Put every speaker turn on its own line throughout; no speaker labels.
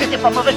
c'était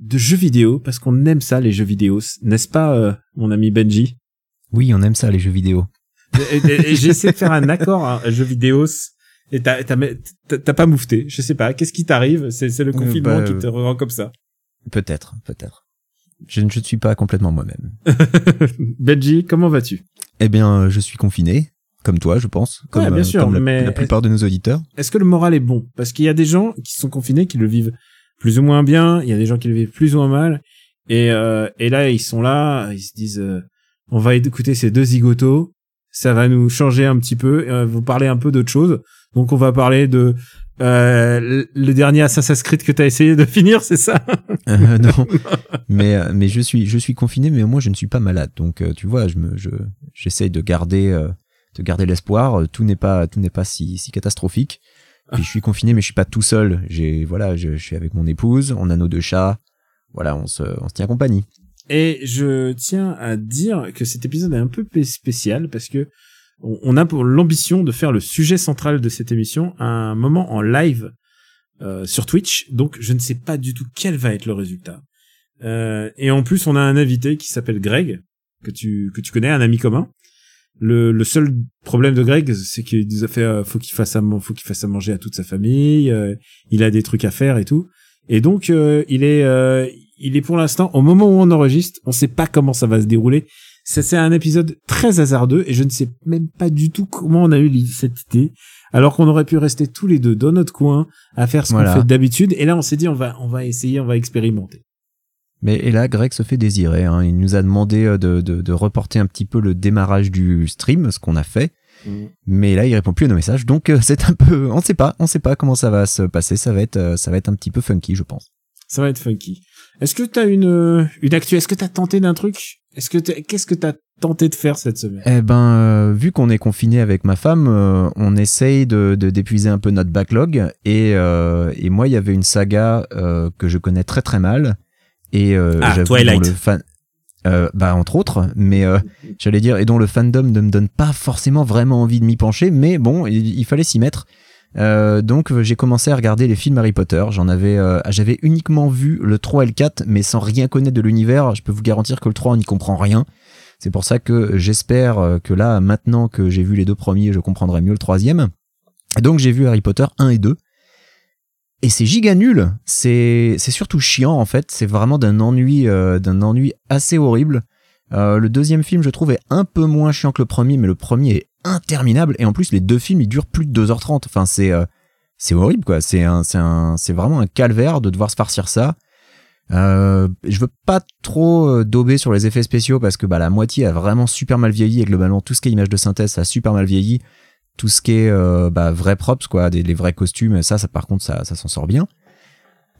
de jeux vidéo, parce qu'on aime ça, les jeux vidéo. N'est-ce pas, euh, mon ami Benji?
Oui, on aime ça, les jeux vidéo.
Et- et- et J'essaie de faire un accord, hein, jeux vidéo. Et t'as, t'as, t'as- t'as pas moufté. Je sais pas. Qu'est-ce qui t'arrive? C'est, c'est le
Euh,
confinement
bah,
qui
euh,
te rend comme ça.
Peut-être, peut-être. Je ne je ne suis pas complètement moi-même.
Benji, comment vas-tu?
Eh bien, euh, je suis confiné, comme toi, je pense. Comme,
Ouais, bien
euh,
sûr,
comme la,
mais-
la plupart de nos auditeurs.
Est-ce que le moral est bon? Parce qu'il y a des gens qui sont confinés, qui le vivent plus ou moins bien. Il y a des gens qui le vivent plus ou moins mal. Et, euh, et là, ils sont là. Ils se disent, euh, on va écouter ces deux zigotos. Ça va nous changer un petit peu. euh, vous parler un peu d'autre chose. Donc, on va parler de, euh, le- le dernier Assassin's Creed que t'as essayé de finir, c'est ça?
Euh, non. mais euh, mais je suis je suis confiné, mais au moins je ne suis pas malade. Donc euh, tu vois, je me je j'essaye de garder euh, de garder l'espoir. Euh, Tout n'est pas tout n'est pas si si catastrophique. Et je suis confiné, mais je suis pas tout seul. J'ai voilà, je, je suis avec mon épouse. On a nos deux chats. Voilà, on se on se tient compagnie.
Et je tiens à dire que cet épisode est un peu p- spécial parce que on on a pour l'ambition de faire le sujet central de cette émission à un moment en live euh, sur Twitch. Donc je ne sais pas du tout quel va être le résultat. Euh, et en plus, on a un invité qui s'appelle Greg, que tu, que tu connais, un ami commun. Le, le seul problème de Greg, c'est qu'il nous a fait, euh, faut qu'il fasse à, man- faut qu'il fasse à manger à toute sa famille. euh, il a des trucs à faire et tout. Et donc, euh, il est, euh, il est pour l'instant au moment où on enregistre. On sait pas comment ça va se dérouler. Ça, c'est un épisode très hasardeux et je ne sais même pas du tout comment on a eu l'i- cette idée. Alors qu'on aurait pu rester tous les deux dans notre coin à faire ce
Voilà.
qu'on fait d'habitude. Et là, on s'est dit, on va, on va essayer, on va expérimenter.
Mais et là, Greg se fait désirer. hein. Il nous a demandé euh, de, de, de reporter un petit peu le démarrage du stream, ce qu'on a fait.
Mhm.
Mais là, il répond plus à nos messages. Donc euh, c'est un peu, on sait pas, on sait pas comment ça va se passer. Ça va être, euh, ça va être un petit peu funky, je pense.
Ça va être funky. Est-ce que t'as une euh, une actu Est-ce que t'as tenté d'un truc Est-ce que t'es- qu'est-ce que t'as tenté de faire cette semaine
Eh ben, euh, vu qu'on est confiné avec ma femme, euh, on essaye de de- d'épuiser un peu notre backlog. Et euh, et moi, il y avait une saga euh, que je connais très très mal. Et euh,
Ah,
j'avoue,
Twilight.
dont le fan- euh, bah entre autres, mais euh, j'allais dire et dont le fandom ne me donne pas forcément vraiment envie de m'y pencher. Mais bon, il, il fallait s'y mettre. Euh, donc euh, j'ai commencé à regarder les films Harry Potter. J'en avais, euh, j'avais uniquement vu le 3 et le 4, mais sans rien connaître de l'univers. Je peux vous garantir que le 3 on n'y comprend rien. C'est pour ça que j'espère euh, que là, maintenant que j'ai vu les deux premiers, je comprendrai mieux le troisième. Et Donc j'ai vu Harry Potter 1 et 2. Et c'est giga nul. C'est c'est surtout chiant en fait. C'est vraiment d'un ennui, euh, d'un ennui assez horrible. Euh, le deuxième film, je trouve, est un peu moins chiant que le premier, mais le premier est interminable. Et en plus, les deux films, ils durent plus de 2h30. Enfin, c'est euh, c'est horrible, quoi. C'est un, c'est un- c'est vraiment un calvaire de devoir se farcir ça. Euh, je veux pas trop euh, dauber sur les effets spéciaux parce que bah, la moitié a vraiment super mal vieilli et globalement tout ce qui est image de synthèse ça a super mal vieilli. Tout ce qui est euh, bah, vrai props, quoi, des, les vrais costumes, ça, ça par contre, ça, ça s'en sort bien.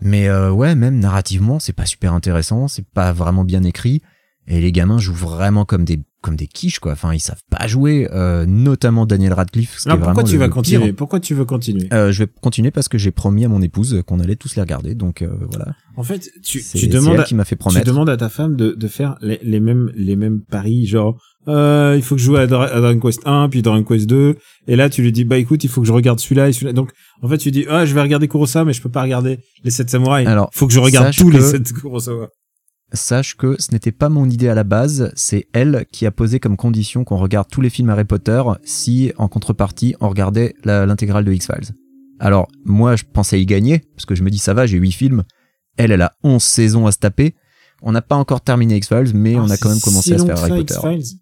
Mais euh, ouais, même narrativement, c'est pas super intéressant, c'est pas vraiment bien écrit. Et les gamins jouent vraiment comme des comme des quiches quoi. Enfin, ils savent pas jouer, euh, notamment Daniel Radcliffe. Ce qui
Alors
est
pourquoi
vraiment
tu
le-
vas
le pire.
continuer Pourquoi tu veux continuer
Euh, je vais continuer parce que j'ai promis à mon épouse qu'on allait tous les regarder. Donc euh, voilà.
En fait, tu
C'est
tu
c'est
demandes
elle
à-
qui m'a fait
tu
promettre.
demandes à ta femme de, de faire les, les mêmes les mêmes paris genre euh, il faut que je joue à, Dra- à Dragon Quest 1 puis Dragon Quest 2 et là tu lui dis bah écoute il faut que je regarde celui-là et celui-là donc en fait tu dis ah je vais regarder Kurosawa mais je peux pas regarder les 7 samouraïs
Alors,
faut que je regarde
sache
tous les
que-
7 Kurosawa
Sache que ce n'était pas mon idée à la base. C'est elle qui a posé comme condition qu'on regarde tous les films Harry Potter si, en contrepartie, on regardait la- l'intégrale de X-Files. Alors, moi, je pensais y gagner parce que je me dis ça va, j'ai 8 films. Elle, elle a 11 saisons à se taper. On n'a pas encore terminé X-Files,
Ah,
mais on a quand même commencé à se faire Harry Potter.
X-Files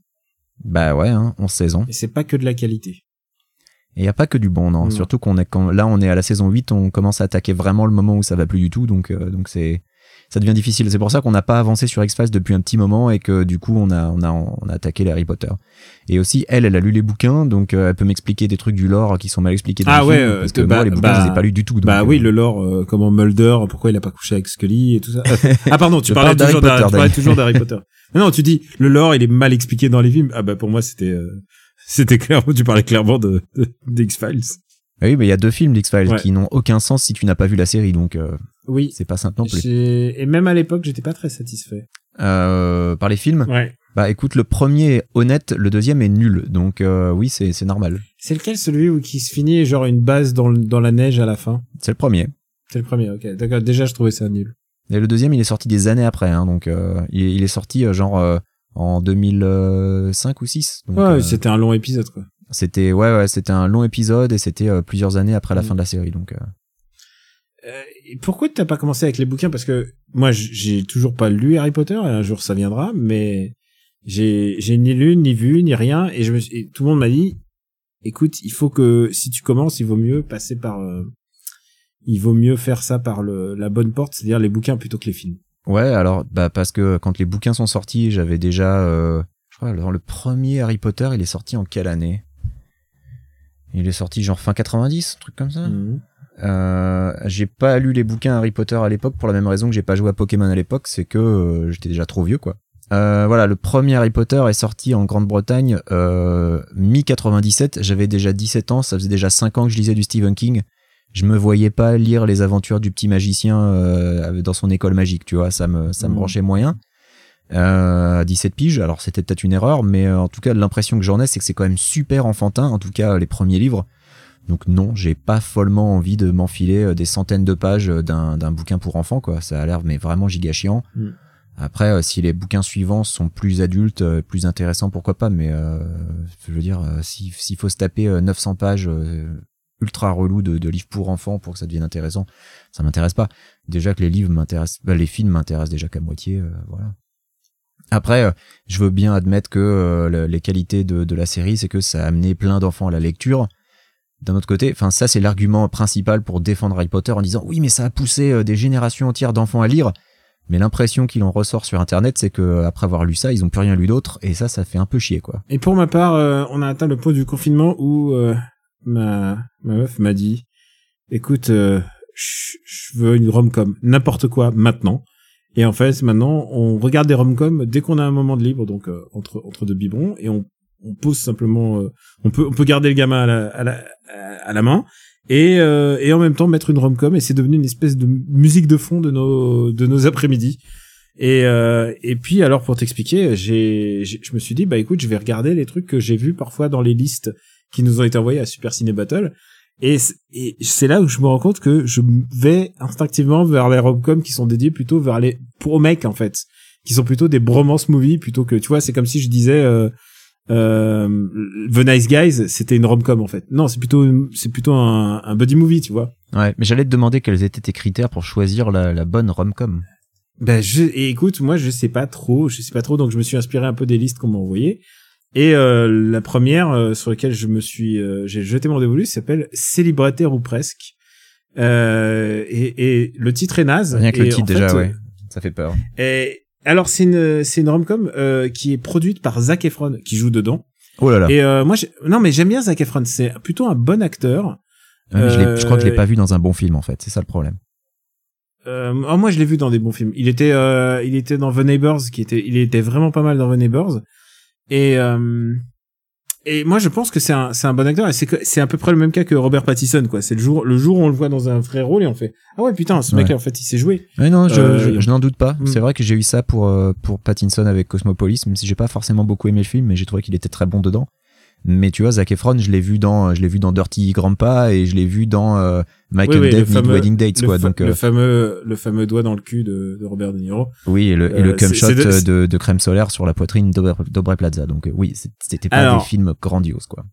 Bah ouais, hein, 11 saisons.
et c'est pas que de la qualité
Et il n'y a pas que du bon, non.
Non.
Surtout qu'on est quand, là, on est à la saison 8, on commence à attaquer vraiment le moment où ça va plus du tout, donc euh, donc c'est ça devient difficile. C'est pour ça qu'on n'a pas avancé sur X-Files depuis un petit moment et que du coup, on a, on a, on a attaqué les Harry Potter. Et aussi, elle, elle a lu les bouquins, donc euh, elle peut m'expliquer des trucs du lore qui sont mal expliqués. Dans
Ah
le
ouais,
film,
euh,
parce que
bah-
moi, les bouquins,
bah-
je les ai pas lus du tout. donc,
Bah oui,
euh,
le lore, euh, comment Mulder, pourquoi il a pas couché avec Scully et tout ça. Euh, ah pardon, tu
Je
parlais
parle d'Harry
toujours d'Harry-
Potter,
tu parlais
Daniel.
toujours d'Harry Potter. Non, non, tu dis le lore, il est mal expliqué dans les films. Ah bah pour moi c'était euh, c'était clairement tu parlais clairement de d'X Files.
ah Oui, mais il y a deux films d'X-Files
Ouais.
qui n'ont aucun sens si tu n'as pas vu la série, donc euh,
Oui.
c'est pas simple non plus.
Et même à l'époque, j'étais pas très satisfait.
Euh, par les films
Ouais.
Bah écoute, le premier est honnête, le deuxième est nul, donc euh, oui, c'est c'est normal.
C'est lequel celui où qui se finit genre une base dans, le- dans la neige à la fin
C'est le premier.
C'est le premier, ok. D'accord, déjà je trouvais ça nul.
Et le deuxième, il est sorti des années après, hein, donc euh, il, il est sorti euh, genre euh, en 2005 ou 6. Donc,
Ouais,
euh,
c'était un long épisode quoi.
c'était ouais, ouais, c'était un long épisode et c'était euh, plusieurs années après la
Mm.
fin de la série, donc. euh,
Euh, et pourquoi t'as pas commencé avec les bouquins Parce que moi, j- j'ai toujours pas lu Harry Potter. Et un jour, ça viendra, mais j'ai j'ai ni lu, ni vu, ni rien. Et je me suis- et tout le monde m'a dit, écoute, il faut que si tu commences, il vaut mieux passer par, euh, il vaut mieux faire ça par le, la bonne porte, c'est-à-dire les bouquins plutôt que les films.
Ouais, alors bah parce que quand les bouquins sont sortis, j'avais déjà, euh, je crois, dans le premier Harry Potter, il est sorti en quelle année Il est sorti genre fin 90, un truc comme ça.
Mhm.
Euh, j'ai pas lu les bouquins Harry Potter à l'époque pour la même raison que j'ai pas joué à Pokémon à l'époque, c'est que euh, j'étais déjà trop vieux quoi. Euh, voilà, le premier Harry Potter est sorti en Grande-Bretagne euh, mi-97, j'avais déjà 17 ans, ça faisait déjà 5 ans que je lisais du Stephen King. Je me voyais pas lire les aventures du petit magicien euh, dans son école magique, tu vois, ça me, ça me
Mhm.
branchait moyen. Euh, à 17 piges, alors c'était peut-être une erreur, mais euh, en tout cas l'impression que j'en ai c'est que c'est quand même super enfantin, en tout cas les premiers livres. Donc non, j'ai pas follement envie de m'enfiler euh, des centaines de pages euh, d'un d'un bouquin pour enfants, quoi. Ça a l'air mais vraiment giga chiant.
Mm.
Après, euh, si les bouquins suivants sont plus adultes, euh, plus intéressants, pourquoi pas. Mais euh, je veux dire, euh, si- s'il faut se taper euh, 900 pages euh, ultra relou de, de livres pour enfants pour que ça devienne intéressant, ça m'intéresse pas. Déjà que les livres m'intéressent, bah, les films m'intéressent déjà qu'à moitié, euh, voilà. Après, euh, je veux bien admettre que euh, le- les qualités de, de la série, c'est que ça a amené plein d'enfants à la lecture. D'un autre côté, enfin ça c'est l'argument principal pour défendre Harry Potter en disant oui mais ça a poussé euh, des générations entières d'enfants à lire. Mais l'impression qu'il en ressort sur Internet, c'est que euh, après avoir lu ça, ils ont plus rien lu d'autre et ça, ça fait un peu chier quoi.
Et pour ma part, euh, on a atteint le point du confinement où euh, ma, ma meuf m'a dit écoute, euh, je je veux une rom-com, n'importe quoi, maintenant. Et en fait, maintenant, on regarde des rom-com dès qu'on a un moment de libre, donc euh, entre, entre deux biberons, et on, on pose simplement. euh, on, peut, on peut garder le gamin à la, à la, à la main. Et, euh, et en même temps mettre une rom-com et c'est devenu une espèce de musique de fond de nos de nos après-midi et, euh, et puis alors pour t'expliquer, j'ai, j'ai- je me suis dit bah écoute, je vais regarder les trucs que j'ai vus parfois dans les listes qui nous ont été envoyées à Super Ciné Battle. Et, c- et c'est là où je me rends compte que je m- vais instinctivement vers les rom-coms qui sont dédiés plutôt vers les pour mecs en fait, qui sont plutôt des bromance movies plutôt que tu vois, c'est comme si je disais euh, euh, The Nice Guys, c'était une rom-com en fait. Non, c'est plutôt c'est plutôt un, un buddy movie, tu vois.
Ouais, mais j'allais te demander quels étaient tes critères pour choisir la, la bonne rom-com.
Ben je, et écoute, moi je sais pas trop, je sais pas trop, donc je me suis inspiré un peu des listes qu'on m'a envoyées. Et euh, la première euh, sur laquelle je me suis, euh, j'ai jeté mon dévolu, s'appelle Célibataire ou presque. Euh, et, et le titre est naze.
Rien que
Et
le
en
titre
fait,
déjà,
euh,
ouais, ça fait peur.
et- alors c'est une, c'est une rom-com euh, qui est produite par Zac Efron qui joue dedans.
Oh là là,
Et euh, moi, j'ai- non mais j'aime bien Zac Efron, c'est plutôt un bon acteur.
Ouais, Ah, mais je, l'ai- je crois que je l'ai
euh,
pas vu dans un bon film en fait, c'est ça le problème.
Euh, oh, moi, je l'ai vu dans des bons films. Il était, euh, il était dans The Neighbors, qui était, il était vraiment pas mal dans The Neighbors. Et euh, et moi, je pense que c'est un, c'est un bon acteur. Et c'est que- c'est à peu près le même cas que Robert Pattinson, quoi. C'est le jour, le jour où on le voit dans un vrai rôle et on fait, ah ouais, putain, ce mec,
Ouais.
en fait, il s'est joué.
Mais non, je,
Euh,
je- je n'en doute pas.
Mm.
C'est vrai que j'ai eu ça pour, euh, pour Pattinson avec Cosmopolis, même si j'ai pas forcément beaucoup aimé le film, mais j'ai trouvé qu'il était très bon dedans. Mais tu vois, Zac Efron, je l'ai vu dans, je l'ai vu dans Dirty Grandpa et je l'ai vu dans euh, Mike
Oui,
and
oui, le
Dave Need
fameux-
Wedding Dates,
le,
quoi.
fa-
Donc, euh,
le fameux, le fameux doigt dans le cul de, de Robert De Niro.
oui, et le, et le
euh,
cum
c'est-
shot
c'est de-
euh, de, de crème solaire sur la poitrine d'Aubrey d'Aubrey Plaza. Donc, euh, oui, c'est- c'était pas
Alors-
des films grandioses, quoi.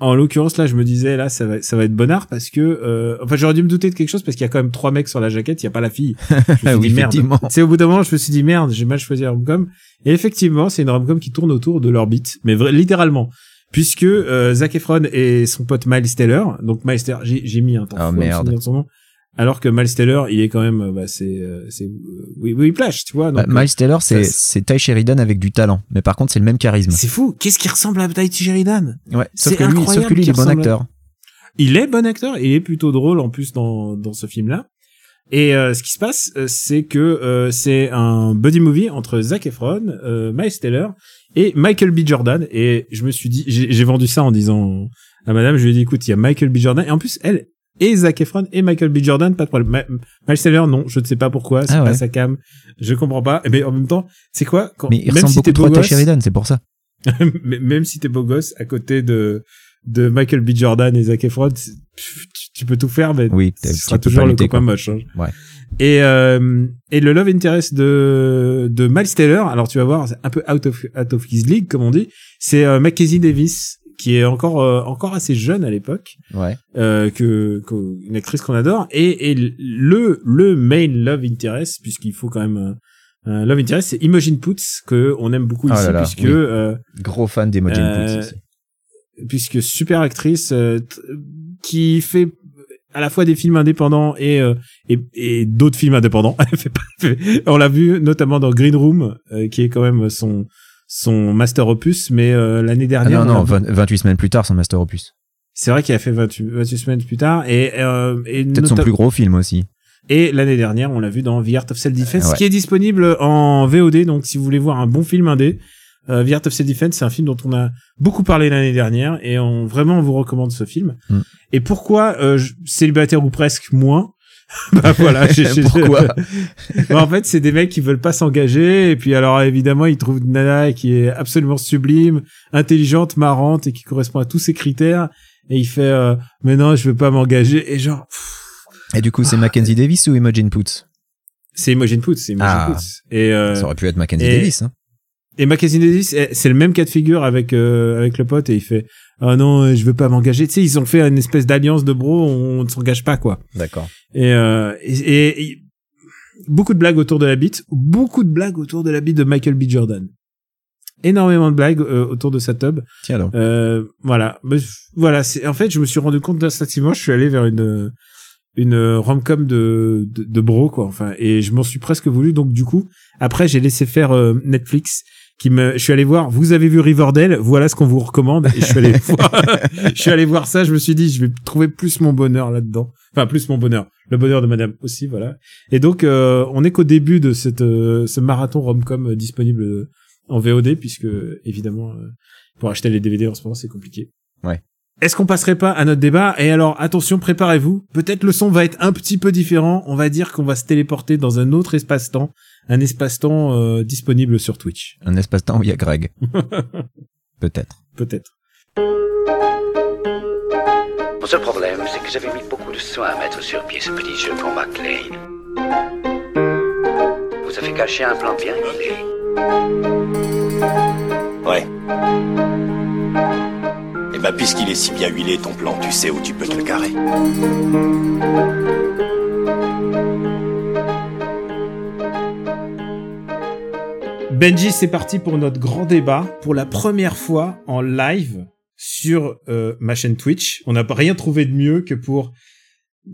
En l'occurrence, là, je me disais, là, ça va, ça va être bonnard parce que, euh, enfin, j'aurais dû me douter de quelque chose parce qu'il y a quand même trois mecs sur la jaquette, il y a pas la fille. Je me suis
Ah oui,
dit, merde.
effectivement.
C'est au bout d'un moment, je me suis dit merde, j'ai mal choisi la rom-com. Et effectivement, c'est une rom-com qui tourne autour de l'orbite, mais vra- littéralement, puisque euh, Zac Efron et son pote Miles Teller, donc Miles Teller, j'ai j'ai mis un temps
Ah,
fou à me
merde.
souvenir de son nom, Alors que Miles Taylor, il est quand même, euh, bah, c'est, euh, c'est, euh, oui, oui, plage, tu vois. donc,
Bah, Miles Taylor, c'est
ça,
c'est Ty Sheridan avec du talent. Mais par contre, c'est le même
euh,
charisme.
c'est fou. Qu'est-ce qui ressemble à Tahiti Sheridan
Ouais. Sauf
c'est
que lui, sauf que lui, il est
incroyable
bon
qu'il
acteur.
Il est bon acteur, il est plutôt drôle en plus dans, dans ce film-là. Et euh, ce qui se passe, euh, c'est que euh, c'est un buddy movie entre Zac Efron, euh, Miles Taylor et Michael B. Jordan. Et je me suis dit, j'ai j'ai vendu ça en disant à madame, je lui ai dit, écoute, il y a Michael B. Jordan. Et en plus, elle et Zac Efron et Michael B. Jordan, pas de problème. Ma- Miles Taylor, non, je ne sais pas pourquoi, c'est
Ah
pas
ouais.
sa cam, je comprends pas. Mais en même temps, c'est quoi quand,
Mais il
même
ressemble
si t'es
beaucoup trop
beau
à Ty
gosse,
Sheridan, c'est pour ça.
mais- même si t'es beau gosse à côté de de Michael B Jordan et Zac Efron c'est- pff, tu, tu peux tout faire mais
Oui,
tu
t'as-
seras
tu peux
toujours
pas
le
lutter,
copain
quoi.
moche hein.
Ouais.
et euh, et le love interest de de Miles Taylor alors tu vas voir c'est un peu out of out of his league comme on dit c'est euh, Mackenzie Davis qui est encore euh, encore assez jeune à l'époque
Ouais.
euh, que, que- une actrice qu'on adore et, et le le main love interest puisqu'il faut quand même un- un love interest c'est Imogen Poots que on aime beaucoup
Ah
ici
là là,
puisque
oui.
euh,
Gros fan d'Imogen
Euh,
Poots aussi.
puisque super actrice euh, t- qui fait à la fois des films indépendants et euh, et, et d'autres films indépendants. Elle fait pas- On l'a vu notamment dans Green Room, euh, qui est quand même son son master opus, mais euh, l'année
Ah
dernière.
non,
on l'a
non,
vu-
20 28 semaines plus tard, son master opus.
C'est vrai qu'il a fait 28, 28 semaines plus tard et euh, et,
Peut-être son
nota-
plus gros film aussi.
et l'année dernière, on l'a vu dans The Art of Self Defense,
Euh, ouais.
qui est disponible en VOD. Donc, si vous voulez voir un bon film indé, euh, The Art of Self Defense, c'est un film dont on a beaucoup parlé l'année dernière, et on vraiment on vous recommande ce film.
Mm.
Et pourquoi euh, je- célibataire ou presque moins Bah voilà, j'ai- j'ai-
Pourquoi
Bah, en fait, c'est des mecs qui veulent pas s'engager, et puis alors évidemment, ils trouvent une nana qui est absolument sublime, intelligente, marrante et qui correspond à tous ces critères. Et il fait, euh, mais non, je veux pas m'engager. Et genre,
Ah, Et du coup, c'est Mackenzie Davis ou Imogen Poots
c'est Imogen Poots, c'est Imogen
Ah.
Poots. Et euh,
Ça aurait pu être Mackenzie
et-
Davis. Hein.
et Mackenzie Davis, eh, c'est le même cas de figure avec euh, avec le pote et il fait ah non euh, je veux pas m'engager. Tu sais ils ont fait une espèce d'alliance de bro, on ne s'engage pas quoi.
D'accord.
Et, euh, et, et- et- beaucoup de blagues autour de la bite, beaucoup de blagues autour de la bite de Michael B Jordan. Énormément de blagues euh, autour de sa tub.
Tiens donc.
Euh, voilà, Mais f- voilà. C'est en fait je me suis rendu compte d'instinctivement, je suis allé vers une une rom-com de, de de bro quoi. Enfin et je m'en suis presque voulu donc du coup après j'ai laissé faire euh, Netflix qui me je suis allé voir vous avez vu Riverdale voilà ce qu'on vous recommande et je suis allé voir je suis allé voir ça je me suis dit je vais trouver plus mon bonheur là-dedans enfin plus mon bonheur le bonheur de madame aussi voilà et donc euh, on est qu'au début de cette euh, ce marathon rom-com euh, disponible en VOD puisque évidemment euh, pour acheter les DVD en ce moment c'est compliqué
Ouais.
est-ce qu'on passerait pas à notre débat Et alors, attention, préparez-vous. Peut-être le son va être un petit peu différent. On va dire qu'on va se téléporter dans un autre espace-temps, un espace-temps euh, disponible sur Twitch,
Un espace-temps où il y a Greg. Peut-être.
peut-être.
Mon seul problème, c'est que j'avais mis beaucoup de soin à mettre sur pied ce petit jeu pour McLean. Vous avez caché un plan bien huilé.
Ouais. Et bah puisqu'il est si bien huilé ton plan, tu sais où tu peux te le carrer.
Benji, c'est parti pour notre grand débat. Pour la première fois en live sur euh, ma chaîne Twitch, on n'a pas- rien trouvé de mieux que pour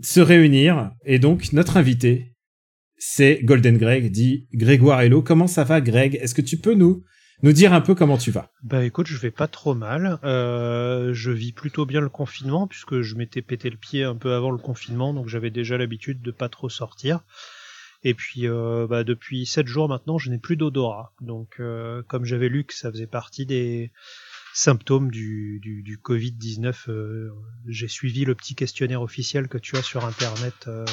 se réunir. Et donc, notre invité, c'est Golden Greg, dit Grégoire Hello. Comment ça va, Greg Est-ce que tu peux nous, nous dire un peu comment tu vas
Bah écoute, je vais pas trop mal. Euh, je vis plutôt bien le confinement puisque je m'étais pété le pied un peu avant le confinement, donc j'avais déjà l'habitude de pas trop sortir. Et puis euh, bah, depuis sept jours maintenant, je n'ai plus d'odorat. Donc euh, comme j'avais lu que ça faisait partie des symptômes du, du, du Covid-19, euh, j'ai suivi le petit questionnaire officiel que tu as sur Internet euh,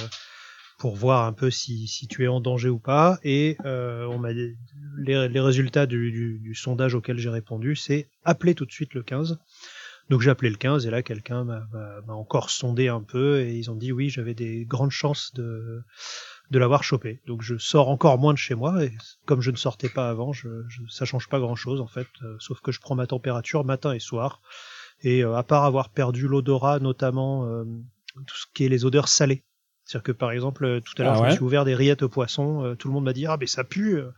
pour voir un peu si, si tu es en danger ou pas. Et euh, on m'a dit- les, les résultats du, du- du sondage auquel j'ai répondu, c'est appeler tout de suite le 15. Donc j'ai appelé le 15 et là quelqu'un m'a- m'a m'a encore sondé un peu et ils ont dit oui j'avais des grandes chances de, de l'avoir chopé. Donc je sors encore moins de chez moi et comme je ne sortais pas avant, je, je- ça change pas grand chose en fait, euh, sauf que je prends ma température matin et soir et euh, à part avoir perdu l'odorat notamment euh, tout ce qui est les odeurs salées. C'est-à-dire que par exemple euh, tout à l'heure
Ah
je
ouais
me suis ouvert des rillettes au poisson, euh, tout le monde m'a dit ah mais ça pue euh,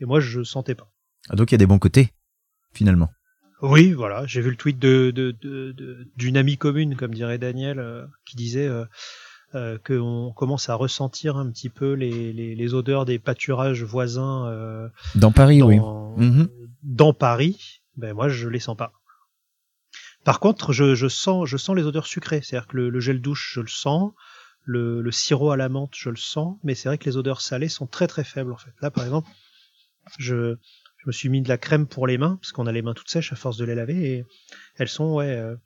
et moi je sentais pas.
Ah, donc il y a des bons côtés, finalement.
Oui, voilà, j'ai vu le tweet de, de, de- de- d'une amie commune, comme dirait Daniel, euh, qui disait euh, euh, qu'on commence à ressentir un petit peu les, les, les odeurs des pâturages voisins euh,
Dans
Ah
Paris, oui.
dans, euh,
Mhm.
dans Paris, ben moi je les sens pas. Par contre, je, je sens je sens les odeurs sucrées, c'est-à-dire que le, le gel douche je le sens, le, le sirop à la menthe je le sens, mais c'est vrai que les odeurs salées sont très très faibles en fait. Là par exemple, je je me suis mis de la crème pour les mains parce qu'on a les mains toutes sèches à force de les laver et elles sont ouais, euh,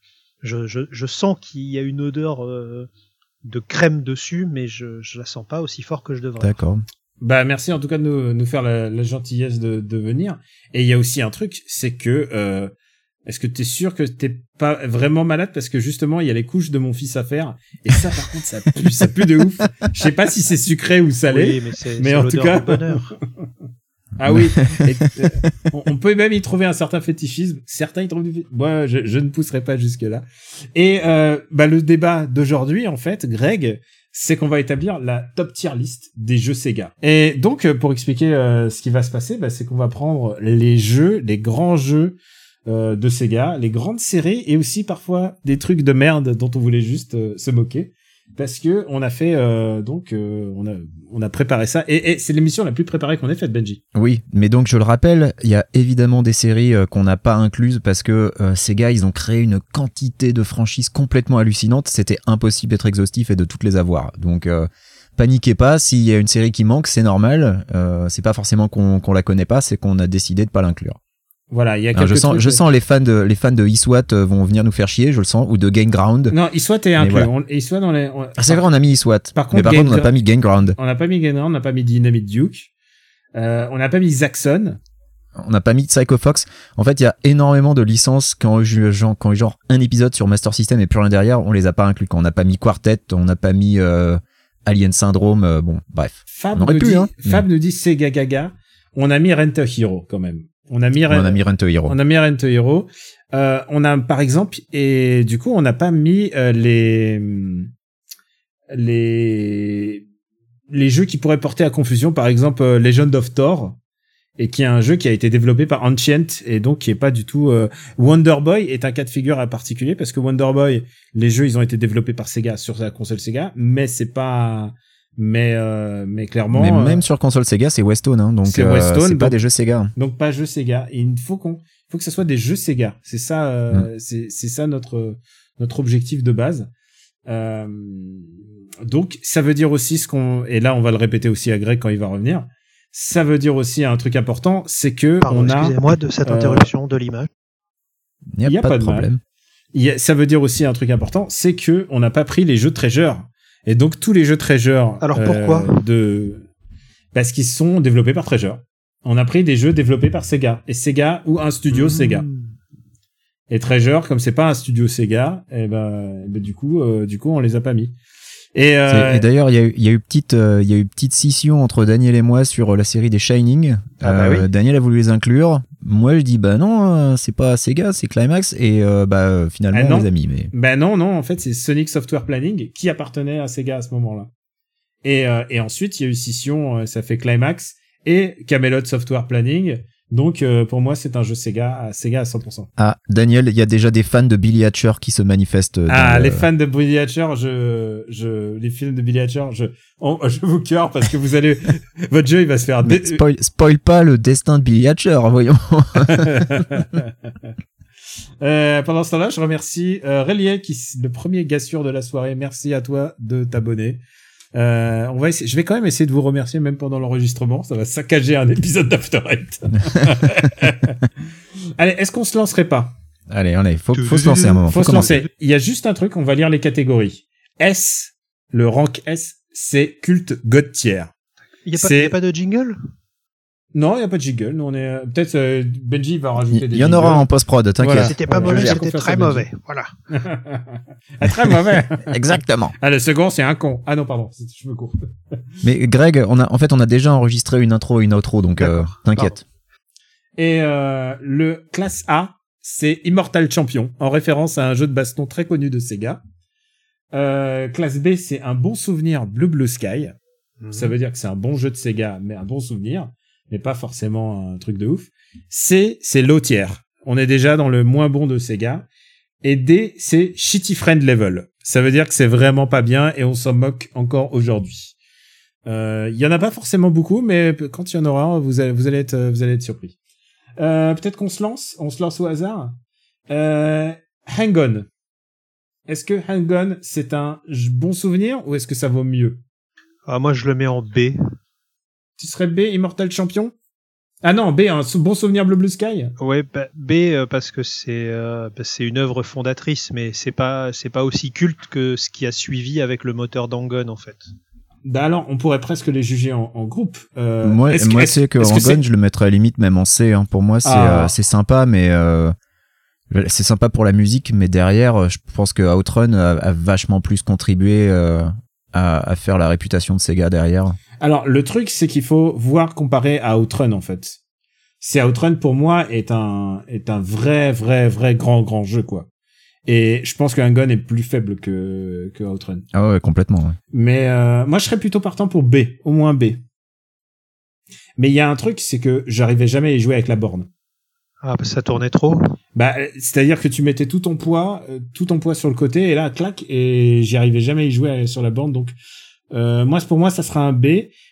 je, je je sens qu'il y a une odeur euh, de crème dessus, mais je je la sens pas aussi fort que je devrais.
D'accord.
Bah merci en tout cas de nous, nous faire la, la gentillesse de, de venir. Et il y a aussi un truc, c'est que euh, est-ce que t'es sûr que t'es pas vraiment malade parce que justement il y a les couches de mon fils à faire et ça par contre ça pue, ça pue de ouf. Je sais pas si c'est sucré ou salé.
Oui, mais c'est
Mais
c'est
en tout
l'odeur
cas-
du bonheur.
Ah oui. Et, euh, on, on peut même y trouver un certain fétichisme. Certains y trouvent du. fé- Moi je, je ne pousserai pas jusque là. Et euh, bah le débat d'aujourd'hui en fait, Greg, c'est qu'on va établir la top tier list des jeux Sega. Et donc, euh, pour expliquer euh, ce qui va se passer, bah, c'est qu'on va prendre les jeux, les grands jeux euh, de Sega, les grandes séries et aussi parfois des trucs de merde dont on voulait juste euh, se moquer. Parce que on a fait euh, donc euh, on a on a préparé ça et, et c'est l'émission la plus préparée qu'on ait faite Benji.
Oui, mais donc je le rappelle, il y a évidemment des séries euh, qu'on n'a pas incluses parce que euh, ces gars, ils ont créé une quantité de franchises complètement hallucinante. C'était impossible d'être exhaustif et de toutes les avoir. Donc euh, paniquez pas, s'il y a une série qui manque, c'est normal. Euh, c'est pas forcément qu'on qu'on la connaît pas, c'est qu'on a décidé de pas l'inclure.
Voilà, il y a
Alors,
quelques
je sens,
trucs-
je sens les fans de les fans de Iswat euh, vont venir nous faire chier, je le sens, ou de Game Ground.
Non, il soit est inclus,
voilà.
on- il soit dans les on-
Ah, c'est vrai, on a mis Iswat,
Par contre,
mais par
Game
contre on
Ground-
n'a pas mis Game Ground,
On n'a pas mis Gainer, on n'a pas mis Dynamite Duke, euh, on n'a pas mis Zaxxon.
on n'a pas mis Psycho Fox. En fait, il y a énormément de licences quand eu genre, quand eu genre un épisode sur Master System et plus rien derrière, on les a pas inclus. Quand on n'a pas mis Quartet, on n'a pas mis euh, Alien Syndrome, euh, bon, bref.
Fab,
On aurait
nous,
pu,
dit,
hein.
Fab nous dit Sega Gaga. On a mis Rent a Hero quand même. On a mis,
On a mis Run to Hero.
on a mis Rent a Hero. Euh, on a par exemple et du coup on n'a pas mis euh, les les les jeux qui pourraient porter à confusion par exemple euh, Legend of Thor et qui est un jeu qui a été développé par Ancient et donc qui est pas du tout euh, Wonder Boy est un cas de figure à particulier parce que Wonder Boy les jeux ils ont été développés par Sega sur la console Sega mais c'est pas mais euh, mais clairement
Mais
euh,
même sur console Sega, c'est Westone, hein, donc
c'est
euh, c'est
Westone,
pas
donc-
des jeux Sega.
donc pas jeux Sega. Et il faut qu'on, il faut que ça soit des jeux Sega. C'est ça, euh,
Mm.
c'est c'est ça notre notre objectif de base. Euh, donc ça veut dire aussi ce qu'on et là on va le répéter aussi à Greg quand il va revenir. Ça veut dire aussi un truc important, c'est que
Pardon,
on a
excusez-moi de cette
euh,
interruption de l'image.
Il n'y a, pas, de
mal.
problème.
Il y a- ça veut dire aussi un truc important, c'est que on n'a pas pris les jeux Treasure. Et donc tous les jeux Treasure. euh,
Alors, pourquoi
de... Parce qu'ils sont développés par Treasure. On a pris des jeux développés par Sega et Sega ou un studio
Hmm.
Sega. Et Treasure, comme c'est pas un studio Sega, et ben, eh ben, du coup, euh, du coup, on les a pas mis. Et, euh,
C'est- Et d'ailleurs, il y a eu, il y a eu petite, euh, il y a eu petite scission entre Daniel et moi sur euh, la série des Shining. Euh,
Ah bah oui.
Daniel a voulu les inclure. Moi, je dis bah non, euh, c'est pas Sega, c'est Climax. Et euh, bah euh, finalement,
Ah non.
on les a mis. Mais
Ben non, non, en fait, c'est Sonic Software Planning qui appartenait à Sega à ce moment-là. Et, euh, et ensuite, il y a eu scission, euh, ça fait Climax et Camelot Software Planning. Donc, euh, pour moi, c'est un jeu Sega à Sega à 100%.
ah Daniel, il y a déjà des fans de Billy Hatcher qui se manifestent. euh, dans
Ah,
le-
les fans de Billy Hatcher, je, je, les films de Billy Hatcher, je, on- je vous cœur parce que vous allez, votre jeu, il va se faire.
Ah, Mais
dé-
spoil, spoil pas le destin de Billy Hatcher, voyons.
Euh, pendant ce temps-là, je remercie euh, Relier, qui est le premier gars sûr de la soirée. Merci à toi de t'abonner. Euh, on va essayer, je vais quand même essayer de vous remercier même pendant l'enregistrement. Ça va saccager un épisode d'After Eight. Allez, est-ce qu'on se lancerait pas
Allez, allez, faut, faut se lancer un moment.
Faut se
commencer.
lancer. Il y a juste un truc, on va lire les catégories. S, le rank S, c'est culte god tier.
Il n'y a, pas-
C'est-
y a pas de jingle
Non, il y a pas de jiggle. Nous, on est euh, peut-être euh, Benji va rajouter
Il
des
y en aura
jiggles.
en post-prod,
Voilà.
t'inquiète.
C'était pas
Je
mauvais,
gère
c'était
confiance à
très
Benji.
mauvais. Voilà.
Ah, très mauvais.
Exactement.
ah, le second, c'est un con. Ah non, pardon, c'est- je me cours.
Mais Greg, on a, en fait, on a déjà enregistré une intro et une outro, donc euh, t'inquiète.
Et euh, le classe A, c'est Immortal Champion, en référence à un jeu de baston très connu de Sega. Euh, classe B, c'est un bon souvenir Blue Blue Sky.
Mhm.
Ça veut dire que c'est un bon jeu de Sega, mais un bon souvenir, mais pas forcément un truc de ouf. C, c'est low tier. On est déjà dans le moins bon de Sega. Et D, c'est shitty friend level. ça veut dire que c'est vraiment pas bien et on s'en moque encore aujourd'hui. Euh, Il y en a pas forcément beaucoup, mais p- quand il y en aura, vous allez, vous allez être, vous allez être surpris. Euh, Peut-être qu'on se lance, on se lance au hasard. Euh, hang on. Est-ce que Hang on c'est un j- bon souvenir ou est-ce que ça vaut mieux
Ah, moi, je le mets en B.
Tu serais B, Immortal Champion Ah non, B, un sou- bon souvenir Bleu Blue Sky
Ouais, bah, B euh, parce que c'est euh, bah, c'est une œuvre fondatrice, mais c'est pas c'est pas aussi culte que ce qui a suivi avec le moteur Dangon en fait.
Bah alors, on pourrait presque les juger en, en groupe. Euh,
moi,
est-ce que-
moi
est-ce-
c'est que
est-ce
Rangon,
c'est-
je le mettrais à la limite même en C. hein. Pour moi, c'est
Ah.
euh, c'est sympa, mais euh, c'est sympa pour la musique, mais derrière, euh, je pense que Outrun a, a vachement plus contribué euh, à, à faire la réputation de Sega derrière.
Alors, le truc, c'est qu'il faut voir comparé à Outrun, en fait. C'est Outrun, pour moi, est un, est un vrai, vrai, vrai grand, grand jeu, quoi. Et je pense que Hang-On est plus faible que, que Outrun.
Ah ouais, complètement. ouais.
Mais euh, moi, je serais plutôt partant pour B, au moins B. Mais il y a un truc, c'est que j'arrivais jamais à y jouer avec la borne.
Ah, bah, ça tournait trop.
Bah, euh, c'est-à-dire que tu mettais tout ton poids, euh, tout ton poids sur le côté, et là, clac, et j'y arrivais jamais à y jouer euh, sur la borne. Donc, euh, moi, c'est- pour moi, ça sera un B.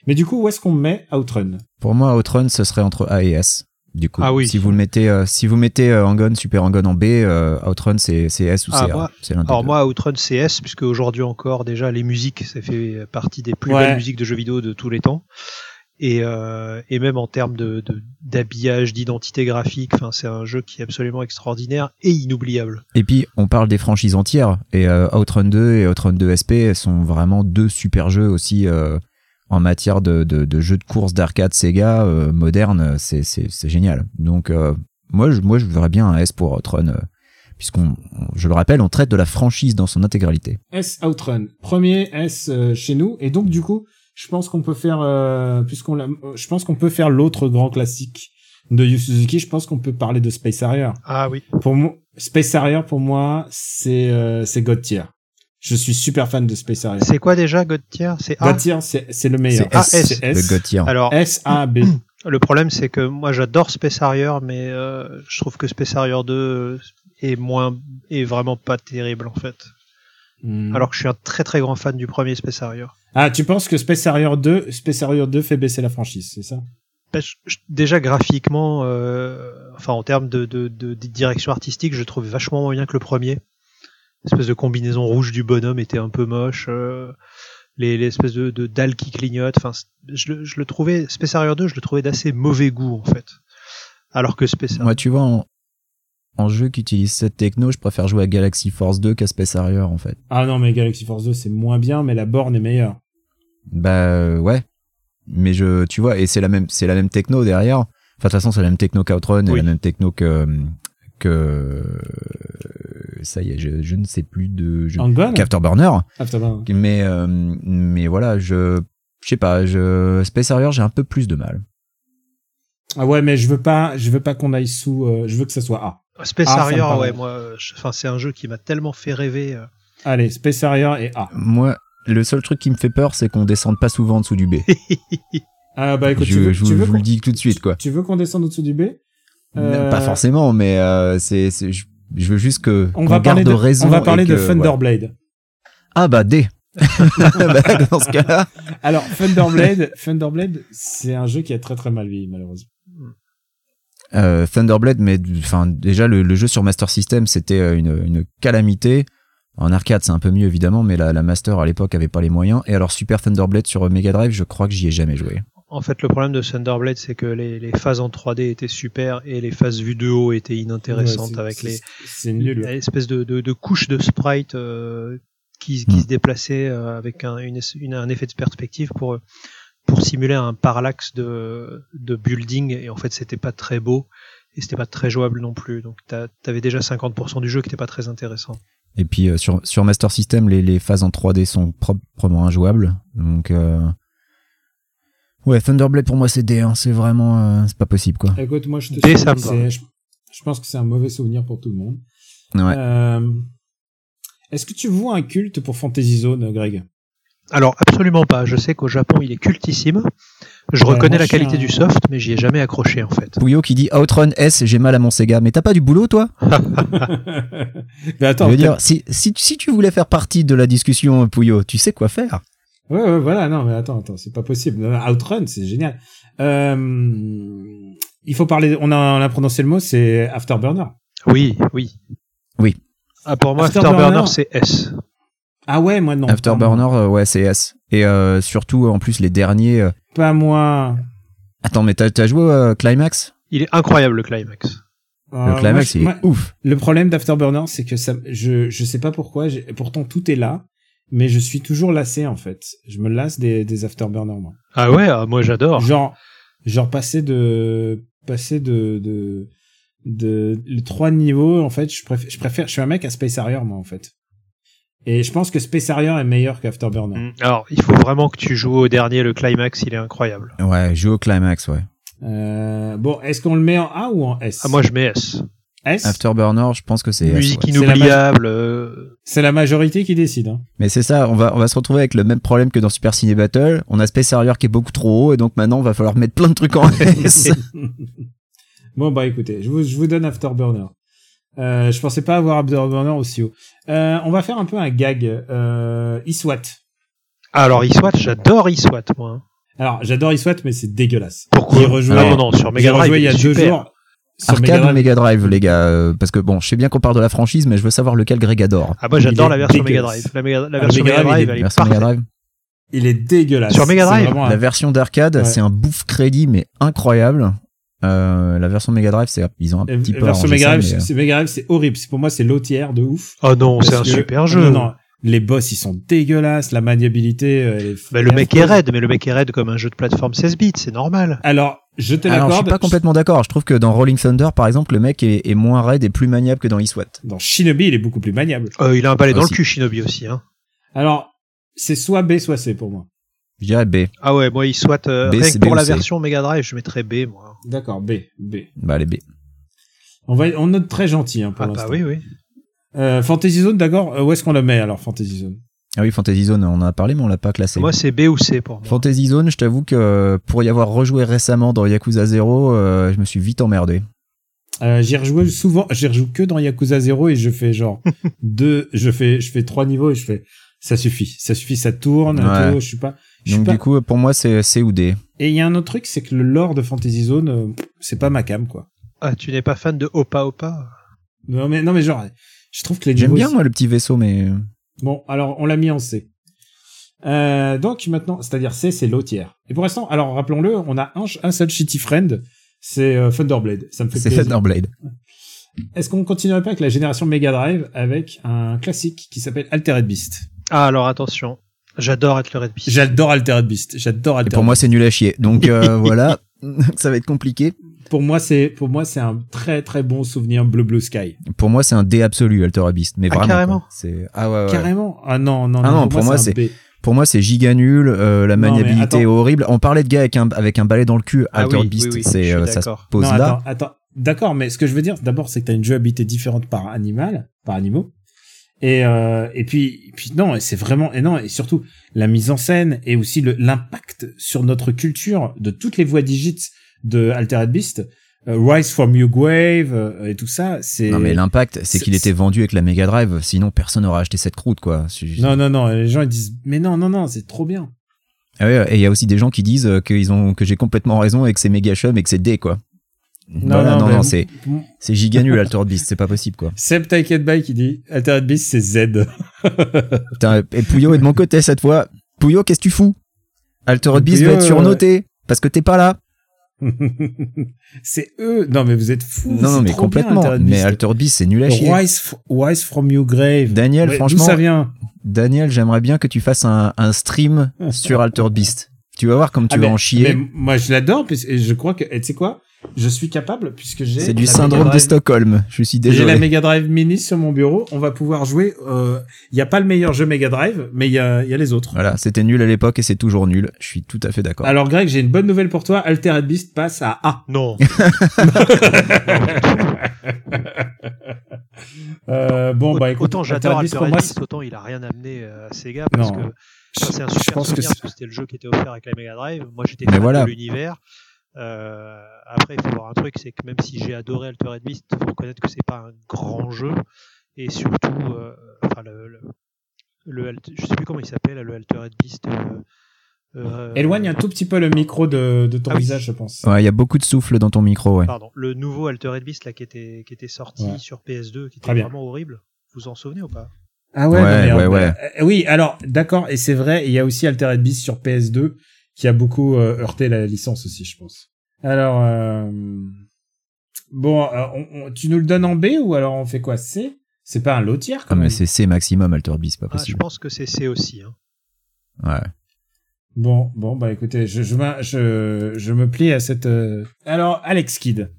Mais du coup, où est-ce qu'on met Outrun
Pour moi, Outrun, ce serait entre A et S. Du coup,
Ah oui.
si vous le mettez, euh, si vous mettez euh, Angon, Super Angon en B, euh, Outrun c'est c'est S ou
Ah,
c'est A.
moi-
C'est l'un des
Alors
deux.
moi, Outrun CS, puisque aujourd'hui encore déjà les musiques, ça fait partie des plus
Ouais.
belles musiques de jeux vidéo de tous les temps. Et, euh, et même en termes de de- d'habillage, d'identité graphique, enfin c'est un jeu qui est absolument extraordinaire et inoubliable.
Et puis, on parle des franchises entières. Et euh, Outrun 2 et Outrun 2 SP sont vraiment deux super jeux aussi euh, en matière de, de, de jeux de course d'arcade Sega euh, moderne. C'est, c'est, c'est génial. Donc, euh, moi, je, moi, je voudrais bien un S pour Outrun. euh, Puisqu'on, on- je le rappelle, on traite de la franchise dans son intégralité.
S Outrun. Premier S euh, chez nous. Et donc, du coup, je pense qu'on peut faire, euh, puisqu'on l'a, euh, je pense qu'on peut faire l'autre grand classique de Yu Suzuki. Je pense qu'on peut parler de Space Harrier.
Ah oui.
Pour moi, Space Harrier, pour moi, c'est, euh, c'est God tier. Je suis super fan de Space Harrier.
C'est quoi déjà God Tier C'est A.
God tier, c'est, c'est le meilleur.
Ah, S.
C'est
de God Tier.
Alors
S, A, B.
Le problème, c'est que moi, j'adore Space Harrier, mais euh, je trouve que Space Harrier 2 est moins, est vraiment pas terrible en fait.
Hmm.
Mm.
Alors que je suis un très très grand fan du premier Space Harrier.
Ah, tu penses que Space Harrier 2, Space Harrier 2 fait baisser la franchise, c'est ça
Parce que je- déjà graphiquement, euh, enfin en termes de, de, de, de direction artistique, je trouve vachement moins bien que le premier. L'espèce de combinaison rouge du bonhomme était un peu moche. euh, les l'espèce de, de dalles qui clignotent. Enfin, c- je, le- je le trouvais Space Harrier 2, je le trouvais d'assez mauvais goût en fait. Alors que Space
Moi, tu vois, en, en jeu qui utilise cette techno, je préfère jouer à Galaxy Force 2 qu'à Space Harrier, en fait.
Ah non, mais Galaxy Force 2, c'est moins bien, mais la borne est meilleure.
Bah euh, ouais. Mais je, tu vois, et c'est la même, c'est la même techno derrière. Enfin, de toute façon, c'est la même techno qu'Outrun et
Oui.
la même techno que que ça y est, je, je ne sais plus de je,
Hang-On
Afterburner.
After Burn.
Mais euh, mais voilà, je je sais pas, je Space Harrier, j'ai un peu plus de mal.
Ah ouais, mais je veux pas, je veux pas qu'on aille sous, euh, je veux que ça soit A.
Space
Ah, ça me
Harrier,
parle.
ouais, moi, je- enfin, c'est un jeu qui m'a tellement fait rêver. euh.
Allez, Space Harrier et A.
Moi, le seul truc qui me fait peur, c'est qu'on descende pas souvent en dessous du B.
Ah bah écoute,
je
tu veux,
je
tu
vous-
veux
je vous
qu'on-
le dis tout de suite, quoi.
Tu veux qu'on descende au-dessous du B Euh,
Pas forcément, mais euh, c'est c'est- je, je veux juste que
On
qu'on
va parler
garde
de,
raison
on va
et
parler de
que- voilà.
Thunderblade.
Ah bah D. Bah, dans ce cas-là.
Alors Thunderblade, Thunderblade, c'est un jeu qui a très très mal vieilli malheureusement.
Euh, Thunderblade, mais enfin déjà le, le jeu sur Master System c'était euh, une, une calamité. En arcade c'est un peu mieux évidemment, mais la, la Master à l'époque avait pas les moyens. Et alors Super Thunderblade sur euh, Mega Drive, je crois que j'y ai jamais joué.
En fait, le problème de Thunderblade, c'est que les, les phases en 3D étaient super et les phases vue de haut étaient inintéressantes
Ouais, c'est-
avec les
c'est- C'est nul. hein.
espèces de, de, de couches de sprites euh, qui, qui
Mm.
se déplaçaient euh, avec un, une, es- une- un effet de perspective pour euh, pour simuler un parallaxe de, de building et en fait c'était pas très beau et c'était pas très jouable non plus donc t'as- t'avais déjà 50% du jeu qui était pas très intéressant
Et puis euh, sur, sur Master System, les, les phases en 3D sont proprement injouables. Donc euh, ouais, Thunderblade pour moi c'est D, hein. c'est vraiment euh, c'est pas possible quoi.
Écoute, moi je te
Dès
souhaite
samedi.
que c'est- je, je pense que c'est un mauvais souvenir pour tout le monde.
Ouais.
Euh, Est-ce que tu vois un culte pour Fantasy Zone, Greg
Alors absolument pas. Je sais qu'au Japon il est cultissime. Je
Ouais,
reconnais
moi,
la
je suis
qualité
un-
du soft, mais j'y ai jamais accroché en fait.
Pouillot qui dit Outrun S, j'ai mal à mon Sega. Mais t'as pas du boulot, toi
Mais
Je
attends,
veux dire, si, si, si tu voulais faire partie de la discussion, Pouillot, tu sais quoi faire.
Ouais, ouais, voilà, non, mais attends, attends, c'est pas possible. Non, non, Outrun, c'est génial. Euh, il faut parler, on a, on a prononcé le mot, c'est Afterburner.
Oui, oui.
Oui.
Ah, pour moi,
Afterburner.
Afterburner, c'est S.
Ah ouais, moi non.
Afterburner, euh, ouais, c'est S. Et euh, surtout, en plus, les derniers. euh,
Pas moi.
Attends, mais t'as t'as joué au Climax
Il est incroyable, le climax.
Le
Euh, moi,
Climax,
je-
il est
moi,
ouf.
le problème d'Afterburner, c'est que ça, je, je sais pas pourquoi, j'ai- pourtant tout est là, mais je suis toujours lassé, en fait. Je me lasse des, des Afterburner, moi.
Ah ouais, ah, moi j'adore.
Genre, genre passer de, passer de, de, de, les trois niveaux, en fait, je préfère, je préfère, je suis un mec à Space Harrier, moi, en fait. Et je pense que Space Harrier est meilleur qu'Afterburner.
Mm. Alors, il faut vraiment que tu joues au dernier, le climax, il est incroyable.
Ouais, joue au Climax, ouais.
Euh, bon, est-ce qu'on le met en A ou en S?
Ah, moi je mets S.
S?
Afterburner, je pense que c'est S.
Musique
ouais.
C'est la magie.
inoubliable. euh,
C'est la majorité qui décide, hein.
Mais c'est ça, on va, on va se retrouver avec le même problème que dans Super Ciné Battle. On a Space Harrier qui est beaucoup trop haut, et donc maintenant, on va falloir mettre plein de trucs en S.
Bon, bah écoutez, je vous, je vous donne Afterburner. Euh, je pensais pas avoir Afterburner aussi haut. Euh, on va faire un peu un gag. Euh, Iswat.
Alors, eSWAT, j'adore eSWAT, moi. hein.
Alors, j'adore Iswat, mais c'est dégueulasse.
Pourquoi Ah,
J'y ai rejoué,
Non, non, sur
j'y ai
Mega Drive,
rejoué il y a
est
deux
super.
jours. Sur Mega
Arcade ou
Drive.
Mega Drive, les gars euh, Parce que bon, je sais bien qu'on parle de la franchise, mais je veux savoir lequel Greg adore.
Ah, moi
Il
j'adore
est
la version Mega
dégueulasse.
Drive. La, méga- la
Ah,
version
Mega
Mega
Drive, il est
Drive,
La
elle est
version Mega
parfaite.
Drive
Il est dégueulasse.
Sur Mega
C'est
Drive.
vraiment un-
La version d'arcade,
Ouais.
c'est un bouffe crédit, mais incroyable. Euh, la version Mega Drive, c'est ils ont un
La
petit peu
version
arrangé
Mega
ça,
Drive,
mais,
c'est-
euh,
c'est Mega Drive, c'est horrible. C'est- Pour moi, c'est l'eau-tière de ouf.
Oh non, c'est un
Parce que- Ah,
super jeu.
Non, non, les boss, ils sont dégueulasses. La maniabilité. euh, elle est
Bah, le mec est
affreuse.
raide, mais le mec est raide comme un jeu de plateforme 16 bits, c'est normal.
Alors, je te
Alors, je suis
l'accorde.
pas complètement d'accord. Je trouve que dans Rolling Thunder, par exemple, le mec est, est moins raide et plus maniable que dans E-SWAT.
Dans Shinobi, il est beaucoup plus maniable.
Euh, il a un balai dans
Aussi.
le cul, Shinobi aussi. Hein.
Alors, c'est soit B, soit C pour moi.
Je dirais B.
Ah ouais, moi, il soit euh,
B,
rien
c'est
que pour
B ou
la
C.
version Mega Drive, je mettrais B, moi.
D'accord, B, B.
Bah, les B.
On va, on note très gentil hein, pour
Ah bah
l'instant.
oui, oui.
Euh, Fantasy Zone, d'accord. euh, où est-ce qu'on le met alors, Fantasy Zone
Ah oui, Fantasy Zone, on en a parlé, mais on l'a pas classé.
Moi, c'est B ou C pour moi.
Fantasy Zone, je t'avoue que euh, pour y avoir rejoué récemment dans Yakuza 0, euh, je me suis vite emmerdé.
euh, J'y rejoue souvent. J'y rejoue que dans Yakuza 0 et je fais genre deux. Je fais, je fais trois niveaux et je fais. Ça suffit, ça suffit, ça tourne.
Ouais.
tout, je suis pas. Je suis
Donc
pas...
du coup, pour moi, c'est C ou D.
Et il y a un autre truc, c'est que le lore de Fantasy Zone, euh, c'est pas ma cam quoi.
Ah, tu n'es pas fan de Opa Opa
Non mais non mais genre, je trouve que les
J'aime
niveaux-
bien moi le petit vaisseau, mais
Bon, alors on l'a mis en C. Euh, donc maintenant, c'est-à-dire C, c'est l'autière. Et pour l'instant, alors rappelons-le, on a un, un seul shitty friend, c'est euh, Thunderblade. Ça me fait
c'est
plaisir.
Thunderblade.
Est-ce qu'on continuerait pas avec la génération Mega Drive avec un classique qui s'appelle Altered Beast
Ah, alors attention. J'adore être le Red Beast.
J'adore Altered Beast. J'adore
Et
Altered.
pour moi, c'est nul à chier. Donc euh, voilà, ça va être compliqué.
Beast. pour moi, c'est pour moi c'est un très très bon souvenir Blue Blue Sky.
Pour moi, c'est un D absolu, Alter Beast. Mais
Ah,
vraiment.
carrément
quoi. C'est ah ouais. ouais.
Carrément. Ah non non
Ah non, pour moi,
un B.
Pour moi, c'est giga nul. euh, la
Non, mais
maniabilité
attends.
est horrible. On parlait de gars avec un avec un balai dans le cul.
Ah
Alter
oui,
Beast,
oui, oui, je
c'est
suis
euh, ça se
d'accord.
pose
non,
là.
Attends, attends. D'accord, mais ce que je veux dire, d'abord, c'est que tu as une jouabilité différente par animal, par animaux. Et, euh, et puis, et puis non, et c'est vraiment, et non, et surtout, la mise en scène et aussi le- l'impact sur notre culture de toutes les voix digites de Altered Beast, euh, Rise from New Wave euh, et tout ça, c'est.
Non mais l'impact, c'est
c'est-
qu'il était vendu avec la Mega Drive. Sinon, personne n'aurait acheté cette croûte quoi. C'est-
non, non, non, les gens ils disent, mais non, non, non, c'est trop bien.
Ah ouais, et il y a aussi des gens qui disent euh, qu'ils ont que j'ai complètement raison et que c'est méga chum et que c'est D quoi.
Non,
Voilà,
non,
non,
mais-
non, c'est c'est giga nul Alter Beast, c'est pas possible quoi.
Seb Taken By qui dit, Altered Beast, c'est Z.
Putain, et Pouillot est de mon côté cette fois. Pouillot, qu'est-ce que tu fous Altered Beast va
Pouillot,
être surnoté parce que t'es pas là.
c'est eux. Non, mais vous êtes fous.
Non, non,
c'est
mais
trop bien,
complètement.
Altered
mais
Beast.
Altered Beast, c'est nul à chier.
Wise, f- Wise from your grave.
Daniel,
Ouais,
franchement,
D'où ça vient
Daniel, j'aimerais bien que tu fasses un, un stream sur Altered Beast. Tu vas voir comme tu
Ah,
vas
mais-
en chier.
mais moi, je l'adore, puisque- et je crois que, et tu sais quoi Je suis capable, puisque j'ai.
C'est du
la
syndrome
Mega
de
Drive-
Stockholm. Je suis
J'ai la
désolé.
Mega Drive Mini sur mon bureau. On va pouvoir jouer. Il n'y a pas le meilleur jeu Mega Drive, mais il y a, il y a les autres.
Voilà, c'était nul à l'époque et c'est toujours nul. Je suis tout à fait d'accord.
Alors, Greg, j'ai une bonne nouvelle pour toi. Altered Beast passe à A.
Non.
Euh, bon, bah écoute,
autant j'adore
Alternis,
Alternis,
pour moi, c'est-
autant il a rien amené euh, à Sega parce
Non.
que ça, c'est un
je
super
pense que
souvenir parce
c'est-
que c'était le jeu qui était offert avec la Mega Drive. Moi j'étais
Mais
fan
voilà.
de l'univers. Euh, après il faut voir un truc, c'est que même si j'ai adoré Altered Beast, il faut reconnaître que c'est pas un grand jeu et surtout, euh, enfin le, le, le Alt- je sais plus comment il s'appelle, le Altered Beast. euh, euh,
éloigne un tout petit peu le micro de, de ton
Ah oui.
visage, je pense.
Ouais, il y a beaucoup de souffle dans ton micro, ouais.
Pardon, le nouveau Altered Beast là qui était qui était sorti
Ouais.
sur PS2, qui
Très
était
bien.
vraiment horrible. Vous vous en souvenez ou pas
Ah
Ouais,
non, mais,
ouais,
euh,
ouais.
euh, oui, alors d'accord, et c'est vrai, il y a aussi Altered Beast sur PS2 qui a beaucoup euh, heurté la licence aussi, je pense. Alors euh, bon, euh, on- on- tu nous le donnes en B ou alors on fait quoi C C'est pas un lotière quand
Ah, mais
même.
c'est C maximum, Alter Beast, pas
Ah, Je
possible.
pense que c'est C aussi. Hein.
Ouais.
Bon, bon, bah écoutez, je je, m'in- je, je me plie à cette. euh, Alors Alex Kidd,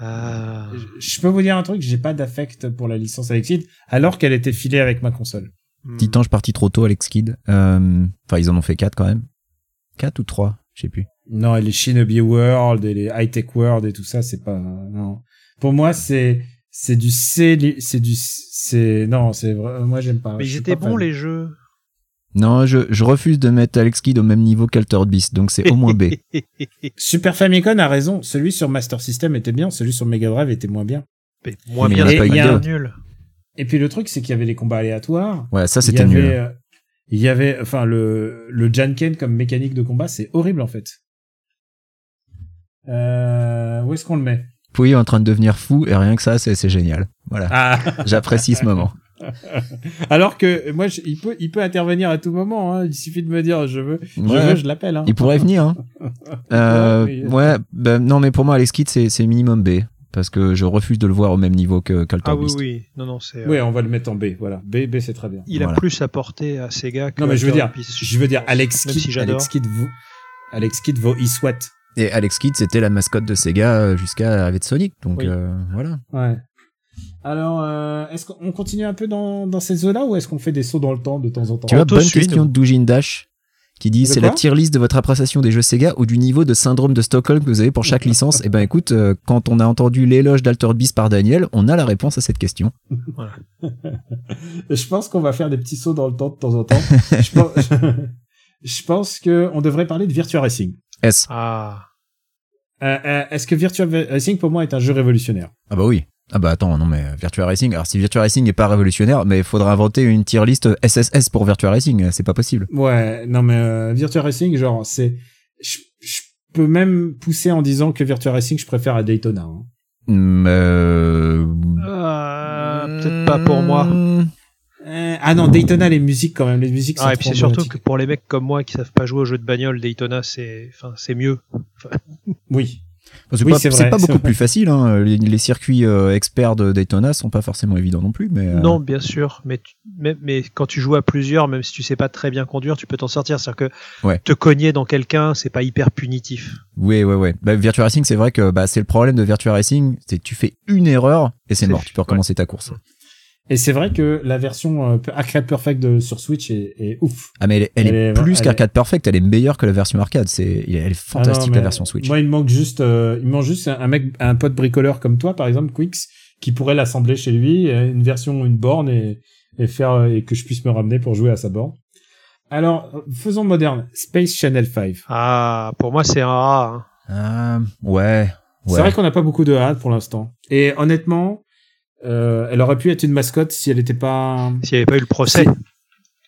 Ah.
je, je peux vous dire un truc, j'ai pas d'affect pour la licence Alex Kidd alors qu'elle était filée avec ma console.
hmm.
Petit ange parti trop tôt, Alex Kidd. Euh, Enfin, ils en ont fait 4 quand même. 4 ou 3, je sais plus.
Non, et les Shinobi World et les High Tech World et tout ça, c'est pas. Non. Pour moi, c'est c'est du C, li- c'est du c'est non, c'est vra- moi j'aime pas.
Mais
Je
ils
suis
étaient
pas
bons
fan.
les jeux.
Non, je, je refuse de mettre Alex Kidd au même niveau qu'Alter Beast, donc c'est au moins B.
Super Famicom a raison. Celui sur Master System était bien, celui sur Mega Drive était moins bien.
Mais moins
Mais
il y
bien,
en a
c'est
pas eu
bien
deux.
nul.
Et puis le truc, c'est qu'il y avait les combats aléatoires.
Ouais, ça
Il y
c'était
avait,
nul.
euh, Il y avait, enfin, le, le Janken comme mécanique de combat, c'est horrible en fait. Euh, où est-ce qu'on le met
Pouille est en train de devenir fou et rien que ça, c'est c'est génial. Voilà,
Ah
j'apprécie ce moment.
Alors que moi, je- il peut, il peut intervenir à tout moment. hein. Il suffit de me dire, je veux,
Ouais.
je veux, je l'appelle. Hein.
Il pourrait venir. Hein. Euh,
Ouais, mais-
ouais, ben, non, mais pour moi, Alex Kidd, c'est c'est minimum B. Parce que je refuse de le voir au même niveau que qu'Alter
Ah oui,
Beast.
oui. Non, non, c'est. euh,
Oui, on va le mettre en B. Voilà, B, B, c'est très bien.
Il a
Voilà.
plus apporté à Sega que.
Non, mais je veux
Altered
dire,
Beast,
je veux dire,
pense.
Alex
Même
Kidd,
si j'adore.
Alex Kidd vaut, Alex Kidd vaut E-Swat.
Et Alex Kidd, c'était la mascotte de Sega euh, jusqu'à l'arrivée de Sonic. Donc
Oui.
euh, voilà.
Ouais. Alors, euh, est-ce qu'on continue un peu dans, dans ces eaux-là ou est-ce qu'on fait des sauts dans le temps de temps en temps
Tu vois,
Anto
bonne
Suino.
question de Doujin Dash qui dit
De
c'est la
quoi
tier list de votre appréciation des jeux Sega ou du niveau de syndrome de Stockholm que vous avez pour chaque licence. Et ben écoute, euh, quand on a entendu l'éloge d'Alter Beast par Daniel, on a la réponse à cette question.
Je pense qu'on va faire des petits sauts dans le temps de temps en temps. je pense, je pense que on devrait parler de Virtua Racing.
S.
Ah.
Euh, euh, est-ce que Virtua Racing pour moi est un jeu révolutionnaire
Ah bah oui. Ah bah attends, non mais euh, Virtua Racing, alors si Virtua Racing n'est pas révolutionnaire, mais il faudra inventer une tier list SSS pour Virtua Racing, euh, c'est pas possible.
Ouais, non mais euh, Virtua Racing, genre c'est, je, je peux même pousser en disant que Virtua Racing, je préfère à Daytona. hein.
Hum, euh,
Ah, Peut-être pas pour moi.
hum,
Euh, ah non, Daytona, les musiques quand même, les musiques. Sont
Ah, et puis
trop
c'est surtout que
emblématiques.
pour les mecs comme moi qui savent pas jouer aux jeux de bagnole, Daytona, c'est, enfin, c'est mieux.
Oui.
C'est
Oui,
pas,
c'est
c'est
vrai,
pas
c'est
beaucoup
vrai.
plus facile, hein. les, les circuits euh, experts de Daytona sont pas forcément évidents non plus, mais... euh,
Non, bien sûr, mais, tu- mais, mais quand tu joues à plusieurs, même si tu sais pas très bien conduire, tu peux t'en sortir. C'est-à-dire que
Ouais.
te cogner dans quelqu'un, c'est pas hyper punitif.
Oui, oui, oui. Bah, Virtua Racing, c'est vrai que bah, c'est le problème de Virtua Racing, c'est que tu fais une erreur et c'est
C'est
mort,
fi-
tu peux recommencer ta course.
Et c'est vrai que la version euh, Arcade Perfect de- sur Switch est, est ouf.
Ah mais elle, est- elle
Elle
est
est-
plus
elle
qu'Arcade Perfect, elle est meilleure que la version arcade, c'est, elle est fantastique
Ah non, mais
la version Switch.
Moi, il me manque juste, euh, il me manque juste un mec, un pote bricoleur comme toi, par exemple, Quix, qui pourrait l'assembler chez lui, euh, une version, une borne et, et faire euh, et que je puisse me ramener pour jouer à sa borne. Alors, euh, faisons moderne. Space Channel 5.
Ah, pour moi, c'est un A. hein.
Ah, ouais,
C'est vrai
ouais.
qu'on n'a pas beaucoup de hâte pour l'instant. Et honnêtement, euh, elle aurait pu être une mascotte si elle n'était pas,
S'il n'y avait pas eu le procès.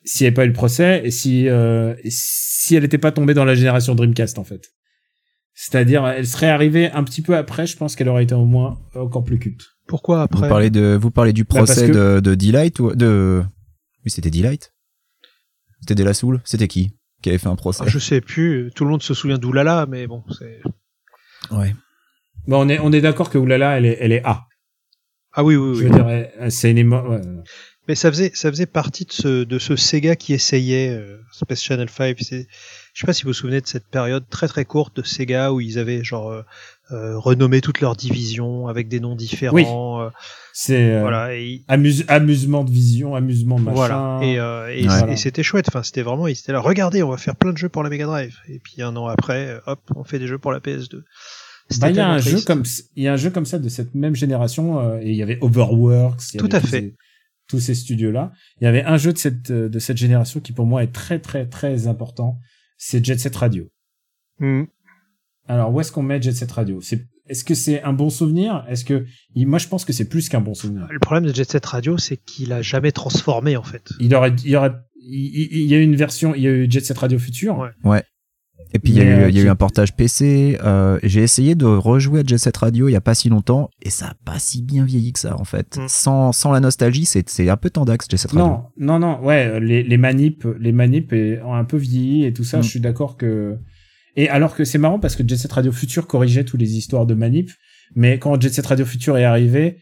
si elle n'avait pas eu le procès et si, euh, et si elle n'était pas tombée dans la génération Dreamcast en fait. C'est-à-dire, elle serait arrivée un petit peu après. Je pense qu'elle aurait été au moins encore plus culte.
Pourquoi
Vous
après Bah,
parlez de, vous parlez du
parce
procès
que-
de, de Delight ou de, oui c'était Delight, c'était De La Soul, c'était qui qui avait fait un procès
Ah, Je sais plus. Tout le monde se souvient d'Oulala, mais bon, c'est.
Ouais.
Bon, on est, on est d'accord que Oulala, elle est, elle est A.
Ah oui, oui,
Je
oui.
veux dire, elle- elle- c'est une émo- ouais, ouais.
Mais ça faisait, ça faisait partie de ce, de ce Sega qui essayait euh, Space Channel 5. C'est- Je sais pas si vous vous souvenez de cette période très très courte de Sega où ils avaient genre euh, euh, renommé toutes leurs divisions avec des noms différents. euh,
C'est euh,
voilà. Et ils-
amuse- amusement de vision, amusement de machin.
voilà. Et, euh, et,
Ouais.
et c'était chouette. Enfin, c'était vraiment. Ils étaient là. Regardez, on va faire plein de jeux pour la Mega Drive. Et puis un an après, euh, hop, on fait des jeux pour la PS2. C'était
Bah, il y a
tellement
un jeu
triste.
comme c- il y a un jeu comme ça de cette même génération euh, et il y avait Overworks. il y
Tout
avait
à
tous
fait.
ces- tous ces studios là. Il y avait un jeu de cette euh, de cette génération qui pour moi est très très très important. C'est Jet Set Radio.
Mm.
Alors où est-ce qu'on met Jet Set Radio C'est est-ce que c'est un bon souvenir Est-ce que il- moi je pense que c'est plus qu'un bon souvenir.
Le problème de Jet Set Radio, c'est qu'il a jamais transformé en fait.
Il aurait il y aurait il, il- il y a eu une version il y a eu Jet Set Radio Future.
Ouais.
Et puis il y, a
Mais,
eu-
euh,
il y a
qui-
eu un portage PC. euh, J'ai essayé de rejouer à Jet Set Radio il y a pas si longtemps et ça a pas si bien vieilli que ça en fait.
Mm.
Sans, sans la nostalgie, c'est c'est un peu tendax Jet Set Radio.
Non, non, non, ouais, euh, les, les manips, les manips euh, ont un peu vieilli et tout ça,
Mm.
je suis d'accord que. Et alors que c'est marrant parce que Jet Set Radio Future corrigeait toutes les histoires de manip, mais quand Jet Set Radio Future est arrivé,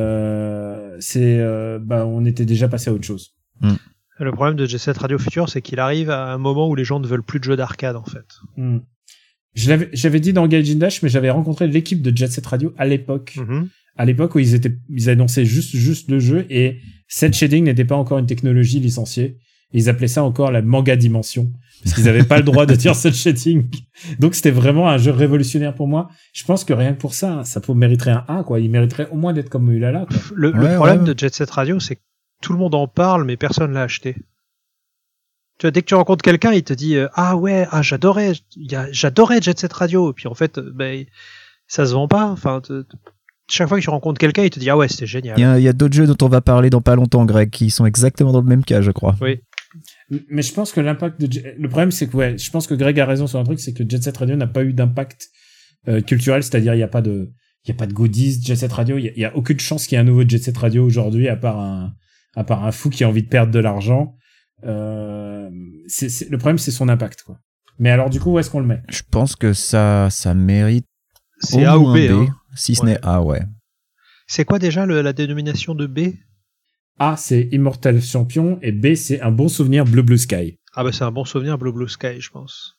euh, c'est, euh, bah, on était déjà passé à autre chose.
Le problème de Jet Set Radio Future, c'est qu'il arrive à un moment où les gens ne veulent plus de jeux d'arcade en fait.
Mm. Je l'avais- J'avais dit dans Gaijin Dash, mais j'avais rencontré l'équipe de Jet Set Radio à l'époque.
Mhm.
à l'époque où ils étaient, ils annonçaient juste, juste le jeu et set shading n'était pas encore une technologie licenciée. Ils appelaient ça encore la manga dimension parce qu'ils n'avaient pas le droit de dire set shading. Donc c'était vraiment un jeu révolutionnaire pour moi. Je pense que rien que pour ça, hein, ça pour- mériterait un A quoi. Il mériterait au moins d'être comme Ulala. Quoi.
Le, le
Ouais,
problème
ouais.
de Jet Set Radio, c'est que tout le monde en parle, mais personne l'a acheté. Tu vois, dès que tu rencontres quelqu'un, il te dit euh, ah ouais, ah j'adorais, il y a- j'adorais Jet Set Radio. Et puis en fait, euh, ben ça se vend pas. Enfin, te- te- chaque fois que tu rencontres quelqu'un, il te dit ah ouais, c'était génial.
Il y a, il y a d'autres jeux dont on va parler dans pas longtemps, Greg, qui sont exactement dans le même cas, je crois.
Mais je pense que l'impact de, Jet- le problème c'est que ouais, je pense que Greg a raison sur un truc, c'est que Jet Set Radio n'a pas eu d'impact euh, culturel, c'est-à-dire il n'y a pas de, il y a pas de goodies Jet Set Radio, il y a- il y, a aucune chance qu'il y ait un nouveau Jet Set Radio aujourd'hui à part un, à part un fou qui a envie de perdre de l'argent. Euh, c'est, c'est- le problème c'est son impact quoi. Mais alors du coup où est-ce qu'on le met
Je pense que ça, ça mérite au
C'est A ou
moins
B.
B,
hein.
si ce
Ouais.
n'est A, ouais.
C'est quoi déjà le- la dénomination de B
A c'est Immortal Champion et B c'est un bon souvenir Blue Blue Sky.
Ah bah c'est un bon souvenir, Blue Blue Sky, je pense.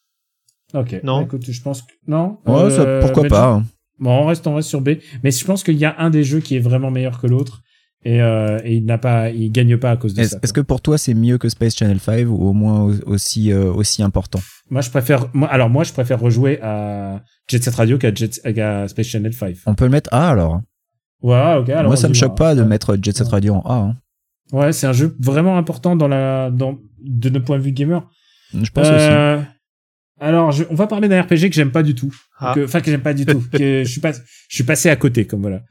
Ok.
Non.
Bah, écoute, je pense que non.
Ouais, ça,
Euh,
pourquoi
mais-
pas hein.
Bon, on reste, on reste sur B. Mais je pense qu'il y a un des jeux qui est vraiment meilleur que l'autre. Et, euh, et il n'a pas, il gagne pas à cause de
Est-ce
ça.
est-ce que pour toi c'est mieux que Space Channel 5 ou au moins au- aussi, euh, aussi important
Moi, je préfère, moi, alors moi, je préfère rejouer à Jet Set Radio qu'à Jet, qu'à Space Channel 5.
On peut le mettre A alors.
Ouais, ok. Alors
moi ça
on
me
y va.
choque pas de mettre Jet Set
Ouais.
Radio en A. hein.
Ouais, c'est un jeu vraiment important dans la, dans, de notre point de vue gamer.
Je pense aussi.
Euh, Alors, je- on va parler d'un RPG que j'aime pas du tout.
Ah.
Que- Enfin, que, j'aime pas du tout. que je suis pas, je suis passé à côté, comme voilà.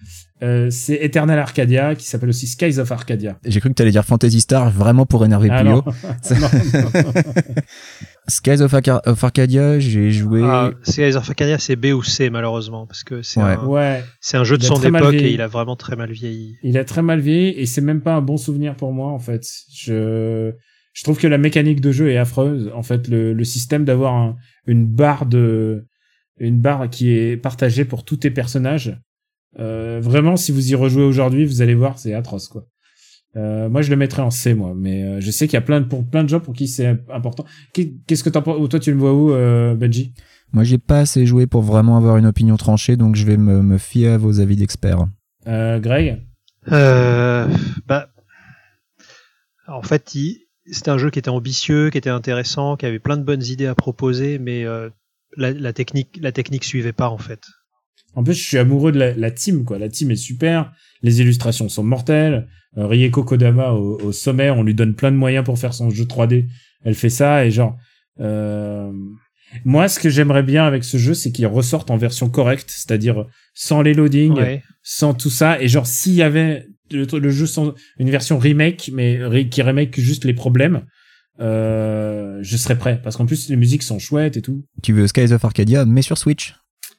Euh, c'est Eternal Arcadia, qui s'appelle aussi Skies of Arcadia.
J'ai cru que t'allais dire Fantasy Star vraiment pour énerver
Ah,
Pio.
non. Non, non.
Skies of, Arca- of Arcadia, j'ai joué.
Ah, c'est Rise of Arcadia, c'est B ou C malheureusement, parce que c'est
Ouais.
un,
Ouais,
c'est un jeu de
Il a
son
très mal
époque et
vieilli.
il a vraiment très mal vieilli.
il a très mal vieilli et c'est même pas un bon souvenir pour moi en fait. Je je trouve que la mécanique de jeu est affreuse. En fait, le, le système d'avoir un- une barre de une barre qui est partagée pour tous tes personnages. euh, vraiment, si vous y rejouez aujourd'hui, vous allez voir, c'est atroce quoi. Euh, moi, je le mettrais en C, moi, mais euh, je sais qu'il y a plein de pour plein de gens pour qui c'est important. Qu'est- Qu'est-ce que t'en penses ou Toi, tu le vois où, euh, Benji
Moi j'ai pas assez joué pour vraiment avoir une opinion tranchée, donc je vais me, me fier à vos avis d'experts.
euh, Greg
Euh, bah, en fait, il- c'était un jeu qui était ambitieux, qui était intéressant, qui avait plein de bonnes idées à proposer, mais euh, la, la technique, la technique suivait pas en fait.
En plus, je suis amoureux de la, la team, quoi. La team est super. Les illustrations sont mortelles. Euh, Rieko Kodama au, au sommet, on lui donne plein de moyens pour faire son jeu 3D. Elle fait ça et genre. euh, Moi, ce que j'aimerais bien avec ce jeu, c'est qu'il ressorte en version correcte, c'est-à-dire sans les loadings,
Ouais.
sans tout ça. Et genre, s'il y avait le, le jeu sans une version remake, mais re- qui remake juste les problèmes, euh, je serais prêt. Parce qu'en plus, les musiques sont chouettes et tout.
Tu veux Skies of Arcadia, mais sur Switch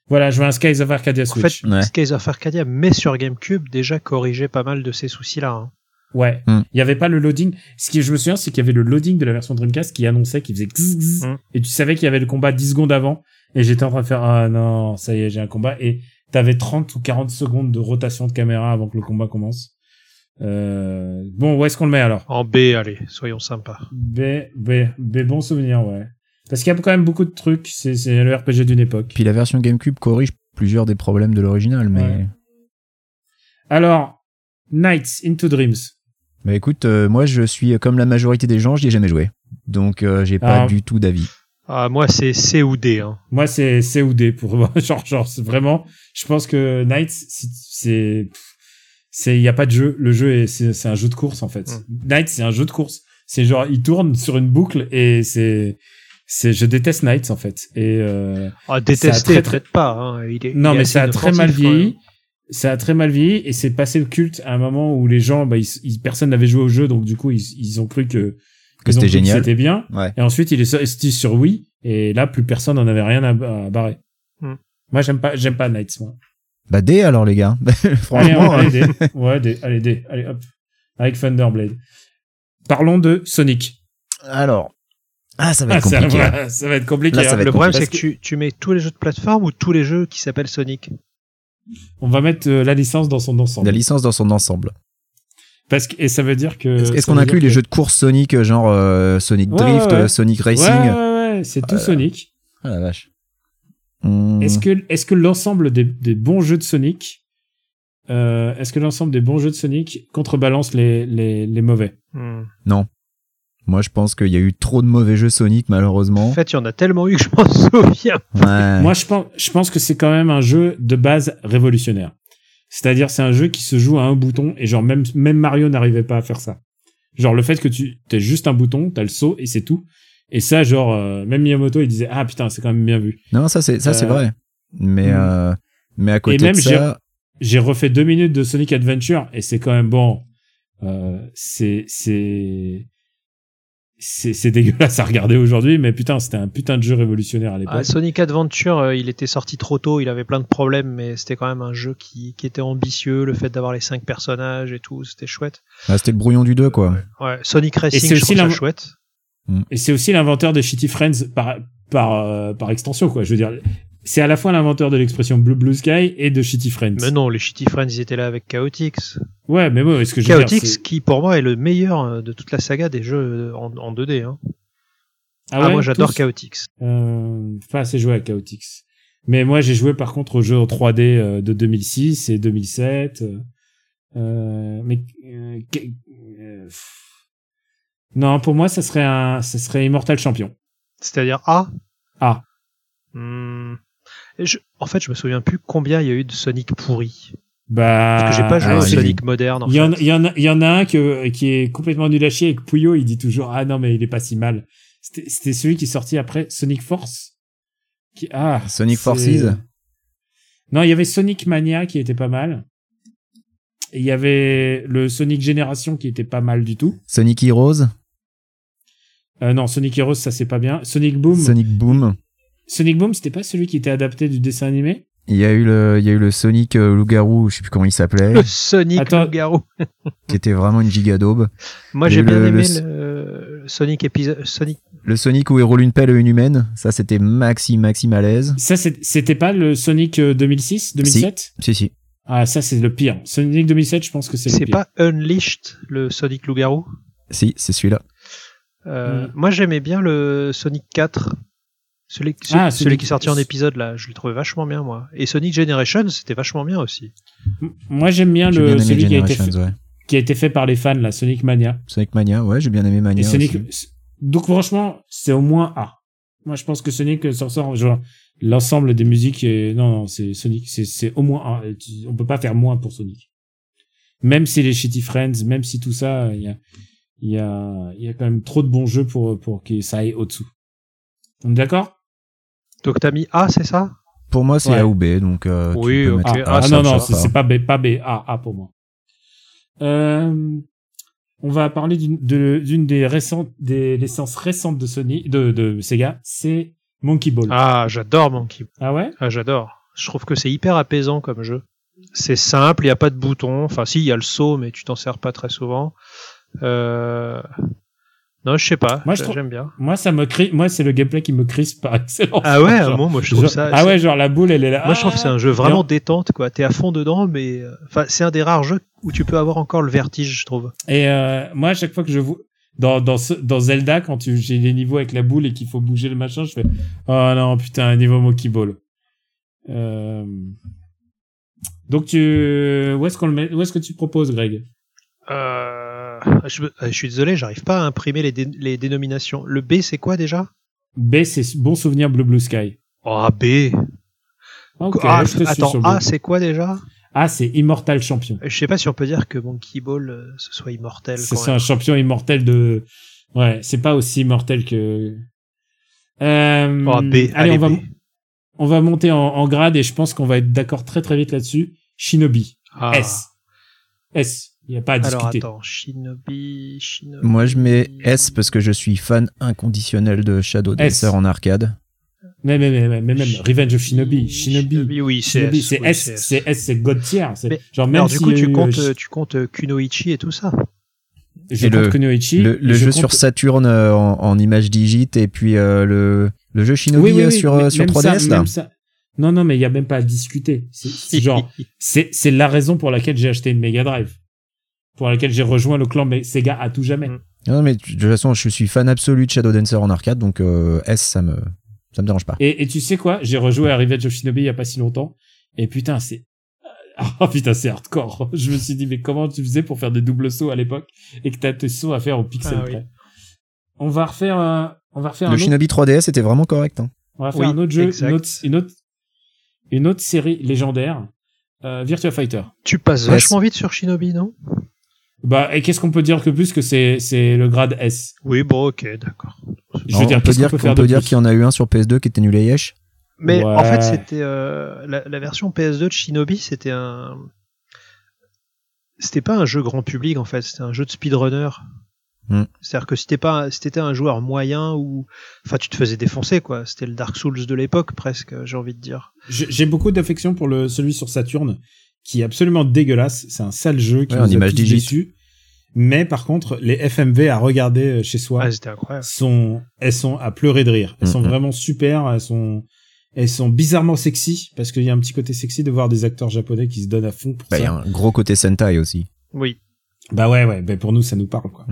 Voilà, je veux un Skies of Arcadia
En
Switch.
fait,
Ouais.
Skies of Arcadia, mais sur GameCube, déjà corrigeait pas mal de ces soucis-là. hein.
Ouais. Il
Mm.
y avait pas le loading. Ce que je me souviens, c'est qu'il y avait le loading de la version Dreamcast qui annonçait qu'il faisait gzz, gzz.
Mm.
et tu savais qu'il y avait le combat 10 secondes avant et j'étais en train de faire ah non, ça y est, j'ai un combat et t'avais 30 ou 40 secondes de rotation de caméra avant que le combat commence. Euh, bon, où est-ce qu'on le met alors
En B, allez, soyons sympas.
B, B, B, bon souvenir, ouais. Parce qu'il y a quand même beaucoup de trucs, c'est c'est le RPG d'une époque.
Puis la version GameCube corrige plusieurs des problèmes de l'original, mais.
Ouais. Alors, Nights into Dreams.
Bah écoute, euh, moi je suis euh, comme la majorité des gens, j'y ai jamais joué. Donc euh, j'ai pas
Ah.
du tout d'avis.
Ah, moi, c'est C ou D. Hein.
Moi, c'est C ou D pour moi. genre, genre, c'est vraiment. Je pense que Knights, si- c'est, pff, c'est, il y a pas de jeu. Le jeu est, c'est, c'est un jeu de course en fait.
Mm.
Knights, c'est un jeu de course. C'est genre, il tourne sur une boucle et c'est, c'est, je déteste Knights en fait. Et euh,
Ah,
Ça
détester,
a très-
traite pas. Hein. Il est,
non,
il est
mais ça a
assez
très mal
inoffensif, quand
vieilli. Ça a très mal vieilli et c'est passé le culte à un moment où les gens, bah, ils, ils- personne n'avait joué au jeu, donc du coup, ils, ils ont cru que
Que
ils ont
c'était
cru
génial.
c'était bien.
Ouais.
Et ensuite, il est sorti sur Wii, et là, plus personne n'en avait rien à, à barrer.
Hmm.
Moi, j'aime pas, j'aime pas Knights. Moi.
Bah D alors les gars.
Allez,
Franchement.
allez,
hein.
D. Ouais, D. Allez, D. Allez, hop. Avec Thunderblade. Parlons de Sonic.
euh, Alors. Ah ça va
Ah,
être
ça,
compliqué.
va, ça va être compliqué.
Là, ça
hein.
va être
Le problème,
compliqué.
c'est que tu, tu mets tous les jeux de plateforme ou tous les jeux qui s'appellent Sonic.
On va mettre euh, la licence dans son ensemble.
hein. La licence dans son ensemble.
Parce que, et ça veut dire que.
Est-ce
Euh, ça
est-ce qu'on
veut
inclut
dire
les
que-
jeux de course Sonic, euh, genre euh, Sonic
Ouais,
Drift,
ouais, ouais.
euh, Sonic Racing
Ouais, ouais, ouais, c'est tout Sonic.
Ah la vache. Hmm.
Est-ce que, est-ce que l'ensemble des, des bons jeux de Sonic, euh, est-ce que l'ensemble des bons jeux de Sonic contrebalance les, les, les mauvais
Moi je pense qu'il y a eu trop de mauvais jeux Sonic
En
malheureusement.
fait, il y en a tellement eu que je m'en souviens.
Ouais.
Moi, je pense, je pense que c'est quand même un jeu de base révolutionnaire. C'est-à-dire, c'est un jeu qui se joue à un bouton et genre même, même Mario n'arrivait pas à faire ça. Genre le fait que tu t'as juste un bouton, t'as le saut et c'est tout. Et ça, genre euh, même Miyamoto, il disait ah putain, c'est quand même bien vu.
Non ça c'est ça c'est
Euh,
vrai. Mais
hmm.
euh, mais à côté
même,
de
j'ai-
ça.
J'ai refait deux minutes de Sonic Adventure et c'est quand même bon. Euh, c'est c'est c'est c'est dégueulasse à regarder aujourd'hui, mais putain, c'était un putain de jeu révolutionnaire à l'époque.
Ah, Sonic Adventure, euh, il était sorti trop tôt, il avait plein de problèmes, mais c'était quand même un jeu qui, qui était ambitieux, le fait d'avoir les cinq personnages et tout, c'était chouette.
Ah, c'était le brouillon du 2 quoi.
Ouais, Sonic Racing,
c'est
je
aussi
trouve ça
la-
chouette.
Et c'est aussi l'inventeur des Shitty Friends par, par, euh, par extension, quoi. Je veux dire, c'est à la fois l'inventeur de l'expression Blue Blue Sky et de Shitty Friends.
Mais non, les Shitty Friends, ils étaient là avec Chaotix.
Ouais, mais bon, est-ce que je veux dire,
Chaotix,
c'est-
qui pour moi est le meilleur euh, de toute la saga des jeux en, en 2D. Hein. Ah,
ouais,
moi j'adore
tous
Chaotix.
Euh, pas assez joué à Chaotix. Mais moi, j'ai joué par contre aux jeux en 3D euh, de 2006 et 2007. euh, euh, mais euh, que- euh, pff. non, pour moi, ça serait un, ça serait Immortal Champion.
C'est-à-dire A
A.
Hmm. Et je- En fait, je me souviens plus combien il y a eu de Sonic pourri.
Bah,
Parce que j'ai pas joué
ah,
au
oui.
Sonic moderne. En
Il y, en,
fait.
il, y en a, il y en a un que, euh, qui est complètement nul à chier et que Puyo il dit toujours Ah non, mais il est pas si mal. C'était c'était celui qui est sorti après Sonic Force. Qui, ah,
Sonic
c'est-
Forces.
Non, il y avait Sonic Mania qui était pas mal. Et il y avait le Sonic Génération qui était pas mal du tout.
Sonic Heroes,
Euh, non, Sonic Heroes, ça c'est pas bien. Sonic Boom. Sonic,
Sonic Boom.
Boom, c'était pas celui qui était adapté du dessin animé
Il y a eu le, il y a eu le Sonic euh, Loup-Garou, je sais plus comment il s'appelait,
Le Sonic
Attends.
le garou.
qui était vraiment une giga daube.
Moi
Il y
j'ai
a eu
bien
le-
aimé
le-
le, Sonic épisode Sonic.
Le Sonic où il roule une pelle à une humaine, ça c'était maxi, maxi malaise.
Ça, c'est- c'était pas le Sonic euh, 2006, 2007
Si, si.
Ah, ça c'est le pire. Sonic 2007, je pense que c'est le
C'est
pire.
pas Unleashed le Sonic loup-garou.
Si, c'est celui-là.
Euh,
Hmm.
Moi j'aimais bien le Sonic 4. Celui, celui,
Ah,
celui
Sonic-
qui est sorti en épisode là, je le trouvais vachement bien moi. Et Sonic Generation, c'était vachement bien aussi.
M- Moi, j'aime bien,
J'ai
le,
bien aimé
celui qui a, été
Generations,
fait,
ouais.
qui a été fait par les fans, là, Sonic Mania.
Sonic Mania, ouais, j'ai bien aimé
Et
Mania.
Sonic.
aussi.
Donc, franchement, c'est au moins A. Moi, je pense que Sonic euh, s'en sort. genre, L'ensemble des musiques. est- Non, non, c'est Sonic. c'est- C'est au moins A. Et tu- On peut pas faire moins pour Sonic. Même si les Shitty Friends, même si tout ça, euh, il y a, il y, a, il y a quand même trop de bons jeux pour, pour que ça aille au-dessous. On est d'accord
Donc t'as mis A, c'est ça
Pour moi, c'est
Ouais.
A ou B, donc. euh, tu
Oui,
peux
ok.
mettre A,
Ah,
Ah
ça
non,
me
non,
choque
c'est
pas.
c'est pas B, pas B, A, A pour moi. Euh, on va parler d'une de- d'une des récentes, des licences récentes de Sony, de, de Sega, c'est Monkey Ball. Ah,
Ah j'adore Monkey
ouais
Ah, j'adore. Je trouve que c'est hyper apaisant comme jeu. C'est simple, il n'y a pas de bouton. Enfin, si, il y a le saut, mais tu t'en sers pas très souvent. Euh... Non, je sais pas.
Moi,
Moi,
je trouve-
j'aime bien.
Moi, ça me crie, moi, c'est le gameplay qui me crispe par excellence.
Ah ouais,
Genre-
moi, moi je trouve
genre-
ça.
Ah ouais, genre la boule, elle est là.
Moi, je trouve que c'est un jeu vraiment détente, quoi. T'es à fond dedans, mais euh, enfin, c'est un des rares jeux où tu peux avoir encore le vertige, je trouve.
Et euh, moi, à chaque fois que je vois dans dans, ce- dans Zelda, quand tu j'ai les niveaux avec la boule et qu'il faut bouger le machin, je fais oh non putain un niveau Monkey Ball. Euh... Donc tu où est-ce qu'on le met où est-ce que tu proposes Greg
Euh, Je, euh, je suis désolé, j'arrive pas à imprimer les, dé- les dénominations. Le B, c'est quoi déjà
B, c'est bon souvenir Blue Blue Sky.
Ah, B.
Ah, ok,
Ah,
je te suis
attends,
sur le
A,
bon.
c'est quoi déjà
Ah, c'est Immortal Champion.
Je sais pas si on peut dire que Monkey Ball, euh, ce soit immortel.
C'est
quand
c'est
même.
un champion immortel de. Ouais, c'est pas aussi immortel que. Euh,
Oh, B. Allez,
Allez, on va,
B.
on va monter en, en grade et je pense qu'on va être d'accord très très vite là-dessus. Shinobi.
Ah.
S. S. Il n'y a pas à
Alors
discuter.
attends, Shinobi, Shinobi.
Moi, je mets S parce que je suis fan inconditionnel de Shadow
S.
Dancer en arcade.
Mais, mais, mais, mais, mais même Revenge of Shinobi. Shinobi.
oui, c'est
Shinobi,
S.
c'est
oui,
S. C'est S, c'est God tier. C'est-
Mais-
Genre, même
Alors
si
du coup,
euh,
tu comptes,
je-
euh, tu comptes euh, Kunoichi et tout ça.
je
et le-
compte Kunoichi.
Le, le
je
jeu
compte-
sur Saturn euh, en, en image digit et puis euh, le, le jeu Shinobi
Oui, oui,
euh,
oui,
sur,
mais
euh, sur
même
3DS
ça,
là.
même ça- Non, non, mais il n'y a même pas à discuter. C'est- C'est genre, c'est c'est la raison pour laquelle j'ai acheté une Mega Drive. Pour laquelle j'ai rejoint le clan mais Sega à tout jamais.
Mm.
Non, mais tu- de toute façon, je suis fan absolu de Shadow Dancer en arcade, donc euh, S, ça me, ça me dérange pas.
Et, et tu sais quoi J'ai rejoué à Revenge of Shinobi il n'y a pas si longtemps. Et putain, c'est. Ah putain, c'est hardcore. Je me suis dit, mais comment tu faisais pour faire des doubles sauts à l'époque et que t'as tes sauts à faire au pixel
Ah oui.
près On va refaire, euh, on va refaire un
Le
autre.
Shinobi 3DS était vraiment correct. hein.
On va faire
Oui,
un autre jeu,
exact.
une autre, une autre, une autre série légendaire, euh, Virtua Fighter.
Tu passes
S.
vachement vite sur Shinobi, non
Bah, et qu'est-ce qu'on peut dire que plus que c'est, c'est le grade S
Oui, bon, ok, d'accord.
Je
Non,
veux dire,
on peut
qu'est-ce qu'on
dire qu'on
peut
peut,
faire de
dire
plus
qu'il y en a eu un sur PS2 qui était nul à Yesh.
Mais en
Ouais.
fait, c'était euh, la, la version PS2 de Shinobi, c'était un. C'était pas un jeu grand public en fait, c'était un jeu de speedrunner.
Hmm.
C'est-à-dire que si t'étais pas, si t'étais un joueur moyen ou, enfin, tu te faisais défoncer quoi. C'était le Dark Souls de l'époque presque, j'ai envie de dire.
J'ai j'ai beaucoup d'affection pour le, celui sur Saturne, qui est absolument dégueulasse. C'est un sale jeu qui
Ouais,
nous
en
a
image
tous
digit.
déçus. Mais par contre, les FMV à regarder euh, chez soi,
Ah, c'était incroyable.
sont, elles sont à pleurer de rire. Elles sont
Mhm.
vraiment super. Elles sont, elles sont bizarrement sexy parce qu'il y a un petit côté sexy de voir des acteurs japonais qui se donnent à fond pour
Bah, il y
ça.
a un gros côté Sentai aussi.
Oui.
Bah ouais, ouais. Bah pour nous, ça nous parle quoi.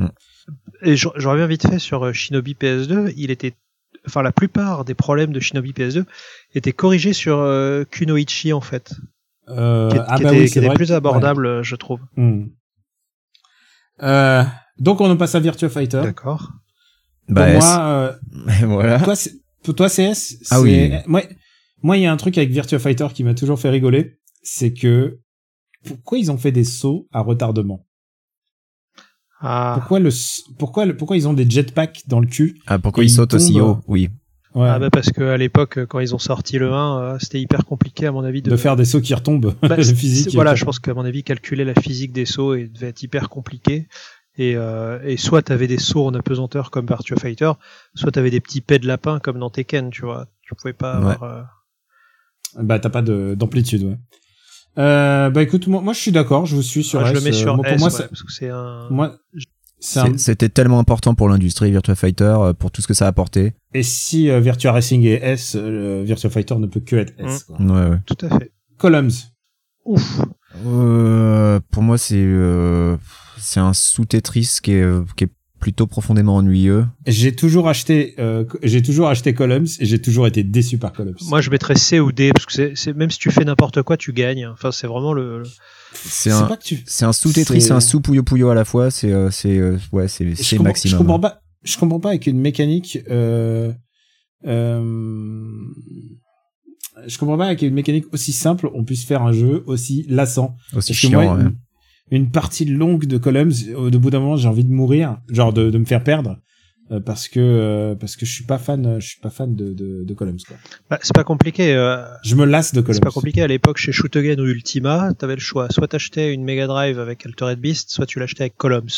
Et je, je reviens vite fait sur euh, Shinobi PS2. Il était, enfin, la plupart des problèmes de Shinobi PS2 étaient corrigés sur euh, Kunoichi en fait,
Euh,
qui, est-
ah
qui
bah
était,
oui,
qui
c'est
était
vrai
plus
que-
abordable, euh, je trouve.
ouais. Hmm. Euh, donc on en passe à Virtua Fighter.
D'accord.
Bah,
pour
S.
moi, euh,
voilà.
Toi, c'est- pour toi, CS c'est-
Ah oui.
Moi, moi, il y a un truc avec Virtua Fighter qui m'a toujours fait rigoler, c'est que pourquoi ils ont fait des sauts à retardement
Ah.
Pourquoi le, s- pourquoi le- pourquoi ils ont des jetpacks dans le cul
Ah, pourquoi
Et
il
il
saute aussi
tombe.
haut Oui.
Ouais,
Ah bah parce que à l'époque, euh, quand ils ont sorti le 1, euh, c'était hyper compliqué à mon avis
de...
de,
faire des sauts qui retombent,
Bah,
le
c'est-
physique.
Voilà, je pense qu'à mon avis, calculer la physique des sauts et devait être hyper compliqué. Et, euh, et soit t'avais des sauts en apesanteur comme Virtua Fighter, soit t'avais des petits pets de lapin comme dans Tekken, tu vois. Tu pouvais pas
Ouais.
avoir. euh,
Bah, t'as pas de- d'amplitude, ouais. Euh, bah écoute, moi, moi, je suis d'accord, je vous suis sur
ah, je
S,
le mets
euh,
sur
moi, pour
S,
moi,
ouais,
c'est-
parce que c'est un.
moi, c'est un-
C'est- C'était tellement important pour l'industrie Virtua Fighter, euh, pour tout ce que ça a apporté.
Et si euh, Virtua Racing est S, euh, Virtua Fighter ne peut que être
Hum.
S. quoi.
Ouais, ouais.
Tout à fait.
Columns.
Ouf.
Euh, pour moi, c'est euh, c'est un sous Tetris qui est, qui est plutôt profondément ennuyeux.
J'ai toujours acheté, euh, j'ai toujours acheté Columns et j'ai toujours été déçu par Columns.
Moi, je mettrais C ou D parce que c'est- c'est même si tu fais n'importe quoi, tu gagnes. Enfin, c'est vraiment le. le-
C'est un
pas que tu.
c'est un sous Tetris,
C'est-
c'est un sous Puyo Puyo à la fois. C'est euh, c'est euh, ouais, c'est
Je
c'est
comprends- Je comprends
maximum. hein.
pas. Je comprends pas avec une mécanique. Euh, euh, je comprends pas avec une mécanique aussi simple, on puisse faire un jeu aussi lassant.
Aussi
Parce que moi,
chiant. hein. ouais.
une, une partie longue de Columns, au bout d'un moment, j'ai envie de mourir, genre de, de me faire perdre. euh, parce que euh, parce que je suis pas fan euh, je suis pas fan de de, de Columns quoi.
Bah, c'est pas compliqué. euh,
Je me lasse de Columns.
C'est pas compliqué à l'époque chez Shoot Again ou Ultima, t'avais le choix. Soit t'achetais une Mega Drive avec Altered Beast, soit tu l'achetais avec Columns.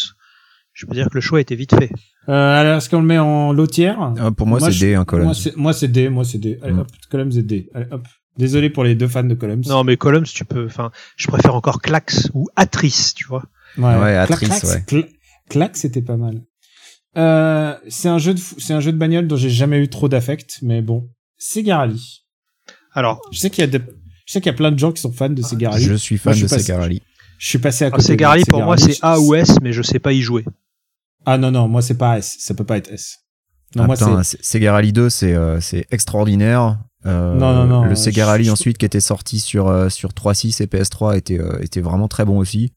Je peux dire que le choix était vite fait.
Euh, alors est-ce qu'on le met en lotière
Ah, pour moi,
moi,
c'est
je-
D, hein, Colin.
Moi c'est moi c'est D, moi c'est D. Allez
Mm.
hop, Columns est D. Allez hop. Désolé pour les deux fans de Columns.
Non, mais Columns, tu peux. Enfin, je préfère encore Clax ou Atrice, tu vois.
Ouais,
Clac-
Atrice,
Clac,
ouais.
Cl- Clac, c'était pas mal. Euh, c'est un jeu de fou- c'est un jeu de bagnole dont j'ai jamais eu trop d'affect, mais bon, Segarali.
Alors,
Je sais qu'il y a de- je sais qu'il y a plein de gens qui sont fans de Segarali.
Je
Je...
suis
Moi,
fan
je
de
suis pas-
Sega Rally.
suis passé à
alors,
côté. de
Segarali, Ah, pour moi,
Segarali.
c'est A ou S, mais je sais pas y jouer.
Ah non non, moi c'est pas S, ça peut pas être S. Non
Ah,
moi
putain,
c'est
c'est- Sega Rally 2, c'est euh, c'est extraordinaire. Euh,
Non, non, non,
le
euh,
Sega
je-
Rally
je-
ensuite qui était sorti sur, euh, sur 3.6 et PS3 était, euh, était vraiment très bon aussi.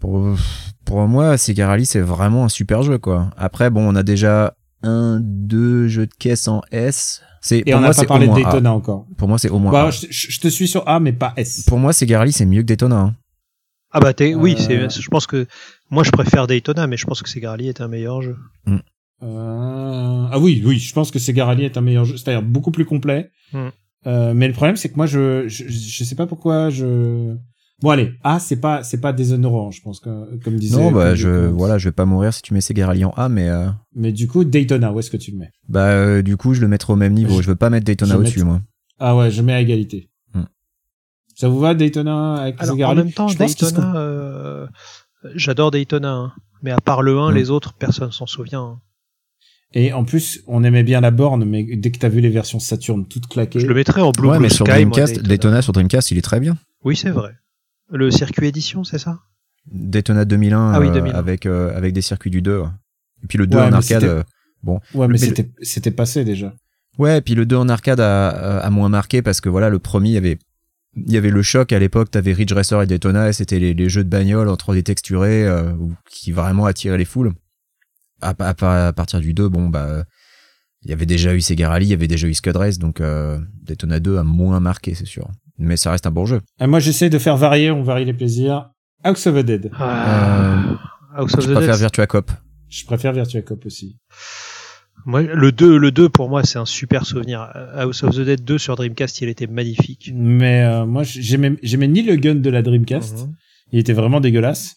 Pour, pour moi, Sega Rally c'est vraiment un super jeu quoi. Après bon, on a déjà un, deux jeux de caisse en S. C'est,
Et
pour
on
moi,
n'a pas
c'est
parlé
au
de
moins A.
Daytona encore.
Pour moi, c'est au moins
Bah,
A.
je, je- je te suis sur A, mais pas S.
Pour moi, Segarli, c'est mieux que Daytona. hein.
Ah bah t'es- oui,
Euh.
c'est, je pense que moi je préfère Daytona, mais je pense que Segrali est un meilleur jeu.
Euh, Ah oui, oui, je pense que Segarali est un meilleur jeu, c'est-à-dire beaucoup plus complet.
Hmm.
Euh, mais le problème, c'est que moi, je, je, je sais pas pourquoi je. Bon allez, ah c'est pas c'est pas déshonorant, je pense que comme disait.
Non, bah,
comme-
je,
comme-
voilà, je vais pas mourir si tu mets Segarali en A, mais euh,
Mais du coup, Daytona, où est-ce que tu le mets
bah, euh, du coup, je le mettrai au même niveau.
Je-
Je veux pas mettre Daytona
je vais
au-dessus,
mettre-
moi.
Ah ouais, je mets à égalité.
Hmm.
Ça vous va Daytona avec
Alors en
Segarali
même temps,
Je pense qu'ils
Daytona, euh, j'adore Daytona, hein. mais à part le 1,
Mm.
les autres, personne s'en souvient. hein.
Et en plus, on aimait bien la borne, mais dès que t'as vu les versions Saturn toutes claquées.
Je le mettrais en Blue,
ouais,
Blue
mais sur
Sky, moi,
Dreamcast, Daytona.
Daytona.
sur Dreamcast, il est très bien.
Oui, c'est vrai. Le circuit édition, c'est ça
Daytona 2001,
Ah oui,
euh,
2001.
avec, euh, avec des circuits du 2. ouais. Et puis le 2
Ouais,
en
mais
arcade.
c'était-
euh,
Ouais, mais
mais
c'était c'était passé déjà.
Ouais, et puis le 2 en arcade a, a- a moins marqué parce que voilà, le premier, il y avait, il y avait le choc à l'époque, t'avais Ridge Racer et Daytona, et c'était les, les jeux de bagnole en 3D texturés euh, ou- qui vraiment attiraient les foules. À, pa- à pa- à partir du 2, bon, bah, il y avait déjà eu Sega Rally, il y avait déjà eu Scud Race, donc euh, Daytona 2 a moins marqué, c'est sûr. Mais ça reste un bon jeu.
Et moi, j'essaie de faire varier, on varie les plaisirs. House of the Dead.
Ah.
House of
Je
the Dead.
préfère Virtua Cop.
Je préfère Virtua Cop aussi.
Moi, le 2, le 2 pour moi, c'est un super souvenir. Euh, House of the Dead 2 sur Dreamcast, il était magnifique.
Mais euh, moi, j'aimais j'aimais ni le gun de la Dreamcast.
Mhm.
Il était vraiment dégueulasse.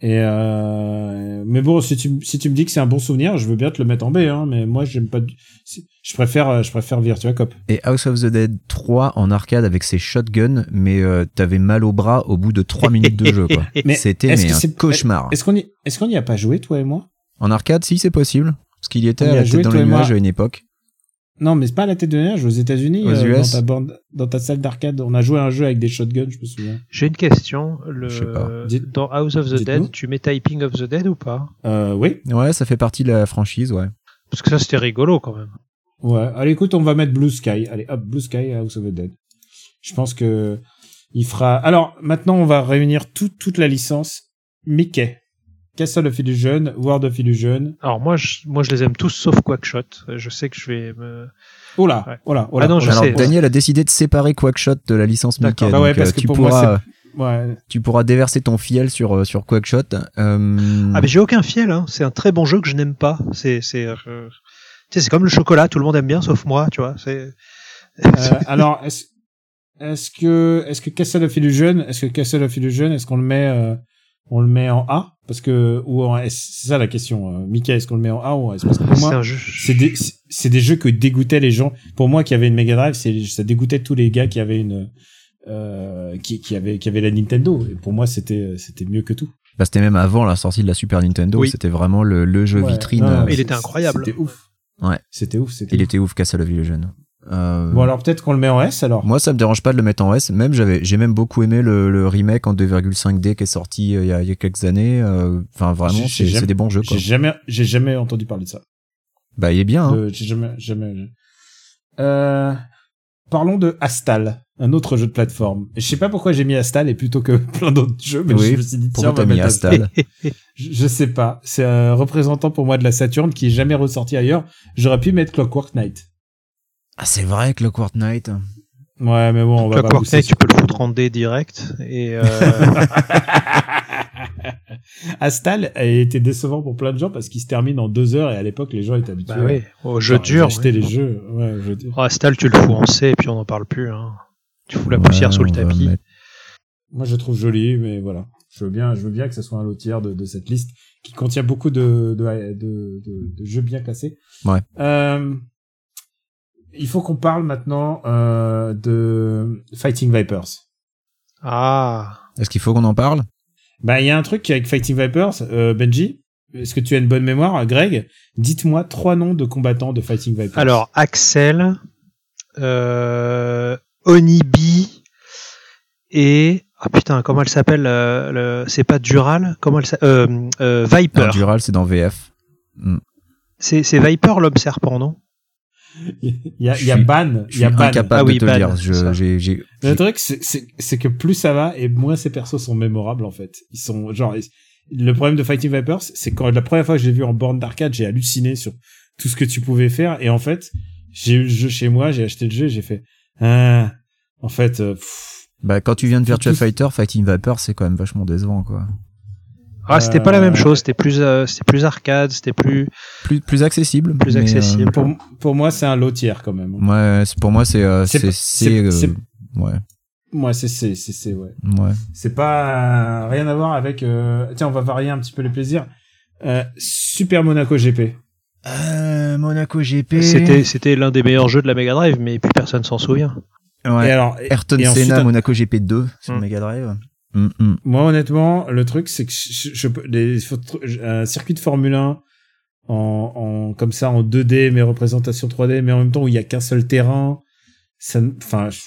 Et euh, mais bon, si tu, m- si tu me dis que c'est un bon souvenir, je veux bien te le mettre en B. Hein, mais moi, j'aime pas. du- c'est- Je préfère, euh, je préfère Virtua Cop.
Et House of the Dead 3 en arcade avec ses shotguns, mais euh, t'avais mal au bras au bout de 3 minutes de jeu, quoi.
Mais
C'était
est-ce
mais
que
un
c'est-
cauchemar.
Est-ce qu'on y, est-ce qu'on y a pas joué, toi et moi
En arcade, si c'est possible. Parce qu'il y était
On y
à
a
la
joué,
tête dans
toi
les
et moi.
nuages à une époque.
Non, mais c'est pas à la tête de nuage aux États-Unis.
Aux
euh, dans
US.
ta borne- dans ta salle d'arcade, on a joué à un jeu avec des shotguns, je me souviens.
J'ai une question. Le...
Je sais pas.
Dites-
Dans House of the
dites-nous.
Dead, tu mets Typing of the Dead ou pas
Euh, oui.
Ouais, ça fait partie de la franchise, ouais.
Parce que ça, c'était rigolo quand même.
Ouais. Allez, écoute, on va mettre Blue Sky. Allez, hop, Blue Sky, House of the Dead. Je pense que il fera. Alors, maintenant, on va réunir tout- toute la licence Mickey, Castle of Illusion, World of Illusion.
Alors moi, je, moi, je les aime tous sauf Quackshot. Je sais que je vais me...
Oh là,
Ouais.
oh là, oh là.
Ah non,
oh
je
là.
Alors,
sais.
Daniel a décidé de séparer Quackshot de la licence Mickey.
D'accord.
Donc,
Bah ouais,
euh,
parce que
tu,
pour moi,
pourras,
Ouais.
tu pourras déverser ton fiel sur, euh, sur Quackshot. Euh,
Ah mais j'ai aucun fiel, hein. c'est un très bon jeu que je n'aime pas. C'est c'est euh, tu sais, c'est comme le chocolat, tout le monde aime bien sauf moi, tu vois. C'est
Euh, alors, est-ce est-ce que est-ce que Castle of Illusion, est-ce que Castle of Illusion, est-ce qu'on le met euh, on le met en A parce que ou en S C'est ça la question. euh, Mickey, est-ce qu'on le met en A ou en S Parce que pour
c'est
moi,
un jeu.
c'est des c'est- c'est des jeux que dégoûtaient les gens. Pour moi, qui avait une Mega Drive, c'est ça dégoûtait tous les gars qui avaient une euh, qui qui avait qui avait la Nintendo. Et pour moi, c'était c'était mieux que tout.
bah, c'était même avant la sortie de la Super Nintendo.
Oui.
C'était vraiment le, le jeu
Ouais,
vitrine.
non,
euh,
Il
c'est-
était incroyable.
C'était ouf.
Ouais.
C'était ouf. C'était.
il
ouf.
était ouf, Castle of Illusion. Euh,
Bon alors peut-être qu'on le met en S alors.
Moi, ça me dérange pas de le mettre en S. Même, j'avais, j'ai même beaucoup aimé le, le remake en 2,5D qui est sorti euh, il y a, il y a quelques années. euh, Enfin,
J'ai-
vraiment,
j'ai
c'est,
jamais-
c'est des bons jeux, quoi.
J'ai jamais j'ai jamais entendu parler de ça.
Bah, il est bien, hein.
De- j'ai jamais, jamais. Euh, parlons de Astal, un autre jeu de plateforme. Je sais pas pourquoi j'ai mis Astal et plutôt que plein d'autres jeux, mais
Oui,
je me suis dit tiens, on va
Pourquoi t'as mis
mettre Astal.
Astal
Je, je sais pas. C'est un représentant pour moi de la Saturne qui est jamais ressorti ailleurs. J'aurais pu mettre Clockwork Knight.
Ah, c'est vrai que le Quart Knight.
Ouais, bah, mais bon, on va pas
Clockwork
pousser
Knight,
sur-
tu peux le foutre en D direct et euh,
Astal a été décevant pour plein de gens parce qu'il se termine en deux heures et à l'époque les gens étaient habitués.
bah oui, au jeu
Enfin, ils
dur.
achetaient
ouais.
les jeux. Ouais, jeux durs.
Oh, Astal, tu le fous en C et puis on n'en parle plus. Hein. Tu fous la poussière
Ouais,
sous le
on va
tapis.
mettre-
Moi, je le trouve joli, mais voilà. Je veux bien, je veux bien que ce soit un lotière de, de cette liste qui contient beaucoup de, de, de, de- de jeux bien classés.
Ouais.
Euh, il faut qu'on parle maintenant euh, de Fighting Vipers.
Ah,
Est-ce qu'il faut qu'on en parle
Bah, il y a un truc avec Fighting Vipers, euh, Benji. Est-ce que tu as une bonne mémoire, Greg Dites-moi trois noms de combattants de Fighting Vipers.
alors Axel, euh, Onibi et ah putain, comment elle s'appelle euh, le- C'est pas Dural Comment elle s'a- euh, euh, Viper.
Non, Dural, c'est dans VF.
C'est, c'est Viper l'homme serpent, non
il y a, il y
Je
a
suis-
Ban. Il y
Je suis
a Ban.
incapable
Ah oui,
de te
Ban,
le dire. Je-
ça.
j'ai- j'ai-
Le truc, c'est- c'est c'est que plus ça va et moins ces persos sont mémorables en fait. Ils sont genre ils- le problème de Fighting Vipers, c'est quand la première fois que j'ai vu en borne d'arcade, j'ai halluciné sur tout ce que tu pouvais faire. Et en fait, j'ai eu le jeu chez moi, j'ai acheté le jeu, j'ai fait, ah, en fait, euh, pff,
Bah, quand tu viens de Virtua
Tout-
Fighter, Fighting Vapor, c'est quand même vachement décevant, quoi.
Ah, c'était pas la
Euh,
même chose, c'était plus, euh, c'était plus arcade, c'était plus.
Plus, plus accessible.
Plus
mais, euh,
accessible.
pour, pour moi, c'est un lot tiers quand même.
ouais, c'est- pour moi, c'est. euh,
C'est
c'est.
pas-
c'est,
c'est-
euh,
c'est-
Ouais,
Moi, c'est, c'est, c'est, c'est, ouais.
ouais.
C'est pas rien à voir avec. euh, Tiens, on va varier un petit peu les plaisirs. Euh, Super Monaco GP. Euh,
Monaco GP.
C'était, c'était l'un des meilleurs jeux de la Mega Drive, mais plus personne s'en souvient.
Et
Ouais.
alors, et-
Ayrton
et ensuite,
Senna,
un-
Monaco GP2 sur
Hmm.
Mega Drive. Hum, hum.
moi honnêtement, le truc c'est que je, je peux- les photos- je- euh, un circuit de Formule 1 en, en comme ça en 2D mais représentation 3D, mais en même temps où il y a qu'un seul terrain, ça, me- enfin, je,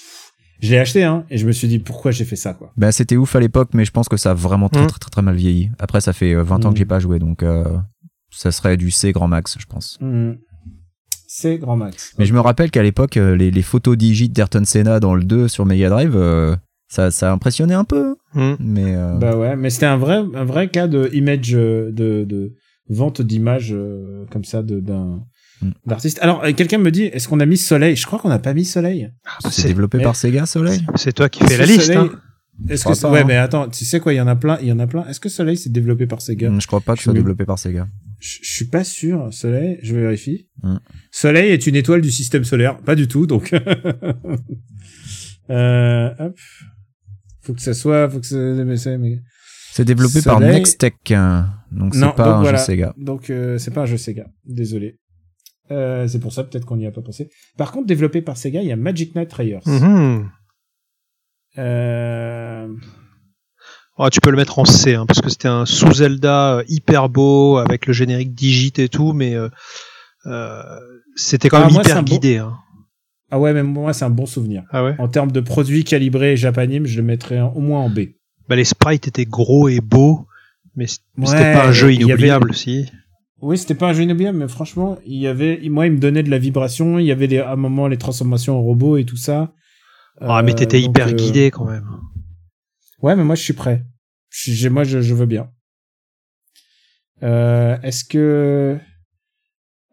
je l'ai acheté hein et je me suis dit pourquoi j'ai fait ça quoi.
Bah, c'était ouf à l'époque, mais je pense que ça a vraiment très,
Mmh.
Hmm.
très, très, très mal vieilli. Après, ça fait euh, 20 ans
Hmm.
que j'ai pas joué, donc euh, ça serait du C grand max, je pense.
Hmm. C'est grand max.
Mais je me rappelle qu'à l'époque, euh, les, les photos digites d'Ayrton Senna dans le 2 sur Mega Drive, euh, ça, ça impressionnait un peu. hein.
Hmm.
Mais euh,
Bah ouais, mais c'était un vrai, un vrai cas de image, euh, de, de vente d'images euh, comme ça de- d'un
Mm.
d'artiste. Alors euh, quelqu'un me dit, est-ce qu'on a mis Soleil Je crois qu'on n'a pas mis Soleil.
Ah, bah,
c'est
c'est,
développé
mais-
par Sega, Soleil
c'est toi qui
Est-ce
fais la
que
liste.
Soleil-
hein.
Est-ce
Je
que
crois pas,
ouais,
hein.
mais attends, tu sais quoi Il y en a plein, il y en a plein. Est-ce que Soleil c'est développé par Sega
Hmm, Je crois pas que
Je
ce soit
suis-
développé par Sega.
Je je suis pas sûr. Soleil, je vérifie.
Mm.
Soleil est une étoile du système solaire, pas du tout. Donc, euh, hop, faut que ça soit, faut que ça. mais ça- mais-
C'est développé par
Soleil-
Nextech, hein. donc
Non,
c'est pas
donc
un
voilà.
jeu Sega.
Donc euh, c'est pas un jeu Sega, désolé. Euh, c'est pour ça peut-être qu'on n'y a pas pensé. Par contre, développé par Sega, il y a Magic Knight Raiders.
Mhm.
Euh,
Ah, tu peux le mettre en C, hein, parce que c'était un sous Zelda euh, hyper beau, avec le générique digit et tout, mais euh, euh, c'était quand
Ah,
même
moi, c'est
hyper
un bon-
guidé. hein.
Ah ouais, même moi c'est un bon souvenir.
Ah ouais
En termes de produits calibrés et japanime, je le mettrais en- au moins en B.
bah, Les sprites étaient gros et beaux, mais c- mais c'était
Ouais,
pas un jeu
il y avait-
inoubliable aussi.
Oui, c'était pas un jeu inoubliable, mais franchement, il y avait, il- moi, il me donnait de la vibration. Il y avait les, à un moment les transformations en robots et tout ça.
Ah,
Euh,
mais t'étais
donc,
hyper
euh,
guidé quand même.
Ouais, mais moi je suis prêt. Je suis- j'ai- moi je, je veux bien. Euh, Est-ce que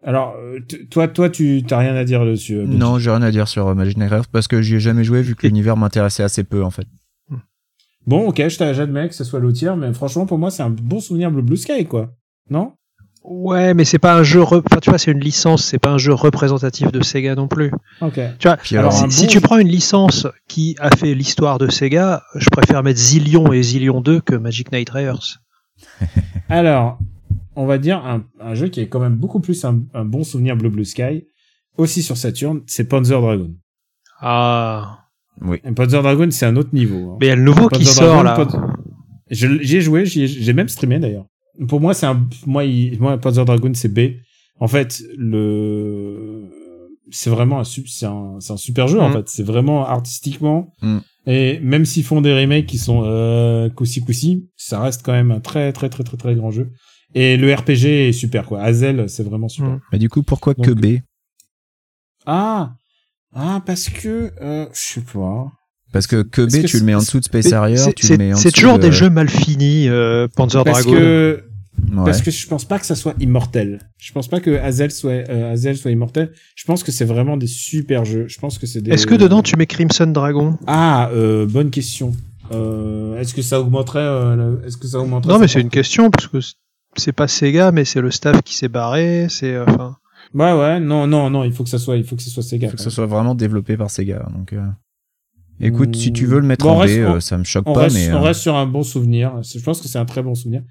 alors euh, t- toi toi tu t'as rien à dire dessus euh, Benji.
Non, j'ai rien à dire sur euh, Magic Knight Raiders parce que j'y ai jamais joué vu que l'univers m'intéressait assez peu en fait.
Bon ok, je t'a- j'admets que ce soit l'outière, mais franchement pour moi c'est un bon souvenir Blue Blue Sky quoi. Non
Ouais, mais c'est pas un jeu. rep- Enfin, tu vois, c'est une licence, c'est pas un jeu représentatif de Sega non plus.
Ok.
Tu vois,
Puis
alors,
si,
un bon
si
jeu-
tu prends une licence qui a fait l'histoire de Sega, je préfère mettre Zillion et Zillion 2 que Magic Knight Raiders.
Alors on va dire un, un jeu qui est quand même beaucoup plus un, un bon souvenir Blue Blue Sky aussi sur Saturn, c'est Panzer Dragon.
Ah.
Et Panzer Dragon c'est un autre niveau. hein.
Mais il y a le nouveau qui
Panzer
sort
Dragon,
là.
Pan- Je- J'y ai joué, j'y ai- j'ai même streamé d'ailleurs. Pour moi, c'est un, moi, il- moi, Panzer Dragoon, c'est B. En fait, le, c'est vraiment un, su- c'est un, c'est un super jeu en
Mhm.
fait. C'est vraiment artistiquement.
Mhm.
Et même s'ils font des remakes qui sont euh, coussi coussi, ça reste quand même un très très très très très grand jeu. Et le RPG est super quoi. Hazel, c'est vraiment super.
Mhm.
Mais du coup, pourquoi
Donc-
que B
Ah ah parce que euh, je sais pas.
Parce que que
Parce
B,
que
tu le mets en dessous de Space
Mais
Harrier,
c'est-
tu le mets
C'est
en
c'est
dessous
toujours
de-
des jeux mal finis, euh, Panzer
Parce
Dragon.
que
Ouais.
Parce que je pense pas que ça soit immortel. Je pense pas que Hazel soit, euh, Hazel soit immortel. Je pense que c'est vraiment des super jeux. Je pense que c'est des.
Est-ce que dedans tu mets Crimson Dragon
Ah, euh, bonne question. Euh, est-ce que ça augmenterait euh, le- Est-ce que ça augmenterait
Non, mais
ça
c'est une question parce que c- c'est pas Sega, mais c'est le staff qui s'est barré. C'est euh, enfin.
Ouais, Bah ouais. Non, non, non. Il faut que ça soit. Il faut que ça soit Sega.
faut que
quand
ça
même.
soit vraiment développé par Sega. Donc, euh, écoute, si tu veux le mettre
Bon, on
en B,
reste-
euh,
on-
ça me choque
On,
pas,
reste,
mais
on
euh,
reste sur un bon souvenir. Je pense que c'est un très bon souvenir.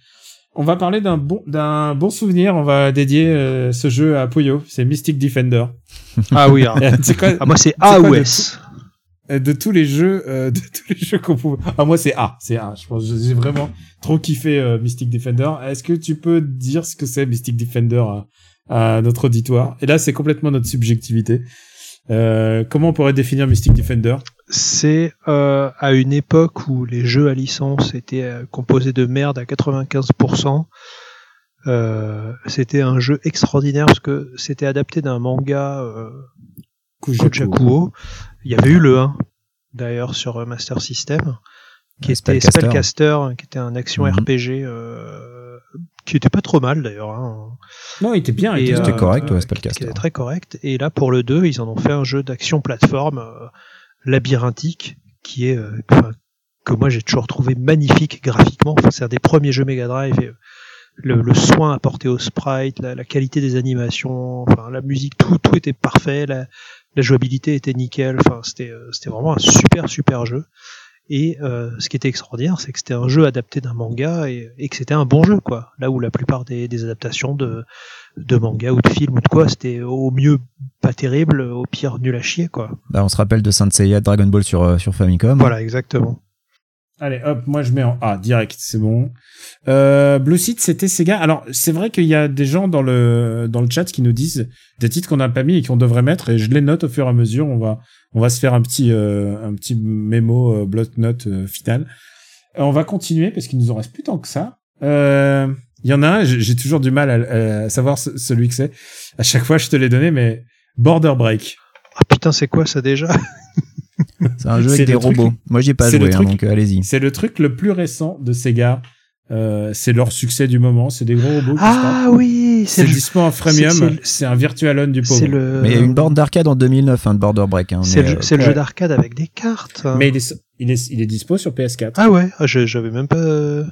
On va parler d'un bon, d'un bon souvenir. On va dédier euh, ce jeu à Puyo. C'est Mystic Defender.
Ah oui. ah.
c'est quoi
Ah, moi c'est
quoi
A ou
le-
S.
Euh, de tous les jeux euh, de tous les jeux qu'on pouvait ah moi c'est A c'est A je pense que j'ai vraiment trop kiffé euh, Mystic Defender est-ce que tu peux dire ce que c'est Mystic Defender euh, à, à notre auditoire et là c'est complètement notre subjectivité euh, comment on pourrait définir Mystic Defender
c'est euh, à une époque où les jeux à licence étaient euh, composés de merde à 95%. Euh, c'était un jeu extraordinaire parce que c'était adapté d'un manga euh, Kojakuo. Il y avait eu le 1 d'ailleurs sur euh, Master System qui était hein,
Spellcaster.
Spellcaster, qui était un action
Mhm.
RPG euh, qui était pas trop mal d'ailleurs. hein.
Non, il était bien. il
Et,
était
C'était
euh,
correct, ouais,
euh,
c'est pas le cas,
Qui était
ça.
très correct. Et là, pour le 2, ils en ont fait un jeu d'action plateforme euh, labyrinthique qui est euh, enfin, que moi j'ai toujours trouvé magnifique graphiquement. Enfin, c'est un des premiers jeux Mega Drive. Et, euh, le, le soin apporté au sprite, la, la qualité des animations, enfin la musique, tout, tout était parfait. La, la jouabilité était nickel. Enfin, c'était euh, c'était vraiment un super super jeu. Et euh, ce qui était extraordinaire, c'est que c'était un jeu adapté d'un manga et, et que c'était un bon jeu, quoi. Là où la plupart des, des adaptations de, de manga ou de films ou de quoi, c'était au mieux pas terrible, au pire nul à chier, quoi.
Bah, on se rappelle de Saint Seiya Dragon Ball sur, euh, sur Famicom.
Voilà, exactement.
Allez, hop, moi je mets en A direct, c'est bon. Euh, Blue Seed, c'était Sega. Alors, c'est vrai qu'il y a des gens dans le dans le chat qui nous disent des titres qu'on n'a pas mis et qu'on devrait mettre, et je les note au fur et à mesure. On va on va se faire un petit euh, un petit mémo euh, bloc note euh, final. Euh, on va continuer parce qu'il nous en reste plus tant que ça. Euh, Il y en a un, j'ai j'ai toujours du mal à, à savoir ce- celui que c'est. À chaque fois, je te l'ai donné, mais Border Break.
Ah putain, c'est quoi ça déjà
C'est un jeu
C'est
avec des
le truc-
robots. Moi, j'y ai pas
c'est le
joué, hein,
truc-
donc euh, allez-y.
C'est le truc le plus récent de Sega. Euh, c'est leur succès du moment. C'est des gros robots. qui se tapent.
Ah oui, c'est
c'est
le.
dispo en
c'est- c'est
freemium.
le-
C'est un virtual on du pauvre.
C'est le.
Mais il y a une borne d'arcade en 2009, hein, de Border Break. hein,
C'est
mais,
le,
euh,
c'est le
ouais.
jeu d'arcade avec des cartes. hein.
Mais il est, il est, il est dispo sur PS4.
Ah ouais, ah, je- j'avais même pas.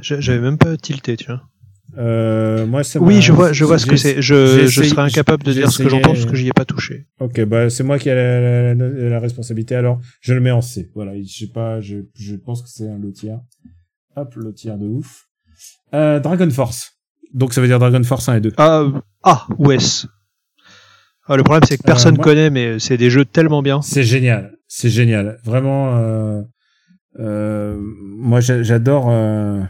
j'a- J'avais même pas tilté, tu vois.
Euh, moi, ça m'a-
Oui, je vois, je vois ce
j'ai-
que c'est. Je,
j'ai
je
essayé-
serais incapable de
j'ai
dire ce que
essayé- euh,
j'entends parce que j'y ai pas touché.
Ok, bah c'est moi qui ai la, la- la- la responsabilité. Alors, je le mets en C. Voilà, je sais pas, je, je pense que c'est un lotier. Hop, lotier de ouf. Euh, Dragon Force. Donc ça veut dire Dragon Force 1 et 2.
Ah, euh, ah ou S. Ah, le problème, c'est que
Euh,
personne
moi-
connaît, mais c'est des jeux tellement bien.
C'est génial, c'est génial. Vraiment, euh, euh, moi j'a- j'adore, euh,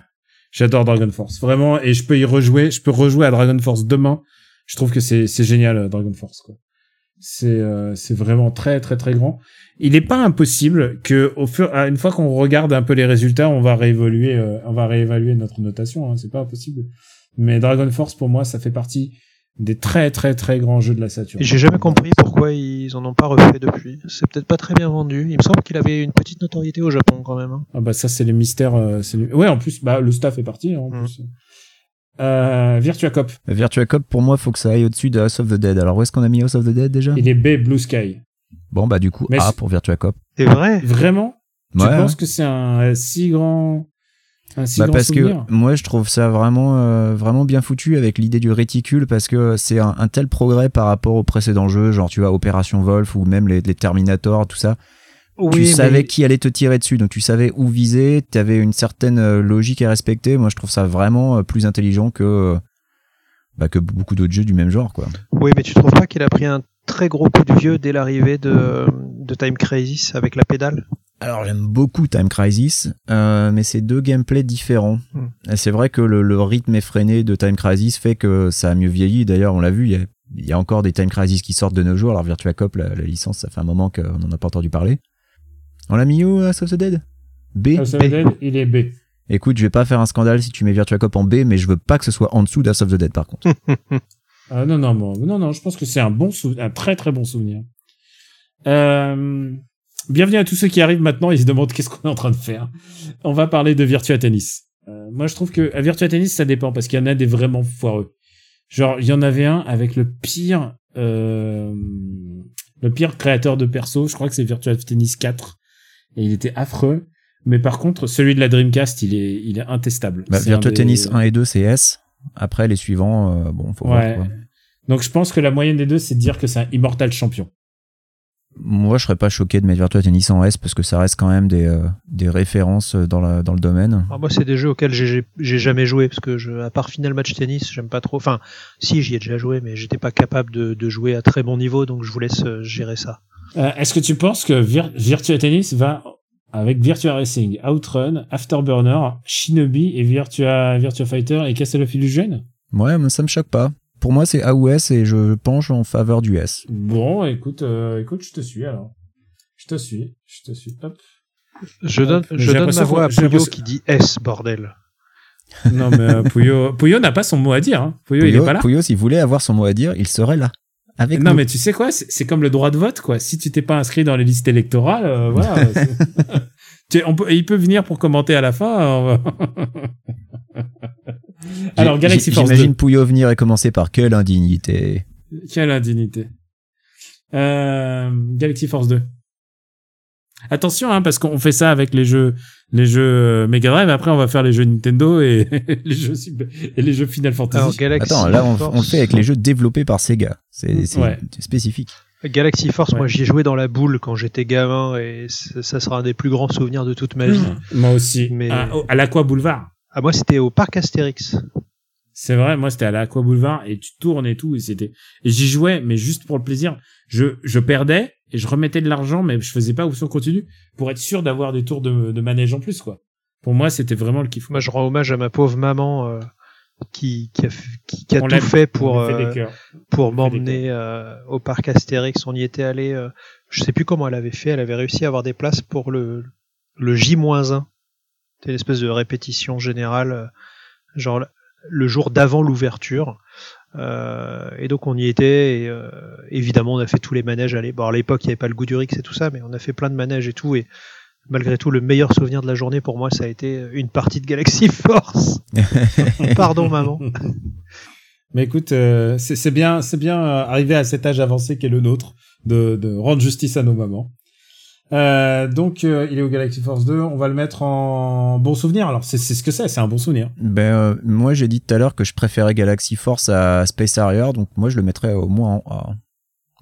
j'adore Dragon Force. Vraiment, et je peux y rejouer, je peux rejouer à Dragon Force demain. Je trouve que c'est c'est génial euh, Dragon Force quoi. C'est euh, c'est vraiment très très très grand. Il n'est pas impossible que au fur à une fois qu'on regarde un peu les résultats, on va réévaluer euh, on va réévaluer notre notation. Hein, c'est pas impossible. Mais Dragon Force pour moi, ça fait partie des très très très grands jeux de la Saturn.
Et J'ai jamais compris pourquoi ils en ont pas refait depuis. C'est peut-être pas très bien vendu. Il me semble qu'il avait une petite notoriété au Japon quand même. hein.
Ah bah ça c'est les mystères. euh, c'est les- Ouais en plus bah le staff est parti hein, en
Mm.
plus. Euh, Virtua Cop.
Virtua Cop, pour moi, faut que ça aille au-dessus de House of the Dead. Alors, où est-ce qu'on a mis House of the Dead déjà
Il est B Blue Sky.
Bon, bah, du coup,
Mais
A
c'est-
pour Virtua Cop.
C'est vrai
Vraiment
Ouais,
Tu
ouais.
penses que c'est un euh, si grand un si
Bah,
grand
parce
souvenir
que moi je trouve ça vraiment euh, vraiment bien foutu avec l'idée du réticule parce que c'est un, un tel progrès par rapport aux précédents jeux genre tu vois Opération Wolf ou même les, les Terminator tout ça tu savais qui allait te tirer dessus donc tu savais où viser tu avais une certaine euh, logique à respecter moi je trouve ça vraiment euh, plus intelligent que euh, bah, que beaucoup d'autres jeux du même genre quoi
Oui, mais tu trouves pas qu'il a pris un très gros coup de vieux dès l'arrivée de, de Time Crisis avec la pédale
Alors j'aime beaucoup Time Crisis, euh, mais c'est deux gameplays différents.
Hmm.
Et C'est vrai que le, le rythme effréné de Time Crisis fait que ça a mieux vieilli. D'ailleurs, on l'a vu, il y, a, il y a encore des Time Crisis qui sortent de nos jours. Alors Virtua Cop, la, la licence, ça fait un moment qu'on n'en a pas entendu parler. On l'a mis où, euh, House of the Dead B
House of the Dead, il est B.
Écoute, je vais pas faire un scandale si tu mets Virtua Cop en B, mais je veux pas que ce soit en dessous d'House of the Dead par contre.
Ah non non bon, non non je pense que c'est un bon sou- un très très bon souvenir. Euh, bienvenue à tous ceux qui arrivent maintenant et se demandent qu'est-ce qu'on est en train de faire. On va parler de Virtua Tennis. Euh, moi je trouve que à Virtua Tennis ça dépend parce qu'il y en a des vraiment foireux. Genre il y en avait un avec le pire euh, le pire créateur de perso, je crois que c'est Virtua Tennis 4 et il était affreux. Mais par contre, celui de la Dreamcast, il est, il est intestable.
Bah,
C'est un
Virtua
des-
Tennis 1 et 2, c'est S. Après, les suivants, euh, bon, faut
Ouais.
voir. quoi.
Donc je pense que la moyenne des deux, c'est de dire que c'est un immortal champion.
Moi, je serais pas choqué de mettre Virtua Tennis en S parce que ça reste quand même des, euh, des références euh, dans, la- dans le domaine.
Ah, Moi, c'est des jeux auxquels j'ai- j'ai j'ai jamais joué parce que, je, à part Final Match Tennis, j'aime pas trop. Enfin, si, j'y ai déjà joué, mais j'étais pas capable de, de jouer à très bon niveau, donc je vous laisse euh, gérer ça.
Euh, Est-ce que tu penses que Vir- Virtua Tennis va avec Virtua Racing, Outrun, Afterburner, Shinobi et Virtua, Virtua Fighter et Castle of Illusion
Ouais, mais ça me choque pas. Pour moi, c'est A ou S et je penche en faveur du S.
Bon, écoute, euh, écoute, je te suis alors. Je te suis, je te suis. Hop.
Je donne,
mais
je
j'ai
donne ma
l'impression
voix à
qu'on- j'ai
Puyo
l'impression-
qui dit S, bordel.
Non mais euh, Puyo, Puyo n'a pas son mot à dire. Hein. Puyo, il est pas là.
Puyo, s'il voulait avoir son mot à dire, il serait là. Avec
Non
nous.
mais tu sais quoi, c'est c'est comme le droit de vote quoi. Si tu t'es pas inscrit dans les listes électorales, euh, voilà. c'est- tu, on peut, il peut venir pour commenter à la fin. euh, on va-
hein, Alors,
J'ai-
Galaxy
j'ai-
Force
J'imagine Pouillot venir et commencer par quelle indignité.
2. Quelle indignité. Euh, Galaxy Force 2. Attention, hein, parce qu'on fait ça avec les jeux, les jeux euh, Mega Drive. Après, on va faire les jeux Nintendo et les jeux, Super- et les jeux Final Fantasy.
Alors, Galaxy
Attends, là, on,
Force-
on le fait avec les jeux développés par Sega.
Mm,
C'est c'est
Ouais.
spécifique.
Galaxy Force,
Ouais.
moi j'y ai joué dans la boule quand j'étais gamin et c- ça sera un des plus grands souvenirs de toute ma vie.
Moi aussi.
Mais-
À, au- à l'Aqua Boulevard.
Ah, moi c'était au parc Astérix.
C'est vrai, moi c'était à l'Aqua Boulevard et tu tournes et tout et c'était. Et j'y jouais, mais juste pour le plaisir. Je, je perdais et je remettais de l'argent, mais je faisais pas option continue pour être sûr d'avoir des tours de, de manège en plus, quoi. Pour moi, c'était vraiment le kiff.
Moi je rends hommage à ma pauvre maman euh, qui, qui a, f- qui, qui a
On
tout
l'aime.
fait pour,
On lui fait
euh,
des cœurs.
pour
On lui fait des
m'emmener euh, au parc Astérix. On y était allé, euh, je sais plus comment elle avait fait, elle avait réussi à avoir des places pour le, le J-1. C'était une espèce de répétition générale, euh, genre le jour d'avant l'ouverture. Euh, et donc on y était, et euh, évidemment on a fait tous les manèges. À l'é- bon, à l'époque il n'y avait pas le goût du Rix et tout ça, mais on a fait plein de manèges et tout. Et malgré tout, le meilleur souvenir de la journée pour moi, ça a été une partie de Galaxy Force. Pardon maman.
Mais écoute, euh, c'est c'est bien, c'est bien euh, arrivé à cet âge avancé qu'est le nôtre de, de rendre justice à nos mamans. Euh, donc, euh, il est au Galaxy Force 2. On va le mettre en bon souvenir. Alors, c'est c'est ce que c'est. C'est un bon souvenir.
Ben, euh, moi, j'ai dit tout à l'heure que je préférais Galaxy Force à Space Harrier, donc moi, je le mettrais au moins en A.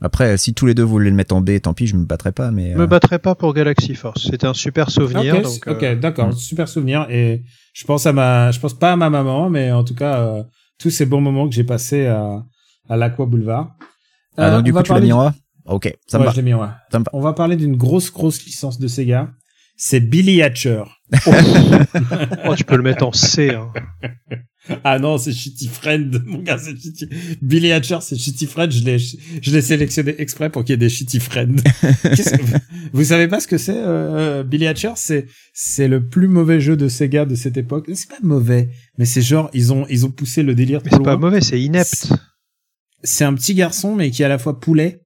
Après, si tous les deux voulaient le mettre en B, tant pis, je me battrais pas, mais.
me
euh,
battrai pas pour Galaxy Force. C'était un super souvenir.
ok,
donc,
c'est-
euh,
ok, d'accord,
mm.
super souvenir. Et je pense à ma, je pense pas à ma maman, mais en tout cas, euh, tous ces bons moments que j'ai passés à, à l'Aqua Boulevard.
ah,
Euh,
donc,
on
du coup,
va
tu l'as
parler
mis en A Ok, ça me
Ouais,
va.
je l'ai mis en A.
Ça me va.
On va parler d'une grosse, grosse licence de Sega. C'est Billy Hatcher.
Oh, tu peux le mettre en C. Hein.
Ah non, c'est Shitty Friend. Mon gars, c'est Shitty. Billy Hatcher, c'est Shitty Friend. Je l'ai, je l'ai sélectionné exprès pour qu'il y ait des Shitty Friend. Qu'est-ce que- vous, vous savez pas ce que c'est, euh, Billy Hatcher? C'est, c'est le plus mauvais jeu de Sega de cette époque. C'est pas mauvais, mais c'est genre, ils ont, ils ont poussé le délire
Mais
trop
c'est pas
loin.
mauvais, c'est inepte.
c'est un petit garçon mais qui est à la fois poulet.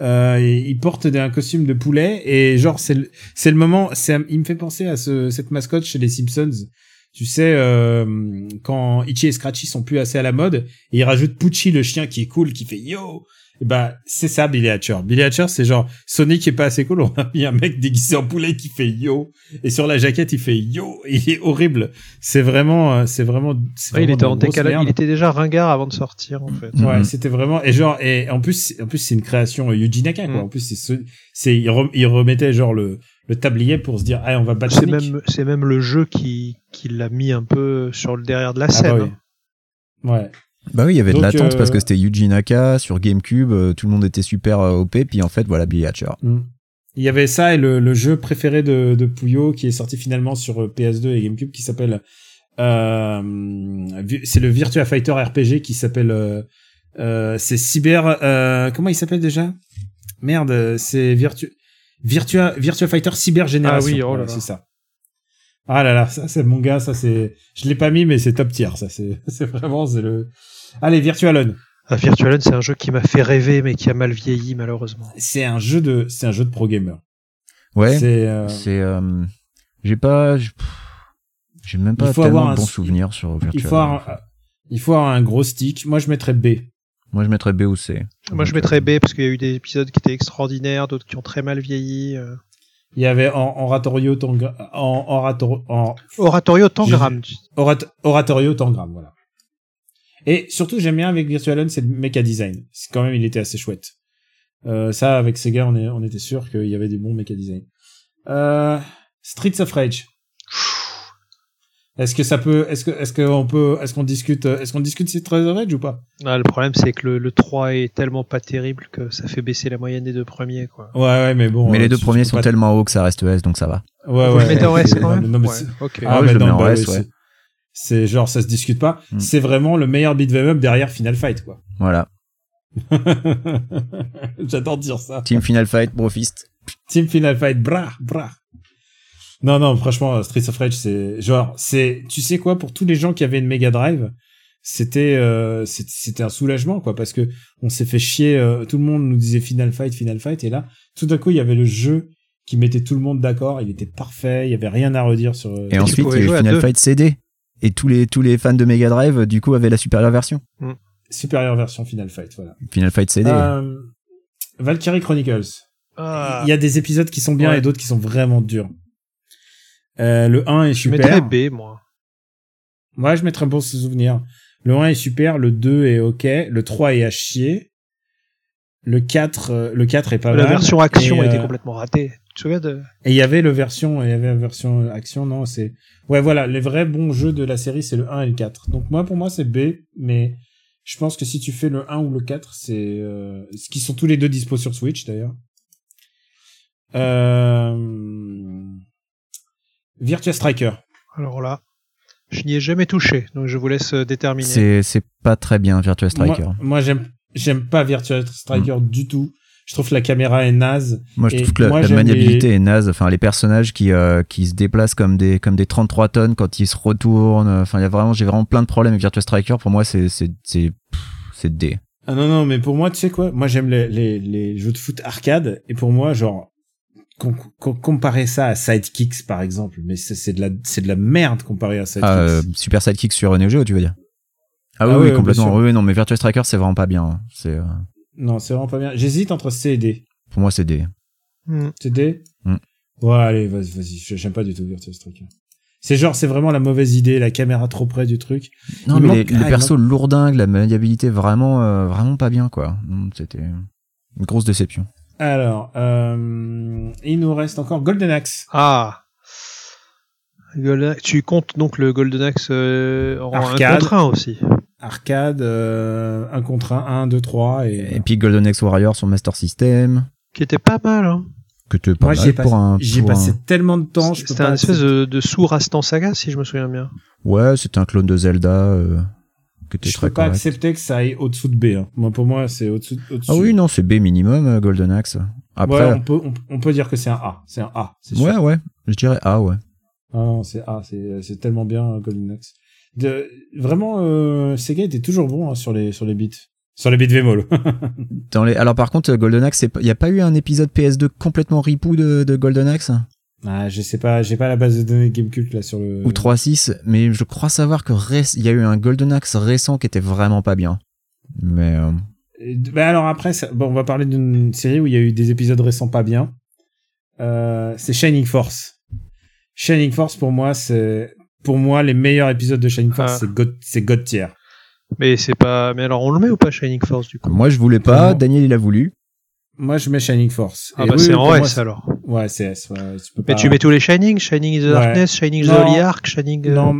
Euh, et il porte des- un costume de poulet et genre c'est le, c'est le moment. C'est un- il me fait penser à ce, cette mascotte chez les Simpsons. Tu sais euh, quand Itchy et Scratchy sont plus assez à la mode et ils rajoutent Pucci le chien qui est cool qui fait yo. Et bah c'est ça Billy Hatcher. Billy Hatcher c'est genre Sonic est pas assez cool on a mis un mec déguisé en poulet qui fait yo et sur la jaquette il fait yo. Il est horrible. C'est vraiment euh, c'est vraiment. c'est
Ouais, il
vraiment
était en
une grosse
décalage.
merde.
Il était déjà ringard avant de sortir, en fait.
Ouais,
Mhm.
c'était vraiment et genre et en plus en plus c'est une création euh, Yuji Naka quoi.
Mm.
En plus c'est ce- c'est il, re- il remettait genre le le tablier pour se dire ah on va battre
C'est
Sonic.
même, c'est même le jeu qui, qui l'a mis un peu sur le derrière de la
Ah bah
scène. hein.
oui. Ouais.
Bah oui, il y avait
Donc,
de l'attente
euh,
parce que c'était Yuji Naka sur GameCube, euh, tout le monde était super euh, OP, puis en fait, voilà Billy Hatcher.
Mm. Il y avait ça et le, le jeu préféré de de Puyo qui est sorti finalement sur euh, PS2 et GameCube qui s'appelle euh, vi- c'est le Virtua Fighter RPG qui s'appelle euh, euh, c'est Cyber euh, comment il s'appelle déjà Merde, euh, c'est Virtua Virtua Virtua Fighter Cyber Génération.
Ah oui, oh là
Voilà,
là.
c'est ça. Ah là là, ça c'est mon gars, ça c'est je l'ai pas mis mais c'est top tier ça c'est c'est vraiment c'est le Allez, Virtualon.
Ah, Virtual Land, c'est un jeu qui m'a fait rêver, mais qui a mal vieilli, malheureusement.
C'est un jeu de c'est un jeu de pro gamer.
Ouais,
C'est euh,
c'est. euh, j'ai pas. j'- pff, J'ai même pas
Il faut
tellement
avoir
de
un-
bons souvenirs sur Virtual.
il faut avoir, il faut avoir un gros stick. Moi je mettrais B.
Moi, je mettrais B ou C.
Ah,
euh,
Moi, je mettrais B, parce qu'il y a eu des épisodes qui étaient extraordinaires, d'autres qui ont très mal vieilli. euh.
Il y avait en, oratorio tangra, en oratorio en
Oratorio Tangram.
orat- oratorio tangram voilà. Et surtout j'aime bien avec Virtualen c'est le mecha design. C'est quand même il était assez chouette. Euh, ça avec Sega on, est, on était sûr qu'il y avait des bons mecha design. Euh, Streets of Rage. Est-ce que ça peut est-ce que est-ce qu'on peut est-ce qu'on discute euh, est-ce qu'on discute Streets of Rage ou pas
Ah, le problème, c'est que le, le 3 est tellement pas terrible que ça fait baisser la moyenne des deux premiers, quoi.
Ouais ouais mais bon.
Mais
euh,
les deux
tu- tu
premiers
peux
sont
pas-
tellement hauts que ça reste S, donc ça va.
Ouais
Vous
ouais.
le mettez en S quand
Non,
même
mais- non, mais
Ouais,
c'est-
ok.
Ah, ouais, je le mets en
bah,
S,
c'est-
ouais.
C'est genre, ça se discute pas.
Mm.
C'est vraiment le meilleur beat'em up derrière Final Fight, quoi.
Voilà.
J'adore dire ça.
Team Final Fight, Brofist.
Team Final Fight, bra, bra. Non, non, franchement, Streets of Rage, c'est genre, c'est, tu sais quoi, pour tous les gens qui avaient une Mega Drive, c'était, euh, c'est- c'était un soulagement, quoi, parce que on s'est fait chier, euh, tout le monde nous disait Final Fight, Final Fight, et là, tout d'un coup, il y avait le jeu qui mettait tout le monde d'accord, il était parfait, il y avait rien à redire sur. euh,
Et ensuite,
pouvais
il y a eu
jouer à
Final
deux.
Fight CD. Et tous les, tous les fans de Mega Drive, du coup, avaient la supérieure version.
Supérieure version Final Fight, voilà.
Final Fight CD.
Euh, Valkyrie Chronicles.
Ah,
Il y a des épisodes qui sont bien
Ouais.
et d'autres qui sont vraiment durs. Euh, le 1 est
je
super.
mettrais B, moi.
Moi, je mettrais un bon souvenir. Le 1 est super, le 2 est ok, le 3 est à chier. Le 4, euh, le 4 est pas
La
mal.
version action
Et,
était
euh,
complètement ratée. Tu te souviens de...
Et il y avait le version, il y avait la version euh, action, non, c'est, ouais, voilà, les vrais bons jeux de la série, c'est le 1 et le 4. Donc moi, pour moi, c'est B, mais je pense que si tu fais le 1 ou le 4, c'est, euh, ce qui sont tous les deux dispo sur Switch, d'ailleurs. Euh... Virtua Striker.
Alors là, je n'y ai jamais touché, donc je vous laisse euh, déterminer.
C'est c'est pas très bien, Virtua Striker.
Moi,
Moi,
moi, j'aime, j'aime pas Virtua Striker du tout. Je trouve que la caméra est naze.
je
et
trouve que la,
moi,
la
j'aime
maniabilité est naze. Enfin, les personnages qui, euh, qui se déplacent comme des, comme des 33 tonnes quand ils se retournent. Enfin, il y a vraiment, j'ai vraiment plein de problèmes avec Virtua Striker. Pour moi, c'est, c'est, c'est, pff, c'est D.
Ah non, non, mais pour moi, tu sais quoi Moi, j'aime les, les, les jeux de foot arcade. Et pour moi, genre, com- com- comparer ça à Sidekicks, par exemple. Mais c'est c'est de, la c'est de la merde comparé à Sidekicks.
Ah, euh, Super Sidekick sur Neo Geo, tu veux dire?
Ah
Ah, oui, oui,
ouais, ouais, bien
complètement.
sûr.
Oui, oui, non, mais Virtua Striker, c'est vraiment pas bien. hein. C'est, euh,
Non, c'est vraiment pas bien. J'hésite entre C et D.
pour moi, c'est D.
Hmm.
C'est D
Mm.
Ouais, allez, vas-y, vas-y. Je- J'aime pas du tout Virtua Striker. C'est genre, c'est vraiment la mauvaise idée, la caméra trop près du truc.
Non,
Il
mais
manque-
les,
ah,
les
il
persos lourdingues, la maniabilité vraiment, euh, vraiment pas bien, quoi. Mm, C'était une grosse déception.
Alors, euh, il nous reste encore Golden Axe.
Ah Golden- Tu comptes donc le Golden Axe euh, en
Arcade.
un contre un aussi.
arcade, euh, un contre un, 1, 2, 3 et...
Et puis Golden Axe Warrior sur Master System,
Qui était pas mal, hein.
que tu
Moi
pas
j'y ai
mal
passé,
pour un.
j'y ai
pour un-
passé tellement de temps, je peux
C'était
pas...
un espèce de, de sourd Aston Saga, si je me souviens bien.
Ouais, c'est un clone de Zelda euh, que tu
Je
très
peux pas
correct.
accepter que ça aille au-dessous de B. hein. Moi, pour moi, c'est au-dessous. au
Ah oui, non, c'est B minimum, euh, Golden Axe. Après,
Après...
ouais,
on, peut, on, on peut dire que c'est un A. C'est un A. C'est sûr.
ouais, je dirais A, ouais.
Ah non, c'est A. C'est c'est tellement bien euh, Golden Axe. De, vraiment, euh, Sega était toujours bon hein, sur les sur les beats, sur les beats Vmol.
Dans les... Alors par contre, euh, Golden Axe, il n'y a pas eu un épisode PS2 complètement ripou de, de Golden Axe
ah, je sais pas, j'ai pas la base de données Gamecult là sur le.
ou 3.6, mais je crois savoir que réc- il y a eu un Golden Axe récent qui était vraiment pas bien. Mais euh,
Euh, Bah alors après, ça- bon, on va parler d'une série où il y a eu des épisodes récents pas bien. Euh, c'est Shining Force. Shining Force pour moi, c'est pour moi les meilleurs épisodes de Shining Force,
Ah.
c'est God, c'est God tier.
Mais c'est pas. Mais alors, on le met ou pas Shining Force du coup
moi je voulais pas,
Ah Comment
Daniel il a voulu.
Moi, je mets Shining Force.
Ah
Et
bah
oui,
c'est
oui,
en
pour
S
moi, c'est-
alors.
Ouais, c'est S. ouais, tu peux pas-
Mais tu mets tous les Shining Shining is the
Ouais.
Darkness, Shining is the
Non.
Holy Ark, Shining. euh,
Non.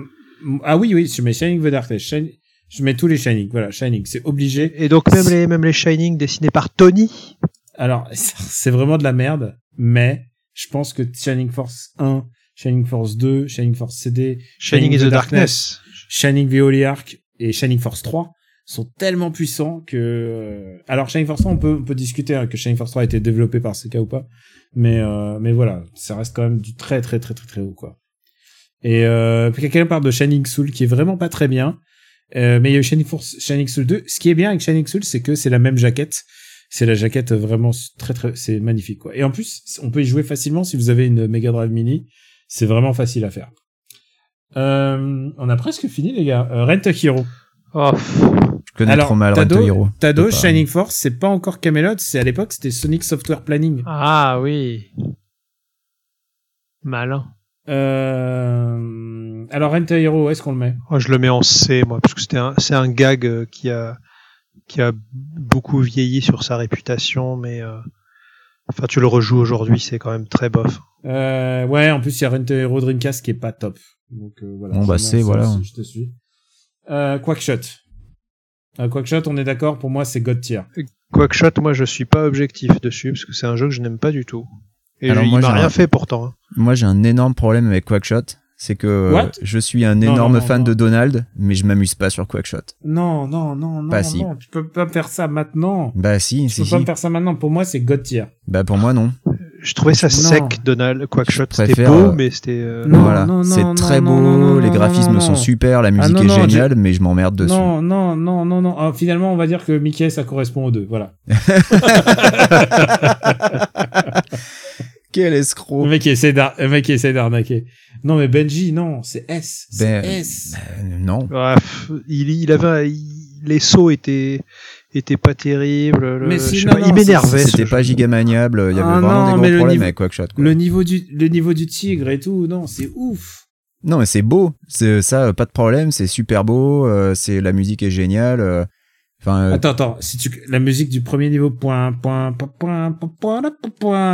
m- Ah oui, oui, je mets Shining the Darkness. Shin- Je mets tous les Shining. Voilà, Shining, c'est obligé.
Et donc, même les, même les Shining dessinés par Tony.
Alors, c'est vraiment de la merde, mais je pense que Shining Force 1, Shining Force 2, Shining Force CD,
Shining, is the Darkness.
Shining the Holy Ark et Shining Force 3 sont tellement puissants que euh, alors Shining Force 3 on peut on peut discuter hein, que Shining Force 3 a été développé par Sega ou pas mais euh, mais voilà ça reste quand même du très très très très très haut quoi et euh, puis quelqu'un parle de Shining Soul qui est vraiment pas très bien euh, mais il y a eu Shining Force Shining Soul 2 ce qui est bien avec Shining Soul c'est que c'est la même jaquette c'est la jaquette vraiment très très c'est magnifique quoi et en plus on peut y jouer facilement si vous avez une Mega Drive Mini c'est vraiment facile à faire euh, on a presque fini, les gars. Euh, Rent a Hero.
Oh, pff.
Je connais trop mal Rent
Tado,
a Hero.
Tado
Je peux pas.
Shining Force, c'est pas encore Camelot. C'est à l'époque, c'était Sonic Software Planning.
Ah oui. Malin.
Euh... Alors, Rent a Hero, où est-ce qu'on le met
Oh, je le mets en C, moi, parce que c'était un- c'est un gag euh, qui a, qui a beaucoup vieilli sur sa réputation, mais euh, enfin, tu le rejoues aujourd'hui, c'est quand même très bof.
euh... Ouais, en plus, il y a Rent a Hero Dreamcast qui est pas top. Donc, euh, voilà.
Bon, bah,
Je
c'est,
mets ça
voilà.
aussi, Je te suis. Euh, Quackshot. Euh, Quackshot, on est d'accord, pour moi, c'est God Tier.
Quackshot, moi, je suis pas objectif dessus, parce que c'est un jeu que je n'aime pas du tout. Et
Alors,
il
moi,
m'a
j'ai
rien
un-
fait pourtant. hein.
Moi j'ai un énorme problème avec Quackshot, c'est que euh,
What
je suis un
Non,
énorme
non, non,
fan
non.
de Donald, mais je m'amuse pas sur Quackshot.
Non, non, non, non.
Bah, si.
non, Tu peux pas me faire ça maintenant.
Bah si,
Tu peux
si,
pas
si.
me faire ça maintenant. Pour moi, c'est God Tier.
Bah pour moi non.
Je trouvais ça
Non.
sec, Donald. Quackshot,
Je
c'était
préfère,
beau,
euh,
mais c'était. euh,
Non,
voilà,
non, non, non,
c'est très
non,
beau,
non, non,
les
non,
graphismes
non, non. Ah,
sont super, la musique
non,
est
non,
géniale, mais je m'emmerde dessus.
Non, non, non, non, non. Ah, finalement, on va dire que Mickey, ça correspond aux deux. Voilà.
Quel
Le
escroc
mec qui essaie d'ar- le mec qui essaie d'arnaquer. Non, mais Benji, non, c'est S. C'est
Ben-
S.
Euh, Non.
Ouais, pff, il, il avait, un- il- les sauts étaient, étaient pas terribles. le-
Mais
je
si,
sais
non,
pas, il
non,
m'énervait. ce
C'était
jeu.
pas gigamaniable, il y avait
Ah
vraiment
non,
des gros
mais le
problèmes
niveau-
avec Quackshot. quoi.
Le niveau du, le niveau du tigre et tout, non, c'est ouf.
Non, mais c'est beau, c'est ça, euh, pas de problème, c'est super beau, euh, c'est la musique est géniale. euh, Enfin, euh,
Attends, attends, si tu, la musique du premier niveau, point, point, point, point, point, point, là, point,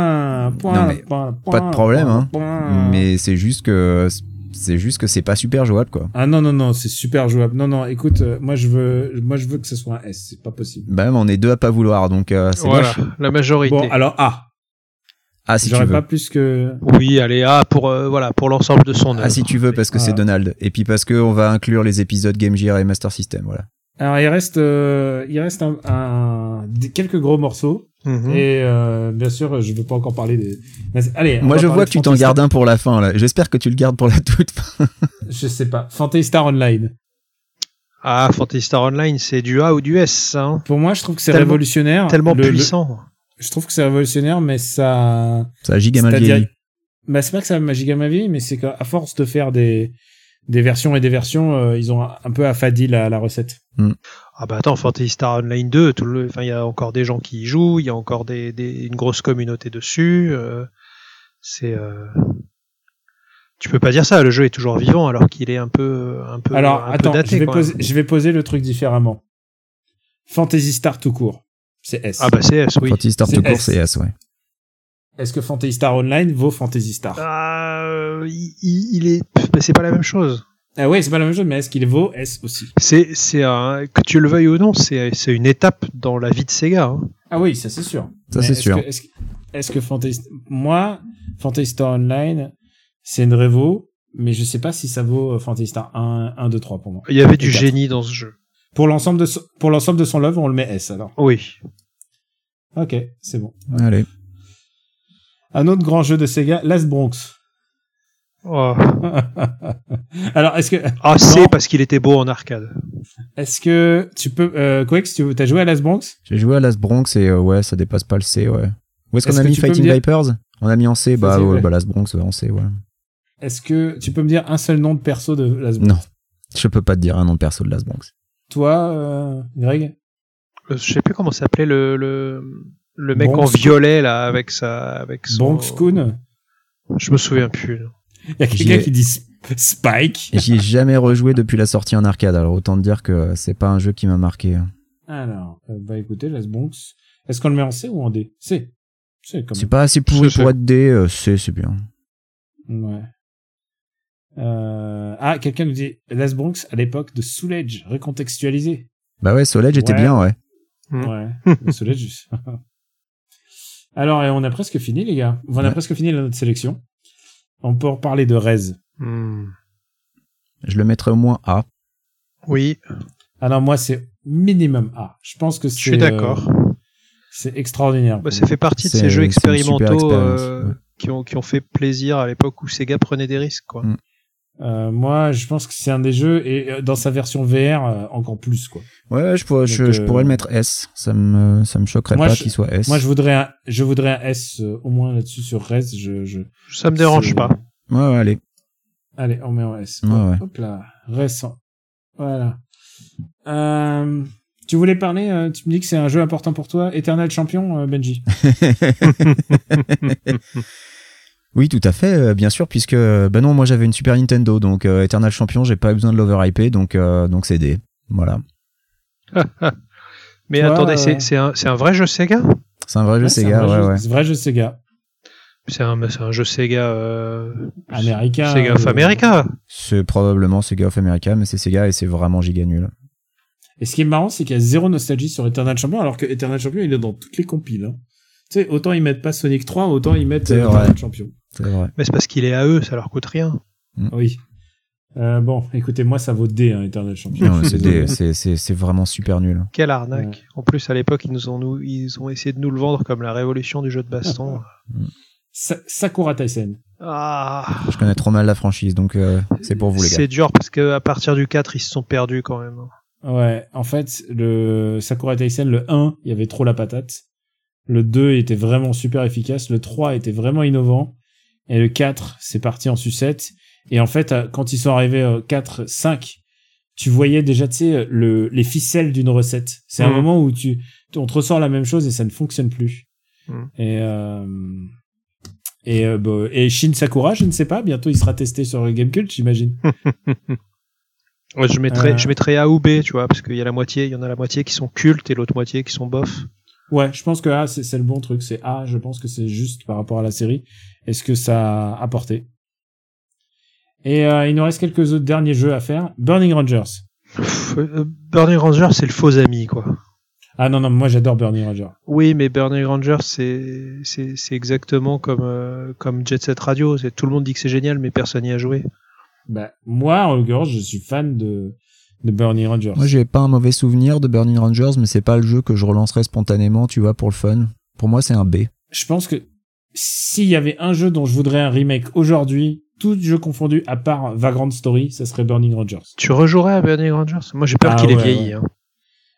point,
Non, mais
point,
pas de problème, hein.
point.
mais c'est juste que c'est juste que c'est pas super jouable quoi.
Ah non, non, non, c'est super jouable. Non, non, écoute, euh, moi je veux, moi je veux que ce soit un S, c'est pas possible.
Bah même on est deux à pas vouloir donc euh, c'est
Voilà,
moche.
la majorité.
Bon, alors A.
Ah si tu
J'aurais
veux.
pas plus que.
Oui, allez, ah, pour, euh, voilà, pour l'ensemble de son œuvre.
Ah si tu veux parce que c'est
Ah.
Donald et puis parce que on va inclure les épisodes Game Gear et Master System voilà.
Alors il reste, euh, il reste un, un- des- quelques gros morceaux
Mhm.
Mmh.
et euh, bien sûr, je veux pas encore parler des. Allez. on
Moi
va
je
parler
vois
de
que tu t'en
Phantasy
gardes un pour la fin là. J'espère que tu le gardes pour la toute fin.
Star- Je sais pas. Fantasy Star Online.
Ah, Fantasy Star Online, c'est du A ou du S, ça, hein.
Pour moi, je trouve que c'est
Tellement-
révolutionnaire.
Tellement
Ah, Le- le-
puissant.
je trouve que c'est révolutionnaire, mais ça.
Ça giga mal
C'est-à-dire-
vieilli.
Bah, c'est pas que ça m'a giga ma vie, mais c'est qu'à à force de faire des, des versions et des versions, euh, ils ont un un peu affadi la, la recette.
Ah bah attends, Fantasy Star Online 2, tout le, enfin il y a encore des gens qui y jouent, il y a encore des, des- une grosse communauté dessus. euh, c'est, euh, tu peux pas dire ça, le jeu est toujours vivant alors qu'il est un peu, un peu,
Alors,
un peu
attends,
daté,
je, vais
quand même.
poser, je vais poser le truc différemment. Fantasy Star tout court. C'est S.
Ah bah CS, oui.
Quand il start
c'est
tout court
S.
c'est S ouais.
Est-ce que Fantasy Star Online vaut Fantasy Star Ah,
Ah, euh, il, il- il est, pff, mais c'est pas la même chose.
ouais, Ah c'est pas la même chose, mais est-ce qu'il vaut S aussi
C'est, c'est un- que tu le veuilles ou non, c'est, c'est une étape dans la vie de Sega. hein.
Ah oui, ça c'est sûr.
Ça,
Mais
c'est
est-ce
sûr.
que- Est-ce que, est-ce que Fantasy... Moi, Fantasy Star Online, c'est une révo, mais je sais pas si ça vaut euh, Fantasy Star 1, 1 2, 3 pour moi.
Il y avait du
Et quatre.
génie dans ce jeu.
Pour l'ensemble de, son- pour l'ensemble de son œuvre, on le met S alors.
Oui.
Ok, c'est bon.
Allez.
Un autre grand jeu de Sega, Last Bronx.
Oh.
alors, est-ce que,
Ah, c'est
Non.
parce qu'il était beau en arcade.
est-ce que tu peux, euh, Quakes, tu as joué à Last Bronx
J'ai joué à Las Bronx et euh, ouais ça dépasse pas le C ouais. Où est-ce qu'on
Est-ce
a
que
mis
tu peux me
Fighting
dire-
Vipers On a mis en C bah,
Vas-y,
ouais,
ouais.
bah Las Bronx ouais, en C ouais.
Est-ce que tu peux me dire un seul nom de perso de Last Bronx
Non. Je peux pas te dire un nom de perso de Las Bronx.
Toi, euh, Greg
Le- Euh, je sais plus comment s'appelait le, le, le mec
Bronx-
en violet là avec sa avec son
Bronx Coon
Je me souviens plus. là.
Il y a
J'y ai-
quelqu'un qui dit Sp- Spike.
Et J'y ai jamais rejoué depuis la sortie en arcade, alors autant te dire que c'est pas un jeu qui m'a marqué.
Alors, euh, bah écoutez, Las Bronx. Est-ce qu'on le met en C ou en D C. C quand
C'est pas assez pourri
C'est-
pour être D, euh, C c'est bien.
même. Ouais. Euh, Ah, quelqu'un nous dit Las Bronx à l'époque de Soulage, recontextualisé.
Bah ouais, Soleil j'étais
Ouais.
bien, ouais.
Mm.
Ouais, le Soulage. Alors, et on a presque fini, les gars. On a
Ouais.
presque fini notre sélection. On peut reparler de Rez.
Hmm.
Je le mettrais au moins A.
Oui,
Alors, Ah moi, c'est minimum A. Je pense que c'est.
je suis d'accord.
euh, c'est extraordinaire.
Bah, ça fait partie de
c'est-
ces jeux
c'est une super
expérimentaux
expérience,
euh,
ouais.
qui ont qui ont fait plaisir à l'époque où Sega prenait des risques quoi.
Mm.
Euh, moi, je pense que c'est un des jeux, et euh, dans sa version VR, euh, encore plus, quoi.
Ouais, je pourrais, je,
Donc,
je
euh,
pourrais le mettre S. Ça me, ça me choquerait
Moi,
pas
je-
qu'il soit S.
Moi, je voudrais un, je voudrais un S euh, au moins là-dessus sur Res. Je, je,
Ça me dérange
c'est-
pas.
Ouais, ouais, allez.
Allez, on met en S.
Ouais,
hop,
ouais.
hop là, Res. en- Voilà. Euh, tu voulais parler, euh, tu me dis que c'est un jeu important pour toi, Eternal Champion, euh, Benji.
oui, tout à fait, euh, bien sûr, puisque, euh, bah non, moi j'avais une Super Nintendo, donc euh, Eternal Champion, j'ai pas eu besoin de l'overhyper, donc, euh, donc c'est D. Voilà.
Mais
Toi,
attendez, c'est
euh,
c'est un c'est un vrai jeu Sega
C'est un vrai jeu
Ouais, c'est un
Sega,
vrai
ouais,
jeu-
ouais.
C'est vrai jeu Sega.
C'est un c'est un jeu Sega euh,
Américain.
Sega of
euh,
America.
C'est probablement Sega of America, mais c'est Sega et c'est vraiment giga nul.
Et ce qui est marrant, c'est qu'il y a zéro nostalgie sur Eternal Champion, alors que Eternal Champion, il est dans toutes les compiles. hein. Tu sais, autant ils mettent pas Sonic 3, autant ils mettent
C'est
euh,
vrai.
Eternal Champion.
C'est vrai.
Mais c'est parce qu'il est à eux, ça leur coûte rien.
Oui. Euh, bon, écoutez, moi, ça vaut D, hein, Eternal Champion.
Non, c'est
Désolé.
des- c'est- c'est c'est vraiment super nul.
Quelle arnaque. En plus à l'époque ils nous ont nous, ils ont essayé de nous le vendre comme la révolution du jeu de baston.
Sa- Sakura Taisen.
ah.
Je connais trop mal la franchise, donc euh, c'est pour vous les gars.
C'est dur parce que à partir du 4, ils se sont perdus quand même.
Ouais, en fait, le Sakura Taisen, le 1, il y avait trop la patate. Le 2 était vraiment super efficace. Le 3 était vraiment innovant. Et le 4, c'est parti en sucette. Et en fait, à- quand ils sont arrivés euh, 4, 5, tu voyais déjà, tu sais, euh, le, les ficelles d'une recette. C'est un
Mhm.
moment où tu, on te ressort la même chose et ça ne fonctionne plus.
Mhm.
Et, euh, et, euh, bah, et Shin Sakura, je ne sais pas, bientôt il sera testé sur Gamecult, j'imagine.
Ouais, je mettrais,
Euh.
je mettrais A ou B, tu vois, parce qu'il y a la moitié, il y en a la moitié qui sont cultes et l'autre moitié qui sont bof.
Ouais, je pense que A, c'est c'est le bon truc, c'est A, je pense que c'est juste par rapport à la série et ce que ça a apporté. Et euh, il nous reste quelques autres derniers jeux à faire. Burning Rangers.
Pff, euh, Burning Ranger, c'est le faux ami, quoi.
Ah non, non, moi j'adore Burning Rangers.
Oui, mais Burning Ranger, c'est c'est c'est exactement comme euh, comme Jet Set Radio. C'est tout le monde dit que c'est génial, mais personne n'y a joué.
Bah, moi, en l'occurrence, je suis fan de, de Burning Rangers.
Moi, j'ai pas un mauvais souvenir de Burning Rangers, mais c'est pas le jeu que je relancerais spontanément, tu vois, pour le fun. Pour moi, c'est un B.
je pense que s'il y avait un jeu dont je voudrais un remake aujourd'hui, tous jeux confondus, à part Vagrant Story, ça serait Burning Rangers.
Tu rejouerais à Burning Rangers Moi, j'ai peur
Ah
qu'il ait
ouais,
vieilli.
ouais.
hein.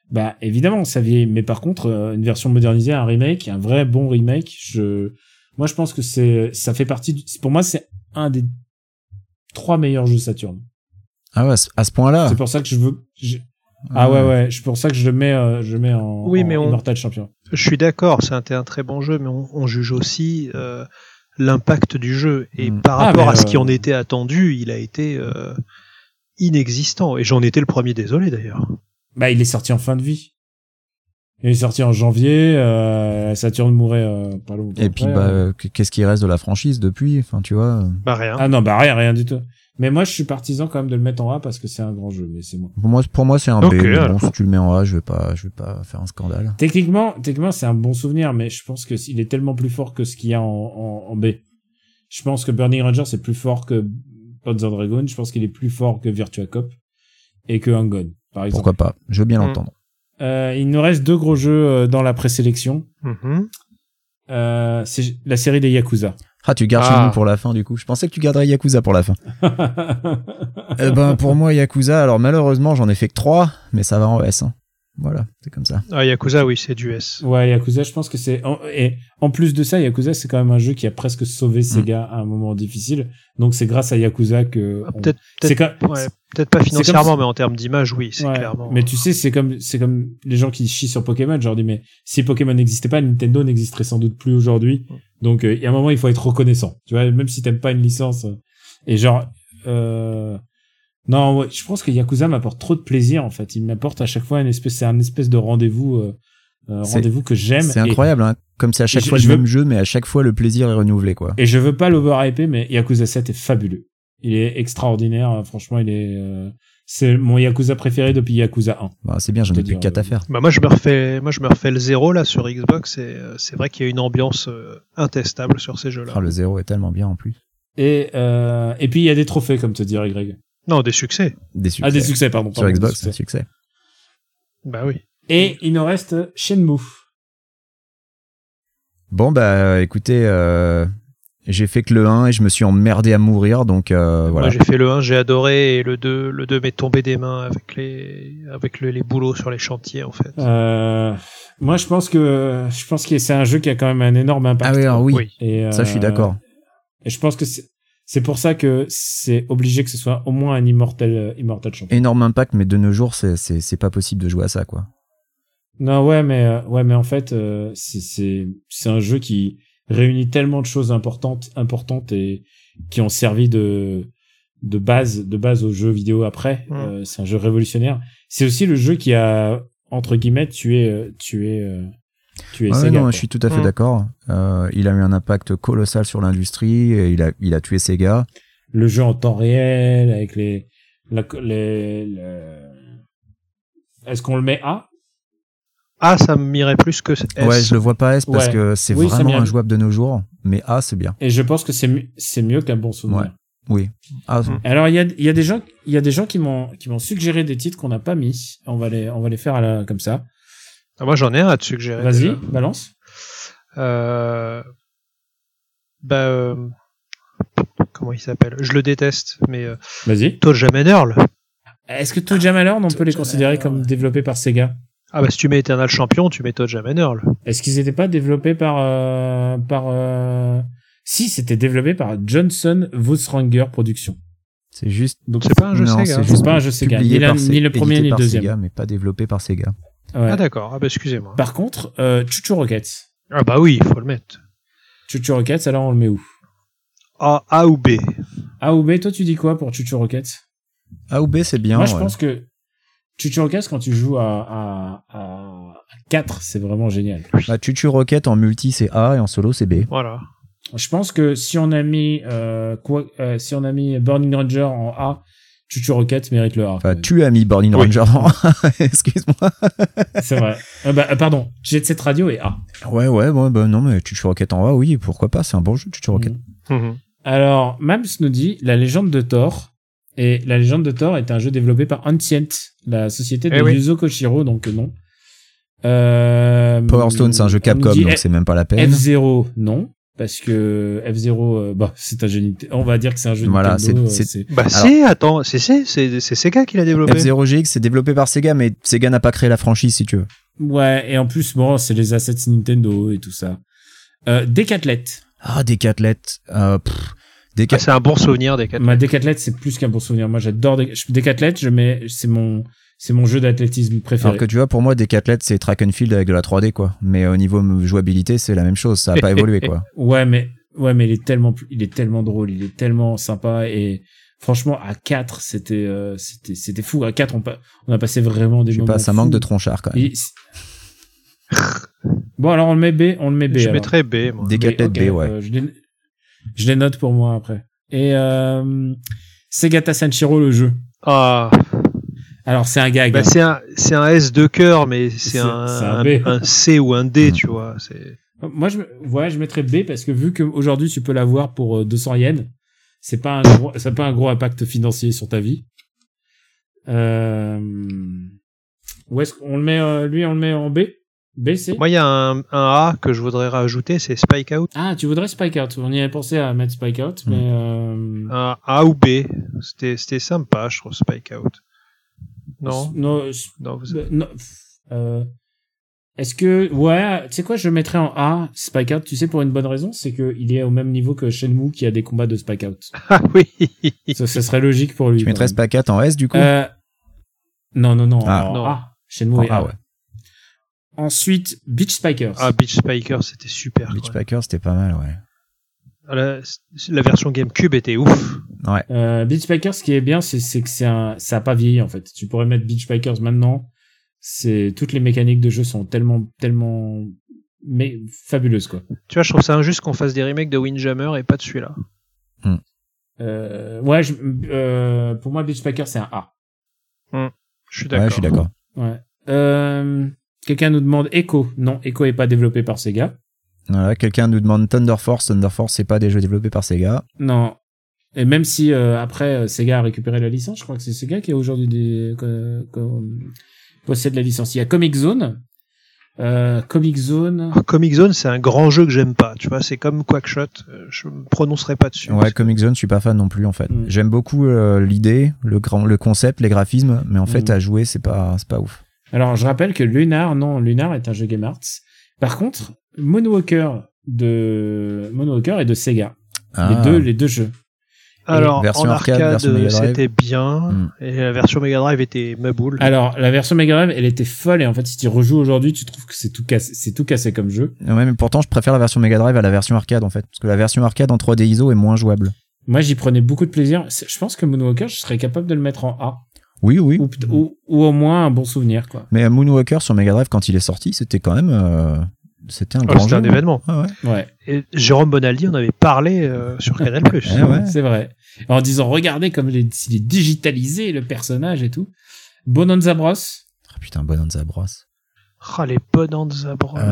Bah, évidemment, ça vieillit. Mais par contre, euh, une version modernisée, un remake, un vrai bon remake, je, moi, je pense que c'est, ça fait partie du, pour moi, c'est un des trois meilleurs jeux Saturn.
Ah ouais, à ce- à ce point-là.
C'est pour ça que je veux, je- ah ouais, ouais, c'est pour ça que je le mets, euh, je le mets en,
Oui,
en
mais on-
Immortal Champion.
Je suis d'accord, c'est un, un très bon jeu, mais on, on juge aussi euh, l'impact du jeu. Et
Mm.
par
Ah,
rapport
mais,
à ce
euh,
qui en était attendu, il a été euh, inexistant. Et j'en étais le premier désolé, d'ailleurs.
Bah, il est sorti en fin de vie. Il est sorti en janvier, euh, Saturn mourait, euh, pas longtemps.
Et puis,
après,
bah,
euh.
euh, qu'est-ce qui reste de la franchise depuis Enfin, tu vois. euh,
Bah rien.
Ah non, bah rien, rien du tout. Mais moi, je suis partisan quand même de le mettre en A parce que c'est un grand jeu, mais c'est moi.
Pour moi, pour moi c'est un
Ok,
B. mais Bon,
alors.
si tu le mets en A, je vais pas, je vais pas faire un scandale.
Techniquement, techniquement, c'est un bon souvenir, mais je pense que il est tellement plus fort que ce qu'il y a en, en, en B. Je pense que Burning Rangers c'est plus fort que Panzer Dragon. Je pense qu'il est plus fort que Virtua Cop et que Hang-On, par exemple.
Pourquoi pas Je veux bien
Mm.
l'entendre.
Euh, il nous reste deux gros jeux euh, dans la présélection.
Mhm.
Euh, c'est la série des Yakuza.
Ah, tu gardes
Ah.
chez nous pour la fin, du coup. Je pensais que tu garderais Yakuza pour la fin. Eh ben, pour moi, Yakuza, alors malheureusement, j'en ai fait que 3, mais ça va en S. hein. Voilà, c'est comme ça.
Ah, Yakuza, oui, c'est du S.
ouais, Yakuza, je pense que c'est en- et en plus de ça, Yakuza c'est quand même un jeu qui a presque sauvé Sega à un moment difficile. Donc c'est grâce à Yakuza que
Mm. Ah,
on-
Peut-être
c'est
peut-être
quand
ouais, peut-être pas
si-
financièrement, mais en termes d'image, oui, c'est
Ouais,
clairement.
euh,
Mais tu sais, c'est comme c'est comme les gens qui chient sur Pokémon. Je leur dis mais si Pokémon n'existait pas, Nintendo n'existerait sans doute plus aujourd'hui. Donc euh, il y a un moment, il faut être reconnaissant. Tu vois, même si t'aimes pas une licence euh, et genre euh, non, ouais, je pense que Yakuza m'apporte trop de plaisir en fait. Il m'apporte à chaque fois une espèce, c'est un espèce de rendez-vous, euh, euh,
C'est-
rendez-vous que j'aime.
C'est
Et-
incroyable, hein. comme c'est à chaque
je-
fois
je
le
veux-
même jeu, mais à chaque fois le plaisir est renouvelé, quoi.
Et je veux pas l'overhyper, mais Yakuza 7 est fabuleux. Il est extraordinaire. euh, Franchement, il est. euh, c'est mon Yakuza préféré depuis Yakuza 1.
Bah, c'est bien, j'en
Je
ai
te
plus
dis,
que 4
euh,
à faire.
Bah moi je me refais moi je me refais le zéro là sur Xbox et euh, c'est vrai qu'il y a une ambiance euh, intestable sur ces jeux là.
Ah, le 0 est tellement bien en plus.
Et, euh, et puis il y a des trophées, comme te dirait Greg.
Non, des succès.
Des succès.
Ah, des succès, pardon.
Sur
pardon, des
Xbox, c'est
succès.
un succès.
Bah oui.
Et il nous reste Shenmue.
Bon, bah écoutez, euh, j'ai fait que le 1 et je me suis emmerdé à mourir, donc euh, voilà.
Moi j'ai fait le 1, j'ai adoré et le 2 le 2 m'est tombé des mains avec les avec le- les boulots sur les chantiers en fait.
Euh, moi, je pense que je pense que c'est un jeu qui a quand même un énorme impact.
ah oui, alors oui,
Et, euh,
ça je suis d'accord.
Et je pense que c'est c'est pour ça que c'est obligé que ce soit au moins un immortel euh, immortel champion.
Énorme impact, mais de nos jours, c'est- c'est c'est pas possible de jouer à ça, quoi.
Non, ouais, mais euh, ouais, mais en fait, euh, c'est- c'est c'est un jeu qui réunit tellement de choses importantes, importantes et qui ont servi de de base de base aux jeux vidéo après.
Mmh.
Mm.
Euh, c'est un jeu révolutionnaire. C'est aussi le jeu qui a entre guillemets tué euh, tué euh, tué
Ouais,
Sega.
Ah, non,
quoi.
je suis tout à fait
Mm.
d'accord. Euh, il a eu un impact colossal sur l'industrie et il a, il a tué Sega.
Le jeu en temps réel avec les la, les le- est-ce qu'on le met à
Ah ça m'irait plus que S.
Ouais, je le vois pas S parce
Ouais.
que c'est
Oui, ça
vraiment
m'y a-
injouable de nos jours. Mais A, c'est bien.
et je pense que c'est mi- c'est mieux qu'un bon souvenir.
Ouais. Oui. A,
Mm.
Alors il y a, il y a des gens il y a des gens qui m'ont qui m'ont suggéré des titres qu'on n'a pas mis. On va les on va les faire à la, comme ça.
Ah, moi j'en ai un à te suggérer.
Vas-y,
déjà.
balance.
Euh, bah euh, comment il s'appelle Je le déteste mais euh,
Vas-y.
Toe Jam and Earl.
Est-ce que Toe Jam and Earl, on peut les considérer comme développés par Sega
Ah bah si tu mets Eternal Champion, tu mets Todd Earl.
Est-ce qu'ils n'étaient pas développés par euh, par euh, si c'était développé par Johnson Vosranger Productions.
C'est juste.
Donc
C'est pas un jeu
non,
Sega. hein.
c'est
C'est
juste
pas un jeu Sega,
publié
ni, la-
par Se-
ni le premier
édité
ni le
par
deuxième.
Sega, mais pas développé par Sega.
Ouais.
Ah d'accord, ah bah excusez-moi.
Par contre, euh, Chuchu Rockets.
Ah bah oui, il faut le mettre.
Chuchu Rockets, alors on le met où
A, A ou B
A ou B, toi tu dis quoi pour Chuchu Rockets
A ou B, c'est bien.
Moi je
ouais.
pense que Chuchu Rockets, quand tu joues à, à, à 4, c'est vraiment génial.
Bah, Chuchu Rocket en multi, c'est A et en solo, c'est B.
Voilà.
Je pense que si on a mis, euh, quoi, euh, si on a mis Burning Ranger en A, Chuchu Rockets mérite le A.
Enfin, tu as mis Burning
Oui.
Ranger en A. Excuse-moi.
C'est vrai. Euh, bah, euh, pardon, Jet Set Radio et A.
Ouais, ouais, bon, bah, non, mais Chuchu Rocket en A, oui, pourquoi pas, c'est un bon jeu, Chuchu Rocket.
Mhm. Alors, Mams nous dit La légende de Thor. Et La légende de Thor est un jeu développé par Ancient, la société de
Eh oui.
Yuzo Koshiro, donc non. Euh,
Power Stone, c'est un jeu
on nous
Capcom,
dit eh,
donc
F-
c'est même pas la peine.
F0, non. Parce que F0, euh, bah, c'est un jeu. Nite- On va dire que c'est un jeu.
Voilà,
Nintendo,
c'est-
euh,
c'est-
Bah c'est, attends, c'est c'est, c'est c'est Sega qui l'a développé.
F0GX, c'est développé par Sega, mais Sega n'a pas créé la franchise, si tu veux.
Ouais, et en plus, bon, c'est les assets Nintendo et tout ça. Euh, Decathlete.
Ah, des catlettes. Euh, pff, des
Ah,
cat-
c'est un bon souvenir des 4.
Ma Decathlete, c'est plus qu'un bon souvenir. Moi, j'adore Dec- je- Decathlete. Je mets, c'est mon, c'est mon jeu d'athlétisme préféré.
Alors que tu vois, pour moi, des catlettes, c'est track and field avec de la 3D, quoi. Mais au niveau jouabilité, c'est la même chose. Ça a pas évolué, quoi.
Ouais, mais, ouais, mais il est tellement, plus- il est tellement drôle, il est tellement sympa et franchement, à 4, c'était, euh, c'était, c'était fou. À 4, on, pa- on a passé vraiment des
Je sais
moments.
pas, ça manque
fous.
de tronchard, quand même.
Et- Bon, alors on le met B, on le met B.
Je
alors.
mettrais B, moi.
Des
B,
catlettes
ok,
B, ouais.
euh, je, les, je les note pour moi après. Et euh, Segata Sanshiro, le jeu.
Ah,
Alors, c'est un gag.
bah
hein.
c'est un, c'est un S de cœur, mais
C'est-
c'est un,
c'est un B. Mhm.
un C ou un D,
Mm.
tu vois. C'est...
Moi, je, me- ouais, je mettrais B parce que vu qu'aujourd'hui, tu peux l'avoir pour euh, 200 yens, c'est pas un gros, ça a pas un gros impact financier sur ta vie. Euh, où est-ce qu'on le met, euh, lui, on le met en B? B, C?
Moi, il y a un, un A que je voudrais rajouter, c'est Spike Out.
Ah, tu voudrais Spike Out. On y avait pensé à mettre Spike Out,
Mm.
mais euh,
Un A ou B. C'était, c'était sympa, je trouve, Spike Out. Non
Non, s-
Non, vous-
euh, non, pff, euh, est-ce que, ouais, tu sais quoi, je mettrais en A Spike Out, tu sais, pour une bonne raison, c'est qu'il est au même niveau que Shenmue qui a des combats de Spike Out.
Ah oui
ça, ça serait logique pour lui.
Tu
quand
mettrais
même.
Spa 4 en S, du coup
Euh, non, non, non.
Ah.
en
Non.
A. Shenmue et
Ah,
A.
ouais.
Ensuite, Beach Spikers.
Ah, Beach Spiker, c'était super.
Beach
quoi.
Packer, c'était pas mal, ouais.
Ah, La, la version GameCube était ouf.
Ouais.
Euh, Beach Spikers, ce qui est bien, c'est c'est que c'est un, ça a pas vieilli, en fait. Tu pourrais mettre Beach Spikers maintenant. C'est, toutes les mécaniques de jeu sont tellement, tellement, mais fabuleuses, quoi.
Tu vois, je trouve ça injuste qu'on fasse des remakes de Windjammer et pas de celui-là.
Euh, ouais, je- euh, pour moi, Beach Spikers, c'est un A.
Je suis d'accord.
Ouais, je suis d'accord.
Ouais. Euh, quelqu'un nous demande Echo. Non, Echo est pas développé par Sega.
Voilà, quelqu'un nous demande Thunder Force. Thunder Force, c'est pas des jeux développés par Sega.
Non. Et même si euh, après euh, Sega a récupéré la licence, je crois que c'est Sega qui a aujourd'hui des, que- que- possède la licence. Il y a Comic Zone. Euh, Comic Zone.
Ah, Comic Zone, c'est un grand jeu que j'aime pas. Tu vois, c'est comme Quackshot. euh, Je me prononcerai pas dessus.
Ouais, Comic Zone, je suis pas fan non plus, en fait.
Mm.
J'aime beaucoup euh, l'idée, le, grand, le concept, les graphismes, mais en fait,
Mm.
à jouer, c'est pas, c'est pas ouf.
Alors je rappelle que Lunar, non, Lunar est un jeu Game Arts. Par contre, Moonwalker de Moonwalker et de Sega.
Ah.
Les deux, les deux jeux.
Alors,
version
en
arcade,
arcade,
version Mega
euh,
Drive.
c'était bien.
Mm.
Et la version Mega Drive était ma boule.
Ah,
Alors la version Mega Drive, elle était folle et en fait si tu rejoues aujourd'hui, tu trouves que c'est tout cassé, c'est tout cassé comme jeu.
Ouais, mais pourtant, je préfère la version Mega Drive à la version arcade, en fait. Parce que la version arcade en 3D ISO est moins jouable.
Moi j'y prenais beaucoup de plaisir. C'est- Je pense que Moonwalker, je serais capable de le mettre en A.
Oui, oui.
ou, peut- ou, ou au moins un bon souvenir quoi.
Mais Moonwalker sur Mega Drive, quand il est sorti, c'était quand même. euh, c'était un
Oh,
Ah,
grand
c'était
jeu.
un événement.
Ouais, ouais.
Ouais,
Et Jérôme Bonaldi en avait parlé euh, sur Canal+.
Eh ouais.
c'est vrai. En disant regardez comme il est, il est digitalisé le personnage et tout. Bonanza Bros.
Ah, putain, Bonanza Bros.
Ah, les Bonanza Bros.
Euh,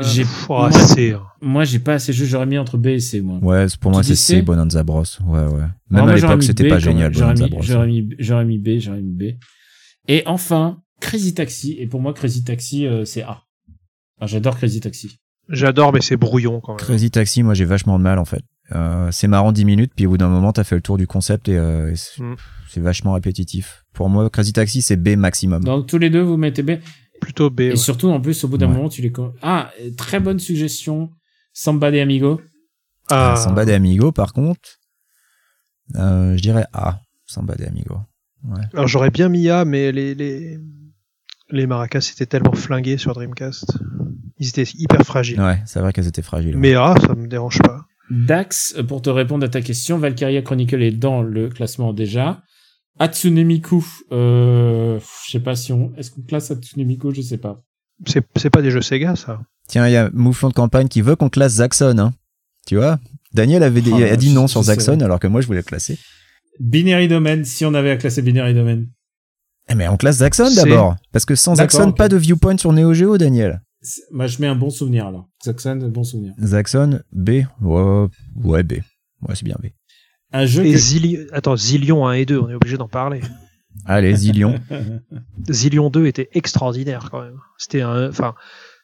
Euh,
j'ai-
pff,
moi-
ah, c'est-
Moi j'ai pas assez joué, j'aurais mis entre B et C moi.
Ouais, c'est- pour moi,
Tu
c'est
dis
C,
C
Bonanza Bros. Ouais, ouais. Même
Alors, moi, j'aurais
à l'époque,
mis
c'était
B
pas
quand même.
génial,
J'aurais
Bonanza
mis,
Bros.
j'aurais mis, j'aurais mis B, j'aurais mis B. Et enfin Crazy Taxi et pour moi Crazy Taxi euh, c'est A. Enfin, J'adore Crazy Taxi.
J'adore, mais c'est brouillon quand même.
Crazy Taxi, moi, j'ai vachement de mal, en fait. Euh, c'est marrant 10 minutes, puis au bout d'un moment, t'as fait le tour du concept et, euh, et c'est
Mm.
c'est vachement répétitif. Pour moi, Crazy Taxi, c'est B maximum.
Donc tous les deux vous mettez B.
Plutôt B.
Et
ouais.
surtout, en plus, au bout d'un
Ouais.
moment, tu les. con- Ah, euh, très bonne suggestion. Samba des Amigos.
Ah,
Euh, Samba de Amigo, par contre, euh, je dirais A. Samba de Amigo.
Alors j'aurais bien mis A, mais les, les, les maracas étaient tellement flingués sur Dreamcast. Ils étaient hyper fragiles.
Ouais, c'est vrai qu'elles étaient fragiles. ouais.
Mais A, ça me dérange pas.
Dax, euh, pour te répondre à ta question, Valkyria Chronicle est dans le classement déjà. Hatsune Miku, euh, pff, je sais pas si on, est-ce qu'on classe Hatsune Miku, je sais pas.
C'est c'est pas des jeux Sega, ça.
Tiens, il y a Mouflon de campagne qui veut qu'on classe Zaxxon. hein. Tu vois Daniel avait dit-
Oh,
a dit
je-
non
je
sur
sais.
Zaxxon alors que moi je voulais le classer.
Binary Domain, si on avait à classer Binary Domain.
Eh, mais on classe Zaxxon
C'est-
d'abord. Parce que sans
D'accord,
Zaxxon,
ok.
pas de viewpoint sur Neo Geo, Daniel.
C'est- Moi, je mets un bon souvenir, alors. Saxon, bon souvenir.
Zaxxon, B. Ouais, ouais, B. Ouais, c'est bien B.
Un jeu
Et
que-
Zilli- Attends, Zillion 1 et 2, on est obligé d'en parler.
Allez, Zillion.
Zillion 2 était extraordinaire quand même. C'était un. Enfin,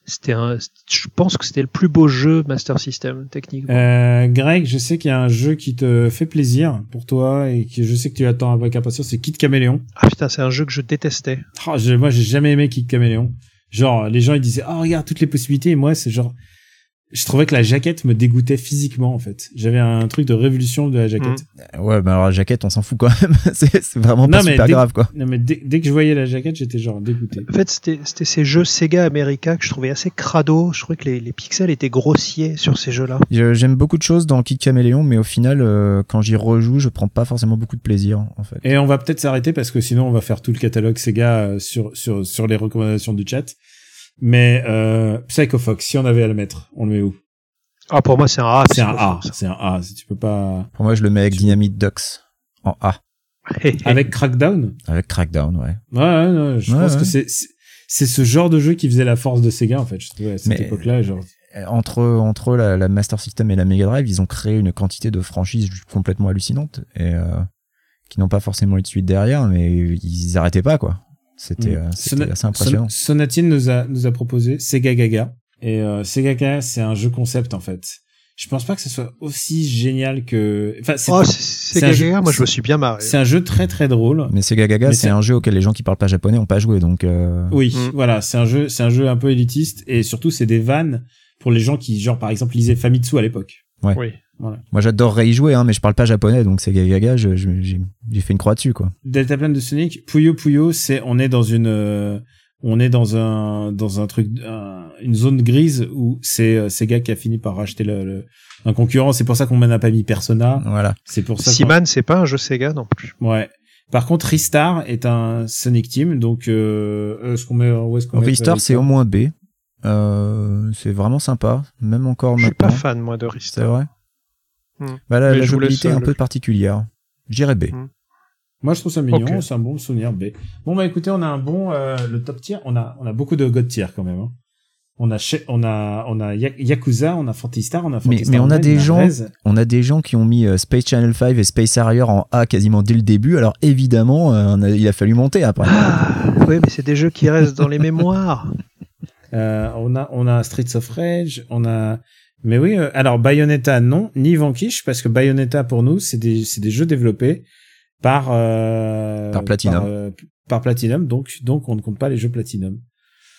c'était un. Je pense que c'était le plus beau jeu Master System techniquement.
Euh, Greg, je sais qu'il y a un jeu qui te fait plaisir pour toi et que je sais que tu attends avec impatience, c'est Kid Caméléon.
Ah putain, c'est un jeu que je détestais.
Oh, je- moi, j'ai jamais aimé Kid Caméléon. Genre, les gens, ils disaient, oh, regarde toutes les possibilités. Et moi, c'est genre, je trouvais que la jaquette me dégoûtait physiquement, en fait. J'avais un truc de révolution de la jaquette.
Ouais, bah alors la jaquette, on s'en fout quand même. c'est c'est vraiment pas
Non, mais
super
dès-
grave, quoi.
Non, mais dès, dès que je voyais la jaquette, j'étais genre dégoûté.
En fait, c'était c'était ces jeux Sega America que je trouvais assez crado. Je trouvais que les, les pixels étaient grossiers sur ces jeux-là.
Je- J'aime beaucoup de choses dans Kid Caméléon, mais au final, euh, quand j'y rejoue, je prends pas forcément beaucoup de plaisir, en fait.
Et on va peut-être s'arrêter parce que sinon on va faire tout le catalogue Sega euh, sur sur sur les recommandations du chat. Mais euh, Psycho Fox, si on avait à le mettre, on le met où
Ah, pour moi, c'est un A.
C'est un A,
Psychophone, ça.
c'est un A. si Tu peux pas
Pour moi, je le mets avec Dynamite Ducks en A,
Hé, hé.
avec Crackdown.
avec Crackdown, ouais.
Ouais, ouais, non, je
Ouais,
pense
ouais.
que c'est c'est- c'est ce genre de jeu qui faisait la force de Sega en fait. Je trouvais à cette
Mais-
époque-là, genre.
Entre, entre la, la Master System et la Mega Drive, ils ont créé une quantité de franchises ju- complètement hallucinantes et euh, qui n'ont pas forcément eu de suite derrière, mais ils arrêtaient pas, quoi. C'était
Mm.
euh, c'était
Sona-
assez impressionnant.
Son- Sonatine nous a, nous a proposé Sega Gaga. Et euh, Sega Gaga, c'est un jeu concept en fait. Je pense pas que ce soit aussi génial que. Enfin, c'est
Oh, c'est- c'est
c'est un
galère.
jeu-
Moi, je me suis bien marré.
c'est un jeu très très drôle.
Mais Sega Gaga,
Mais c'est-
c'est un jeu auquel les gens qui parlent pas japonais ont pas joué, donc euh,
Oui,
Mm.
voilà, c'est un jeu, c'est un jeu un peu élitiste et surtout c'est des vannes pour les gens qui, genre par exemple, lisaient Famitsu à l'époque.
Oui.
moi j'adorerais y jouer, hein, mais je parle pas japonais, donc Sega Gaga, je- je- j'ai j'ai fait une croix dessus, quoi.
Deltaplane de Sonic, Puyo Puyo, c'est on est dans une, euh, on est dans un dans un truc, un- une zone grise où c'est euh, Sega qui a fini par racheter le, le- un concurrent. C'est pour ça qu'on n'a pas mis Persona.
Voilà.
C'est pour ça. qu'on-
Seaman, c'est pas un jeu Sega non plus.
Ouais. Par contre, Ristar est un Sonic Team, donc euh, est-ce qu'on met où est-ce qu'on met
Restore, c'est au moins B. Euh, c'est vraiment sympa, même encore
Je suis
maintenant.
pas fan, moi, de Rista.
C'est vrai.
Hmm.
Bah, la,
Mais
la
je vous laisse
jouabilité est un
seul.
peu particulière. J'irais B.
Hmm.
Moi, je trouve ça mignon,
Ok.
c'est un bon souvenir B. Bon, bah écoutez, on a un bon euh, le top tier, on a on a beaucoup de god tier quand même. hein. On a Che- on a on a Ya- Yakuza, on a Fantastar, on a Fantastar
mais on a
Online,
des gens-
Rez.
On a des gens qui ont mis euh, Space Channel 5 et Space Harrier en A quasiment dès le début. Alors évidemment, euh, on a- il a fallu monter après.
Ah, oui, mais c'est des jeux qui restent dans les mémoires.
Euh, on a on a Streets of Rage, on a mais oui, euh, alors Bayonetta non, ni Vanquish parce que Bayonetta pour nous, c'est des c'est des jeux développés par euh,
Par Platinum.
par, euh, par Platinum, donc donc on ne compte pas les jeux Platinum.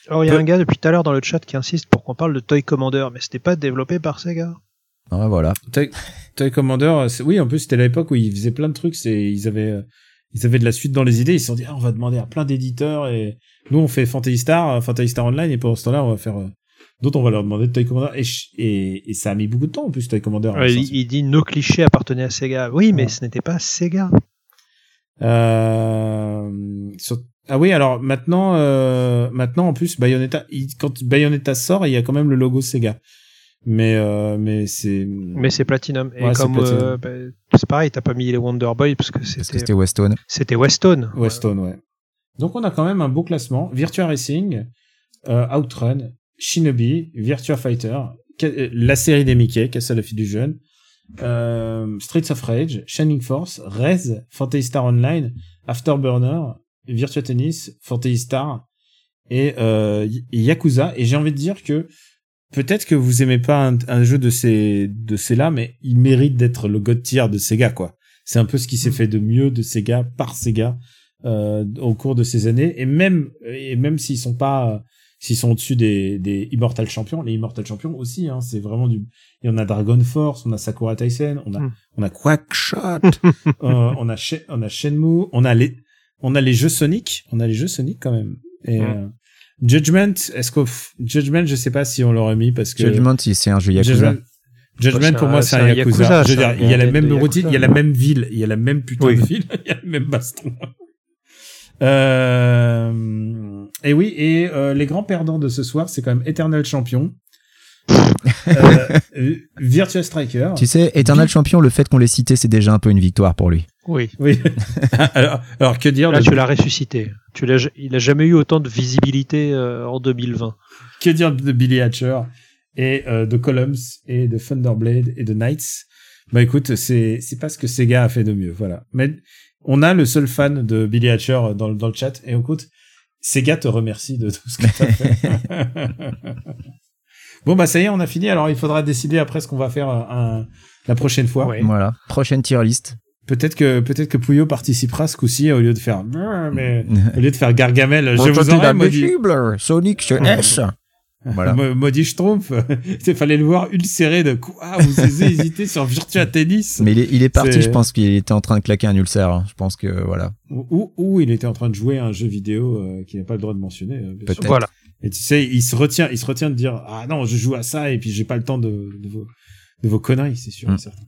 Or, il y a
Peu-
un gars depuis tout à l'heure dans le chat qui insiste pour qu'on parle de Toy Commander, mais c'était pas développé par Sega.
Ah, voilà.
Toy, Toy Commander, euh, c'est- oui, en plus, c'était à l'époque où ils faisaient plein de trucs. C'est, ils avaient, euh, ils avaient de la suite dans les idées. Ils se sont dit, ah, on va demander à plein d'éditeurs et nous, on fait Fantasy Star, euh, Fantasy Star Online et pendant ce temps-là, on va faire, euh, d'autres, on va leur demander de Toy Commander. Et, ch- et, et ça a mis beaucoup de temps, en plus, Toy Commander. à
Ouais,
sortir.
il, il dit nos clichés appartenaient à Sega. Oui, mais
Ouais.
ce n'était pas Sega.
Euh, sur- ah oui, alors maintenant, euh, maintenant en plus, Bayonetta, il- quand Bayonetta sort, il y a quand même le logo Sega. Mais, euh, mais c'est.
Mais c'est Platinum. Et
Ouais, c'est
comme
Platinum.
euh, bah, c'est pareil, t'as pas mis les Wonder Boy parce que
Parce que
c'était
c'était Weston.
c'était Weston.
Weston, ouais. Donc on a quand même un beau classement. Virtua Racing, euh, Outrun, Shinobi, Virtua Fighter, Ca- euh, la série des Mickey, Castle of Illusion, euh, Streets of Rage, Shining Force, Rez, Fantasy Star Online, Afterburner, Virtua Tennis, Fantasy Star et euh, Y- Yakuza. Et j'ai envie de dire que peut-être que vous aimez pas un, un jeu de ces de ces là, mais il
Mm.
mérite d'être le god tier de Sega quoi. C'est un peu ce qui s'est fait de mieux de Sega par Sega euh, au cours de ces années. Et même, et même s'ils sont pas, euh, s'ils sont au-dessus des, des Immortal Champions, les Immortal Champions aussi, hein, c'est vraiment du. Et on a Dragon Force, on a Sakura Tyson, on a,
Mm.
on a Quackshot, euh, on a Shen- on a Shenmue, on a les, on a les jeux Sonic, on a les jeux Sonic quand même. Et
Mm.
euh, Judgment, est-ce que Judgment, je sais pas si on l'aurait mis parce que
Judgment, si c'est un jeu Yakuza.
Judgment, Judgment,
C'est
pour
un-
moi, c'est un Yakuza. Je veux
c'est un
dire, il y a la
modèle
même
de
routine, il y a la même ville, il y a la même putain
Oui.
de ville, il y a le même baston. Euh, et oui, et euh, les grands perdants de ce soir, c'est quand même Eternal Champion, euh, Virtua Striker.
Tu sais, Eternal Champion, le fait qu'on l'ait cité, c'est déjà un peu une victoire pour lui.
Oui.
Oui. alors, alors, que dire
Là,
de
tu l'as ressuscité. Tu l'as, il n'a jamais eu autant de visibilité euh, en 2020.
que dire de Billy Hatcher et euh, de Columns et de Thunderblade et de Knights Bah écoute, c'est c'est pas ce que Sega a fait de mieux, voilà. Mais on a le seul fan de Billy Hatcher dans, le- dans le chat et écoute, Sega te remercie de tout ce que t'as fait. bon bah ça y est, on a fini. Alors il faudra décider après ce qu'on va faire euh, un- la prochaine fois.
Ouais.
Voilà. Prochaine tier list.
Peut-être que peut-être que Puyo participera ce coup-ci au lieu de faire Brrr mais au lieu de faire Gargamel, je vous en maudit.
Sonic, je S. Voilà.
Mo- Maudit Schtroumpf, il fallait le voir ulcéré de quoi vous avez hésité sur Virtua Tennis
Mais il est, il est parti,
C'est-
je pense qu'il était en train de claquer un ulcère. hein. Je pense que voilà.
ou, ou- ou il était en train de jouer à un jeu vidéo euh, qu'il n'a pas le droit de mentionner. euh, bien sûr.
Peut-être.
Voilà.
Et tu sais, il se retient, il se retient de dire ah non, je joue à ça et puis j'ai pas le temps de, de vos, de vos conneries, c'est sûr. et
Mm.
certain.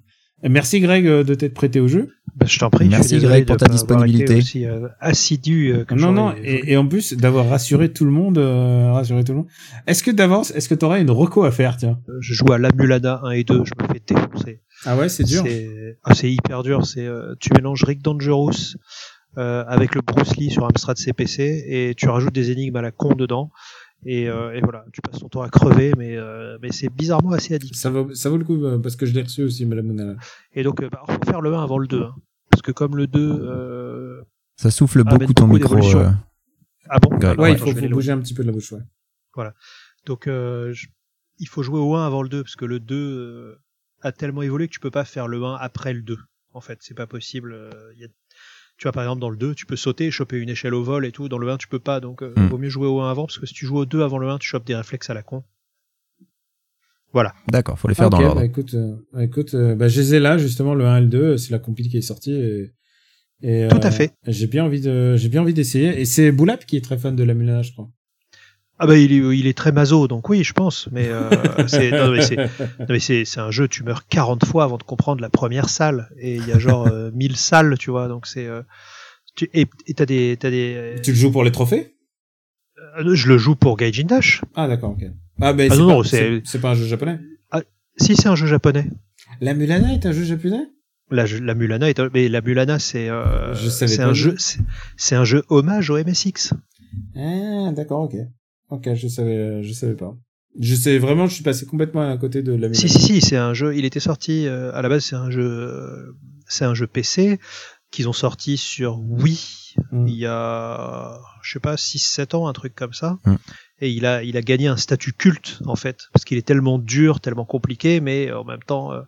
Euh, Merci Greg euh, de t'être prêté au jeu.
Bah, je t'en prie. je suis
Merci,
désolé
Greg,
de
pour
pas
ta
avoir été
disponibilité.
Aussi euh, assidu. euh, que
Non,
j'aurais-
non, et, et en plus d'avoir rassuré tout le monde, euh, rassuré tout le monde. Est-ce que d'avance, est-ce que t'aurais une reco à faire, tiens
j'aurais- Je joue à l'Amulada 1 et 2. Je me fais défoncer.
Ah ouais, c'est dur.
C'est ah, c'est hyper dur. C'est euh, tu mélanges Rick Dangerous euh, avec le Bruce Lee sur Amstrad CPC et tu rajoutes des énigmes à la con dedans. Et, euh, et voilà, tu passes ton temps à crever, mais, euh, mais c'est bizarrement assez addict.
Ça vaut, ça vaut le coup euh, parce que je l'ai reçu aussi, Madame Monala.
Et donc, il faut faire le 1 avant le 2. hein. parce que comme le 2... Euh...
Ça souffle
Ah, mais
beaucoup ton
beaucoup
micro.
d'évolution.
euh.
Ah bon
Greg,
Alors,
Ouais, il
attends,
faut,
je vais
faut
aller
bouger un petit peu de la bouche, ouais.
Donc euh, je- il faut jouer au 1 avant le 2 parce que le 2 euh, a tellement évolué que tu peux pas faire le 1 après le 2. En fait, c'est pas possible. euh, il y a- Tu vois par exemple dans le 2, tu peux sauter, choper une échelle au vol et tout. Dans le 1, tu peux pas. Donc euh,
Mm.
vaut mieux jouer au 1 avant parce que si tu joues au 2 avant le 1, tu chopes des réflexes à la con.
D'accord, faut les
Ah,
faire
ok,
dans l'ordre.
bah, écoute, euh, bah, écoute euh, bah, je les ai là, justement, le 1 et le 2, c'est la compil qui est sortie. Et, et,
Tout à
euh,
fait.
J'ai bien envie de, j'ai bien envie d'essayer. Et c'est Boulap qui est très fan de la Mulana, je crois.
Ah bah il est, il est très maso, donc oui, je pense. Mais euh, c'est non, mais c'est- non, mais c'est c'est un jeu, tu meurs 40 fois avant de comprendre la première salle. Et il y a genre euh, 1000 salles, tu vois. Donc c'est... euh, tu- et et t'as des... t'as des
Tu le joues pour les trophées
Euh, Je le joue pour Gaijin Dash.
Ah, d'accord, ok. Ah, mais
Ah
c'est
non,
pas,
non,
c'est
c'est-
c'est pas un jeu japonais.
Si c'est un jeu japonais.
La Mulana est un jeu japonais
La, la Mulana est un- mais la Mulana c'est euh,
Je savais
c'est
pas.
un jeu c'est- c'est un jeu hommage au MSX.
Ah, d'accord, ok. Ok, je savais, euh, je savais pas. Je sais vraiment, je suis passé complètement à côté de la Mulana.
Si si si, c'est un jeu, il était sorti euh, à la base c'est un jeu euh, c'est un jeu PC qu'ils ont sorti sur Wii
Mm.
il y a je sais pas 6 7 ans un truc comme ça.
Mm.
Et il a il a gagné un statut culte en fait parce qu'il est tellement dur, tellement compliqué mais en même temps euh,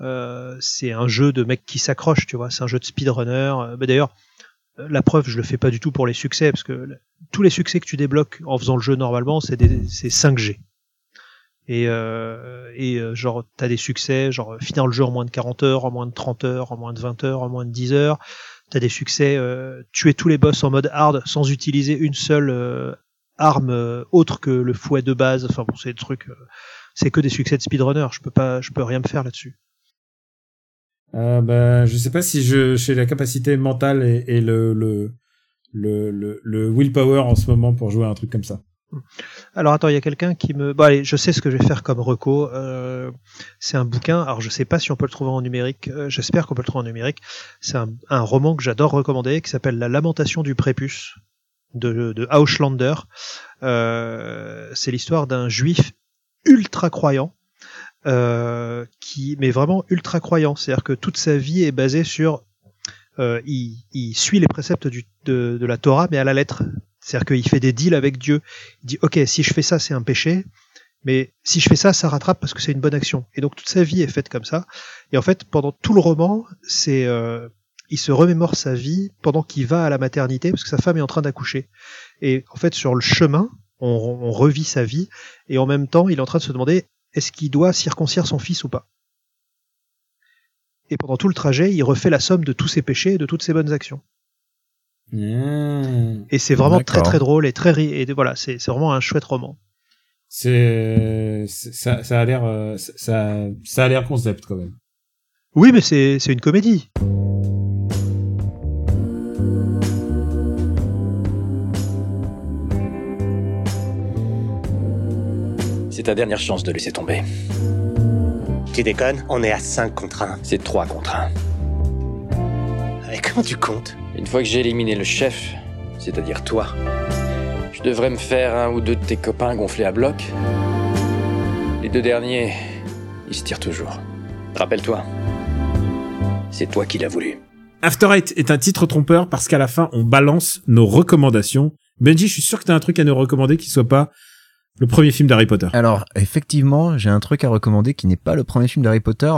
euh, c'est un jeu de mec qui s'accroche, tu vois, c'est un jeu de speedrunner. Euh, Mais d'ailleurs Euh, la preuve, je le fais pas du tout pour les succès, parce que l- tous les succès que tu débloques en faisant le jeu normalement, c'est des- c'est 5G. Et, euh, et euh, genre, t'as des succès, genre euh, finir le jeu en moins de 40 heures, en moins de 30 heures, en moins de 20 heures, en moins de 10 heures. T'as des succès, euh, tuer tous les boss en mode hard sans utiliser une seule euh, arme euh, autre que le fouet de base. Enfin bon, c'est des trucs, euh, c'est que des succès de speedrunner. Je peux pas, je peux rien me faire là-dessus.
Euh, bah, je sais pas si je j'ai la capacité mentale et, et le, le, le, le, le willpower en ce moment pour jouer à un truc comme ça.
Alors attends, il y a quelqu'un qui me. Bon allez, je sais ce que je vais faire comme reco. Euh, c'est un bouquin. Alors je sais pas si on peut le trouver en numérique. Euh, J'espère qu'on peut le trouver en numérique. C'est un, un roman que j'adore recommander qui s'appelle La Lamentation du prépuce de, de Auslander. Euh, c'est l'histoire d'un juif ultra croyant. Euh, qui mais vraiment ultra croyant, c'est-à-dire que toute sa vie est basée sur euh, il, il suit les préceptes du, de, de la Torah mais à la lettre, c'est-à-dire qu'il fait des deals avec Dieu, il dit ok si je fais ça c'est un péché mais si je fais ça ça rattrape parce que c'est une bonne action et donc toute sa vie est faite comme ça et en fait pendant tout le roman c'est euh, il se remémore sa vie pendant qu'il va à la maternité parce que sa femme est en train d'accoucher. Et en fait, sur le chemin, on, on revit sa vie et en même temps, il est en train de se demander est-ce qu'il doit circoncire son fils ou pas. Et pendant tout le trajet, il refait la somme de tous ses péchés et de toutes ses bonnes actions.
Ah.
Mmh.
Et c'est vraiment
D'accord.
très très drôle et très ri- et voilà, c'est c'est vraiment un chouette roman.
C'est c'est- ça, ça a l'air euh, ça- ça, ça a l'air concept quand même.
Oui, mais c'est c'est une comédie.
C'est ta dernière chance de laisser tomber.
Tu déconnes On est à 5 contre 1.
C'est trois contre un.
Et comment tu comptes
Une fois que j'ai éliminé le chef, c'est-à-dire toi, je devrais me faire un ou deux de tes copains gonflés à bloc. Les deux derniers, ils se tirent toujours. Rappelle-toi, c'est toi qui l'as voulu.
After Eight est un titre trompeur parce qu'à la fin, on balance nos recommandations. Benji, je suis sûr que t'as un truc à nous recommander qui soit pas le premier film d'Harry Potter.
Alors, effectivement, j'ai un truc à recommander qui n'est pas le premier film d'Harry Potter.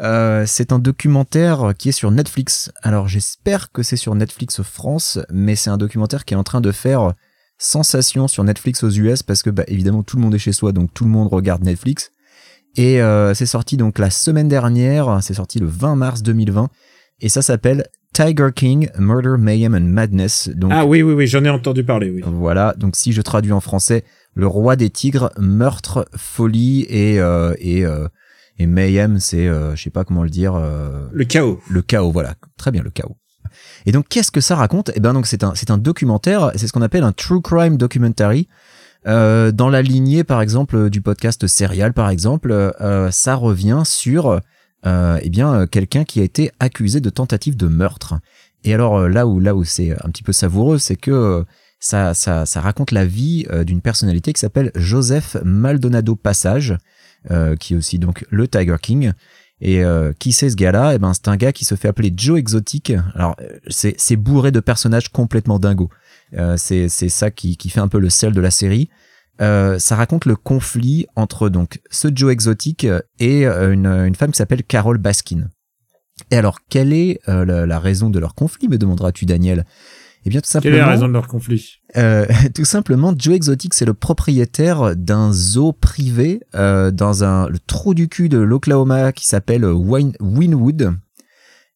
Euh, c'est un documentaire qui est sur Netflix. Alors, j'espère que c'est sur Netflix France, mais c'est un documentaire qui est en train de faire sensation sur Netflix aux US parce que, bah, évidemment, tout le monde est chez soi, donc tout le monde regarde Netflix. Et euh, c'est sorti donc la semaine dernière, c'est sorti le 20 mars 2020, et ça s'appelle Tiger King, Murder, Mayhem and Madness. Donc,
Ah oui, oui, oui, j'en ai entendu parler, oui.
voilà, donc si je traduis en français, le roi des tigres, meurtre, folie et euh, et, euh, et mayhem, c'est euh, je sais pas comment le dire, euh,
Le chaos.
le chaos, voilà, très bien le chaos. Et donc qu'est-ce que ça raconte Eh ben donc c'est un c'est un documentaire, c'est ce qu'on appelle un true crime documentary. Euh, dans la lignée par exemple du podcast Serial par exemple, euh, ça revient sur euh, eh bien euh, quelqu'un qui a été accusé de tentative de meurtre. Et alors euh, là où là où c'est un petit peu savoureux, c'est que euh, ça, ça, ça raconte la vie euh, d'une personnalité qui s'appelle Joseph Maldonado Passage, euh, qui est aussi donc le Tiger King. Et euh, qui c'est ce gars-là Eh ben, c'est un gars qui se fait appeler Joe Exotic. Alors, euh, c'est c'est bourré de personnages complètement dingos. Euh, c'est c'est ça qui, qui fait un peu le sel de la série. Euh, ça raconte le conflit entre donc ce Joe Exotic et euh, une, une femme qui s'appelle Carol Baskin. Et alors, quelle est euh, la, la raison de leur conflit, me demanderas-tu, Daniel Eh bien, tout
Quelle est
simplement.
la raison de leur conflit
Euh, tout simplement, Joe Exotic, c'est le propriétaire d'un zoo privé euh, dans un, le trou du cul de l'Oklahoma qui s'appelle Wine- Wynwood.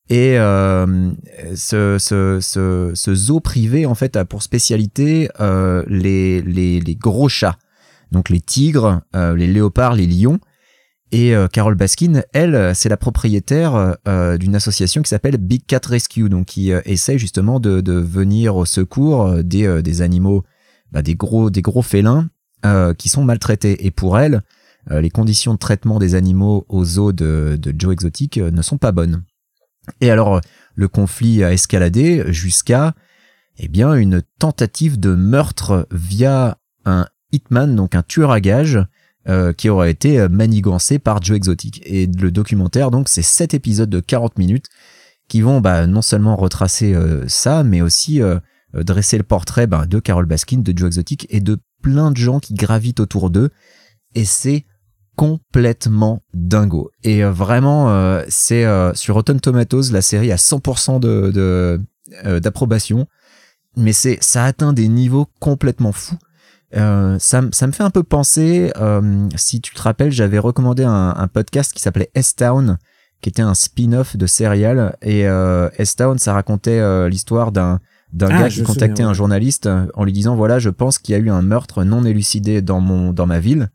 Et euh, ce, ce, ce, ce zoo privé, en fait, a pour spécialité euh, les, les, les gros chats. Donc les tigres, euh, les léopards, les lions. Et euh, Carole Baskin, elle, euh, c'est la propriétaire euh, d'une association qui s'appelle Big Cat Rescue, donc qui euh, essaie justement de, de venir au secours euh, des, euh, des animaux, bah, des gros des gros félins euh, qui sont maltraités. Et pour elle, euh, les conditions de traitement des animaux aux zoo de, de Joe Exotic euh, ne sont pas bonnes. Et alors, euh, le conflit a escaladé jusqu'à eh bien une tentative de meurtre via un hitman, donc un tueur à gages euh, qui aura été euh, manigancé par Joe Exotic. Et le documentaire, donc, c'est sept épisodes de 40 minutes qui vont bah, non seulement retracer euh, ça, mais aussi euh, euh, dresser le portrait bah, de Carol Baskin, de Joe Exotic et de plein de gens qui gravitent autour d'eux. Et c'est complètement dingo. Et euh, vraiment, euh, c'est euh, sur Rotten Tomatoes, la série a 100% de- de, euh, d'approbation. mais c'est ça atteint des niveaux complètement fous. Euh, ça, me- ça me fait un peu penser, euh, si tu te rappelles, j'avais recommandé un, un podcast qui s'appelait S-Town, qui était un spin-off de Serial. Et euh, S-Town, ça racontait euh, l'histoire d'un d'un
Ah,
gars
je
qui
me
contactait
souviens,
un
ouais.
journaliste euh, en lui disant voilà je pense qu'il y a eu un meurtre non élucidé dans mon dans ma ville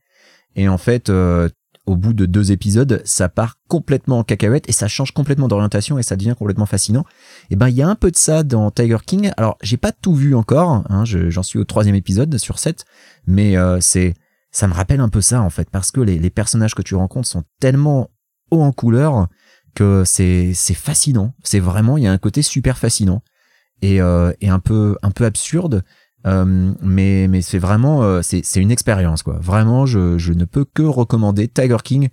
et en fait euh, au bout de deux épisodes ça part complètement en cacahuète et ça change complètement d'orientation et ça devient complètement fascinant et ben il y a un peu de ça dans Tiger King. Alors j'ai pas tout vu encore, hein, je- j'en suis au troisième épisode sur sept, mais euh, c'est ça me rappelle un peu ça en fait parce que les, les personnages que tu rencontres sont tellement hauts en couleur que c'est c'est fascinant. C'est vraiment il y a un côté super fascinant et, euh, et un peu un peu absurde. Euh, mais mais c'est vraiment euh, c'est c'est une expérience quoi. Vraiment je, je ne peux que recommander Tiger King,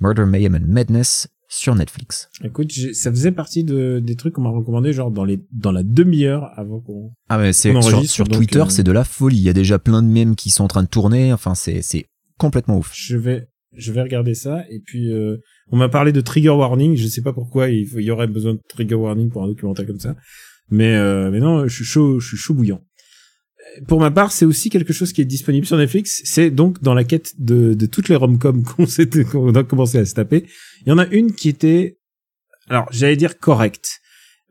Murder Mayhem and Madness sur Netflix.
Écoute, j'ai- ça faisait partie de, des trucs qu'on m'a recommandé, genre dans, les, dans la demi-heure avant qu'on.
Ah mais c'est
On
sur,
enregistre,
sur
donc,
Twitter,
euh,
c'est de la folie. Il y a déjà plein de mèmes qui sont en train de tourner. Enfin, c'est c'est complètement ouf.
Je vais Je vais regarder ça. Et puis, euh, on m'a parlé de trigger warning. Je sais pas pourquoi il faut- il y aurait besoin de trigger warning pour un documentaire comme ça. Mais, euh, mais non, je suis chaud, je suis chaud bouillant. Euh, Pour ma part, c'est aussi quelque chose qui est disponible sur Netflix. C'est donc dans la quête de, de toutes les rom-coms qu'on s'est- qu'on a commencé à se taper. Il y en a une qui était, alors j'allais dire correcte.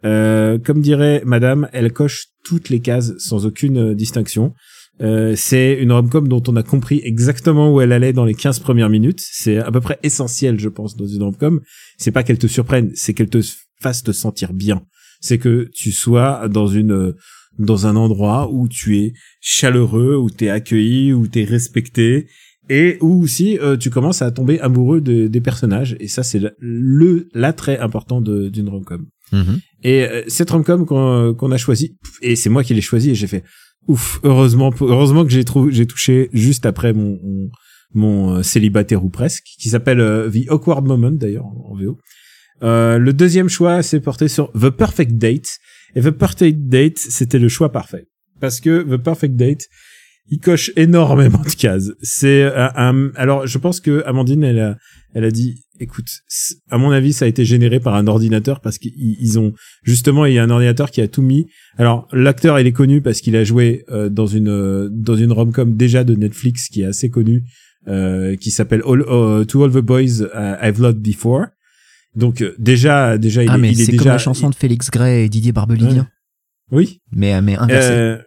Euh, comme dirait Madame, elle coche toutes les cases sans aucune euh, distinction. Euh, c'est une rom-com dont on a compris exactement où elle allait dans les 15 premières minutes. C'est à peu près essentiel, je pense, dans une rom-com. C'est pas qu'elle te surprenne, c'est qu'elle te fasse te sentir bien. C'est que tu sois dans une euh, dans un endroit où tu es chaleureux, où tu es accueilli, où tu es respecté et où aussi euh, tu commences à tomber amoureux de- des personnages et ça c'est le- le l'attrait important de- d'une rom-com.
Mhm.
Et euh, cette rom-com qu'on euh, qu'on a choisi, pff, et c'est moi qui l'ai choisi, et j'ai fait ouf, heureusement, pour- heureusement que j'ai trouvé, j'ai touché juste après mon mon, mon, euh, célibataire ou presque, qui s'appelle euh, The Awkward Moment d'ailleurs en, en VO. Euh, le deuxième choix s'est porté sur The Perfect Date, et The Perfect Date c'était le choix parfait parce que The Perfect Date il coche énormément de cases. C'est un, un- alors je pense que Amandine elle a elle a dit écoute c'est- à mon avis ça a été généré par un ordinateur parce qu'ils ils ont justement il y a un ordinateur qui a tout mis. Alors l'acteur il est connu parce qu'il a joué euh, dans une euh, dans une rom-com déjà de Netflix qui est assez connue euh, qui s'appelle All, euh, To All the Boys euh, I've Loved Before. Donc euh, déjà déjà il
Ah,
est,
mais
il est
c'est
déjà
comme la chanson de Félix Gray et Didier Barbelivien.
oui
Mais, mais inversé.
euh,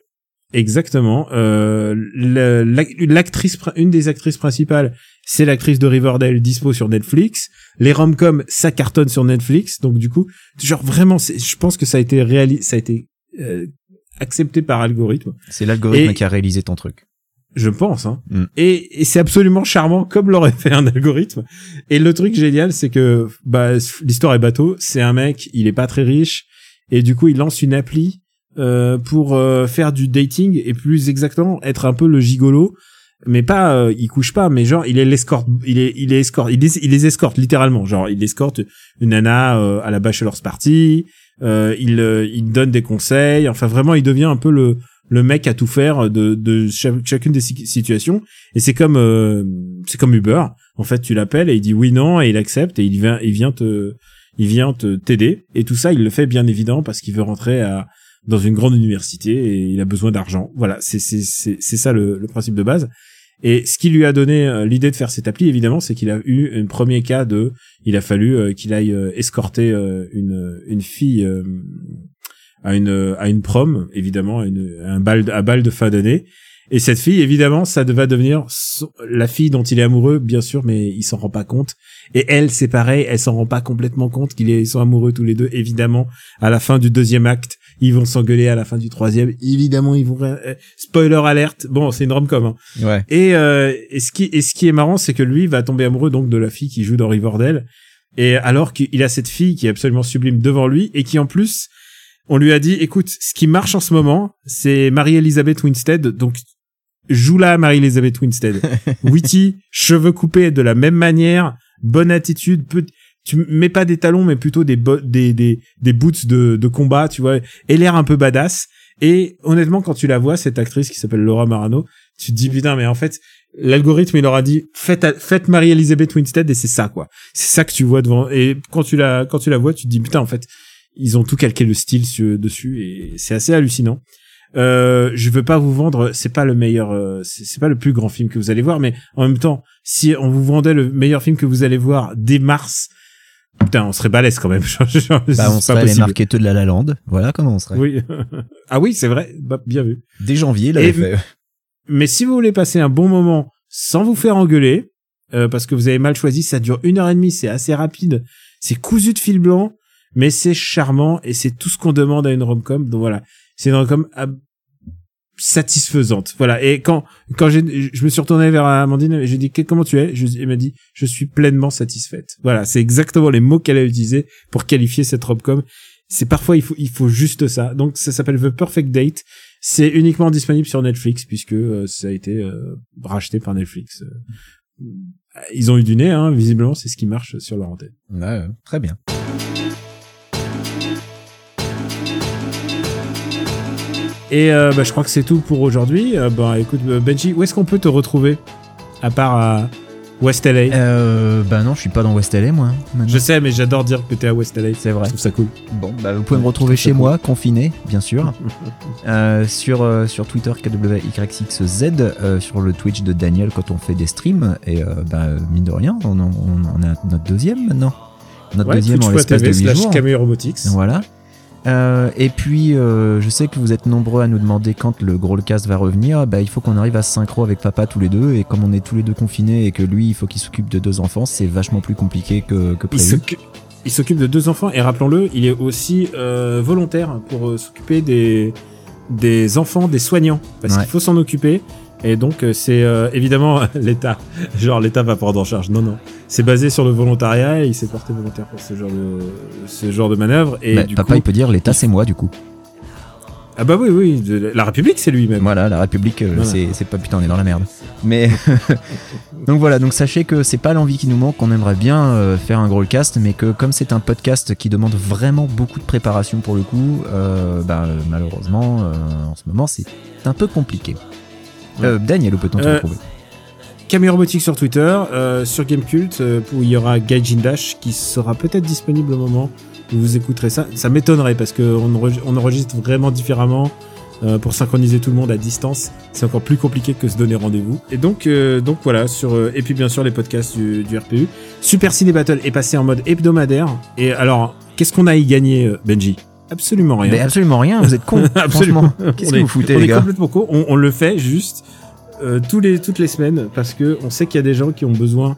exactement. Euh, le- l'ac- l'actrice, pri- une des actrices principales, c'est l'actrice de Riverdale, dispo sur Netflix. Les rom-com, ça cartonne sur Netflix. Donc du coup, genre vraiment, c'est- je pense que ça a été réalisé, ça a été euh, accepté par algorithme.
c'est l'algorithme
et-
qui a réalisé ton truc.
Je pense. Hein.
Mm.
Et, et c'est absolument charmant, comme l'aurait fait un algorithme. Et le truc génial, c'est que bah, l'histoire est bateau. C'est un mec, il est pas très riche, et du coup, il lance une appli euh, pour euh, faire du dating et plus exactement être un peu le gigolo. Mais pas, euh, il couche pas, mais genre il est l'escorte, il est, il est escorte, il les, il les escorte littéralement. Genre il escorte une nana euh, à la bachelor's party, euh, il, euh, il donne des conseils. Enfin vraiment, il devient un peu le, le mec à tout faire de, de cha- chacune des si- situations et c'est comme euh, c'est comme Uber en fait tu l'appelles et il dit oui non et il accepte et il vient il vient te il vient te t'aider et tout ça il le fait bien évident parce qu'il veut rentrer à dans une grande université et il a besoin d'argent voilà c'est c'est c'est c'est ça le, le principe de base et ce qui lui a donné euh, l'idée de faire cette appli évidemment c'est qu'il a eu un premier cas de il a fallu euh, qu'il aille euh, escorter euh, une une fille euh, à une à une prom évidemment à, une, à un bal de- à bal de fin d'année et cette fille évidemment ça de- va devenir son- la fille dont il est amoureux bien sûr mais il s'en rend pas compte et elle c'est pareil elle s'en rend pas complètement compte qu'ils est- ils sont amoureux tous les deux évidemment à la fin du deuxième acte ils vont s'engueuler à la fin du troisième évidemment ils vont euh, spoiler alerte bon c'est une rom-com hein.
Ouais.
Et, euh, et ce qui et ce qui est marrant, c'est que lui va tomber amoureux donc de la fille qui joue dans Riverdale. Et alors qu'il a cette fille qui est absolument sublime devant lui et qui en plus, on lui a dit, écoute, ce qui marche en ce moment, c'est Marie-Elizabeth Winstead, donc joue là Marie-Elizabeth Winstead. Witty, cheveux coupés de la même manière, bonne attitude, peu- tu mets pas des talons mais plutôt des bo- des des des boots de de combat, tu vois, et l'air un peu badass. Et honnêtement, quand tu la vois, cette actrice qui s'appelle Laura Marano, tu te dis putain, mais en fait, l'algorithme il leur a dit faites faites Marie-Elisabeth Winstead et c'est ça quoi. C'est ça que tu vois devant. Et quand tu la quand tu la vois, tu te dis putain en fait, ils ont tout calqué le style su- dessus et c'est assez hallucinant. Euh, je veux pas vous vendre, c'est pas le meilleur, euh, c'est c'est pas le plus grand film que vous allez voir, mais en même temps, si on vous vendait le meilleur film que vous allez voir dès mars, putain, on serait balèze quand même. Genre, genre, c'est
Bah, on
pas
serait les
possible.
marketeux de la La Land. Voilà comment on serait.
Oui. ah oui, c'est vrai. Bah, bien vu.
Dès janvier, là,
Et-
il fait-
Mais si vous voulez passer un bon moment sans vous faire engueuler, euh, parce que vous avez mal choisi, ça dure une heure et demie, c'est assez rapide, c'est cousu de fil blanc, mais c'est charmant et c'est tout ce qu'on demande à une rom-com. Donc voilà, c'est une rom-com ab- satisfaisante. Voilà. Et quand quand j'ai je me suis retourné vers Amandine et j'ai dit Que- comment tu es, je, elle m'a dit je suis pleinement satisfaite. Voilà, c'est exactement les mots qu'elle a utilisés pour qualifier cette rom-com. C'est parfois il faut il faut juste ça. Donc ça s'appelle The Perfect Date. C'est uniquement disponible sur Netflix puisque euh, ça a été euh, racheté par Netflix. Euh, Ils ont eu du nez, hein, visiblement, c'est ce qui marche sur leur antenne.
euh, Ouais, ouais, très bien.
Et euh, bah, je crois que c'est tout pour aujourd'hui. Euh, bah, écoute, euh, Benji, où est-ce qu'on peut te retrouver à part à, West LA.
Euh, bah non, je suis pas dans West LA, moi. hein, maintenant.
Je sais, mais j'adore dire que t'es à West LA.
C'est vrai.
Je trouve ça cool.
Bon, bah, vous pouvez me retrouver chez moi, confiné, bien sûr. Euh, sur, euh, sur Twitter KWYXZ, euh, sur le Twitch de Daniel quand on fait des streams. Et euh, bah, mine de rien, on, en- on en a notre deuxième maintenant. Notre
Ouais,
deuxième en l'espace de
twitch.tv
8
slash
jours.
Camille Robotics.
Voilà. Euh, et puis, euh, je sais que vous êtes nombreux à nous demander quand le Growlcast va revenir. Bah, il faut qu'on arrive à se synchro avec papa tous les deux. Et comme on est tous les deux confinés et que lui, il faut qu'il s'occupe de deux enfants, c'est vachement plus compliqué que, que
Il
prévu.
s'occu- il s'occupe de deux enfants et rappelons-le, il est aussi euh, volontaire pour euh, s'occuper des, des enfants, des soignants, parce
Ouais.
qu'il faut s'en occuper. Et donc euh, c'est euh, évidemment l'État, genre l'État va prendre en charge. Non non, c'est basé sur le volontariat. Et il s'est porté volontaire pour ce genre de ce genre de manœuvre. Et
Bah,
du
papa,
coup,
il peut dire l'État, c'est moi, du coup.
ah bah oui oui, de- la République c'est lui-même.
Voilà, la République, euh,
Voilà.
c'est c'est pas putain, on est dans la merde. Mais donc voilà, donc sachez que c'est pas l'envie qui nous manque, qu'on aimerait bien euh, faire un Growlcast, mais que comme c'est un podcast qui demande vraiment beaucoup de préparation pour le coup, euh, bah, euh, malheureusement, euh, en ce moment, c'est un peu compliqué. Euh, Daniel, où peut-on te
Euh,
retrouver
Camille Robotics sur Twitter, euh, sur Gamecult, euh, où il y aura Gaijin Dash qui sera peut-être disponible au moment où vous écouterez ça. Ça m'étonnerait parce qu'on on enregistre vraiment différemment euh, pour synchroniser tout le monde à distance. C'est encore plus compliqué que se donner rendez-vous. Et donc, euh, donc voilà, sur, euh, et puis bien sûr les podcasts du, du RPU. Super Ciné Battle est passé en mode hebdomadaire. Et alors, qu'est-ce qu'on a à y gagner, euh, Benji Absolument rien.
Mais absolument rien, vous êtes cons,
Absolument.
franchement. Qu'est-ce
On
que
est-
vous foutez,
on
les
est
gars
complètement con. On, on le fait juste euh, tous les, toutes les semaines parce que on sait qu'il y a des gens qui ont besoin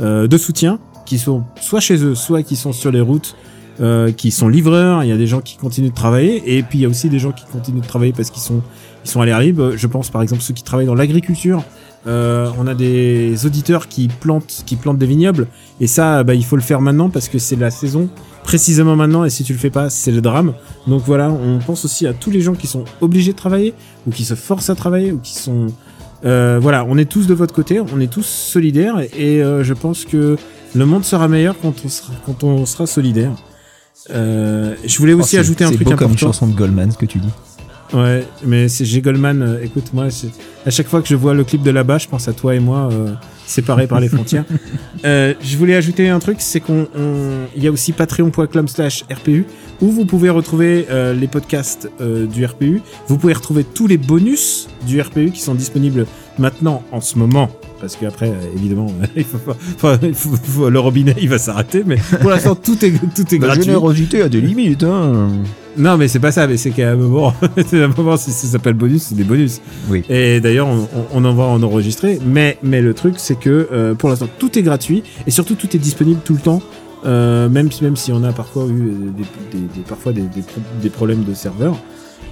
euh, de soutien, qui sont soit chez eux, soit qui sont sur les routes, euh, qui sont livreurs. Il y a des gens qui continuent de travailler et puis il y a aussi des gens qui continuent de travailler parce qu'ils sont ils sont à l'air libre. Je pense par exemple ceux qui travaillent dans l'agriculture. Euh, on a des auditeurs qui plantent, qui plantent des vignobles et ça, bah, il faut le faire maintenant parce que c'est la saison précisément maintenant et si tu le fais pas, c'est le drame. Donc voilà, on pense aussi à tous les gens qui sont obligés de travailler ou qui se forcent à travailler ou qui sont euh, voilà, on est tous de votre côté, on est tous solidaires et euh, je pense que le monde sera meilleur quand on sera, quand on sera solidaire. Euh, je voulais aussi
Oh, c'est-
ajouter un
c'est
truc
beau
important.
comme une chanson de Goldman, ce que tu dis.
Ouais, mais c'est G. Goldman. euh, écoute, moi, c'est- à chaque fois que je vois le clip de là-bas, je pense à toi et moi, euh, séparés par les frontières. Euh, je voulais ajouter un truc, c'est qu'on, on- il y a aussi patreon.com slash RPU, où vous pouvez retrouver euh, les podcasts euh, du RPU. Vous pouvez retrouver tous les bonus du RPU qui sont disponibles maintenant, en ce moment. Parce qu'après, euh, évidemment, il faut, pas- enfin, il faut- faut- le robinet, il va s'arrêter, mais pour l'instant, tout est, tout est
La
gratuit.
générosité a des limites, hein.
Non, mais c'est pas ça, mais c'est qu'à un moment, c'est un moment, si ça s'appelle bonus, c'est des bonus.
Oui.
Et d'ailleurs, on, on- on en va en enregistrer. Mais, mais le truc, c'est que euh, pour l'instant, tout est gratuit et surtout, tout est disponible tout le temps. Euh, même, si- même si on a parfois eu euh, des, des- des- parfois des, des pro- des problèmes de serveur.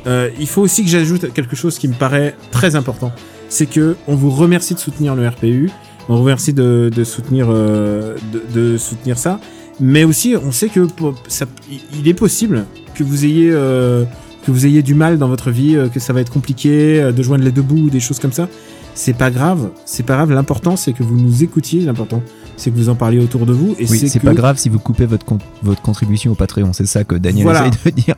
Euh, il faut aussi que j'ajoute quelque chose qui me paraît très important. C'est que on vous remercie de soutenir le RPU. On vous remercie de, de soutenir, euh, de, de soutenir ça. Mais aussi, on sait que pour- ça, il est possible que vous ayez euh, que vous ayez du mal dans votre vie, euh, que ça va être compliqué euh, de joindre les deux bouts, ou des choses comme ça. C'est pas grave, c'est pas grave. L'important, c'est que vous nous écoutiez. L'important, c'est que vous en parliez autour de vous. Et
Oui, c'est
que-
pas grave si vous coupez votre, con- votre contribution au Patreon, c'est ça que Daniel
Voilà.
essaye de dire.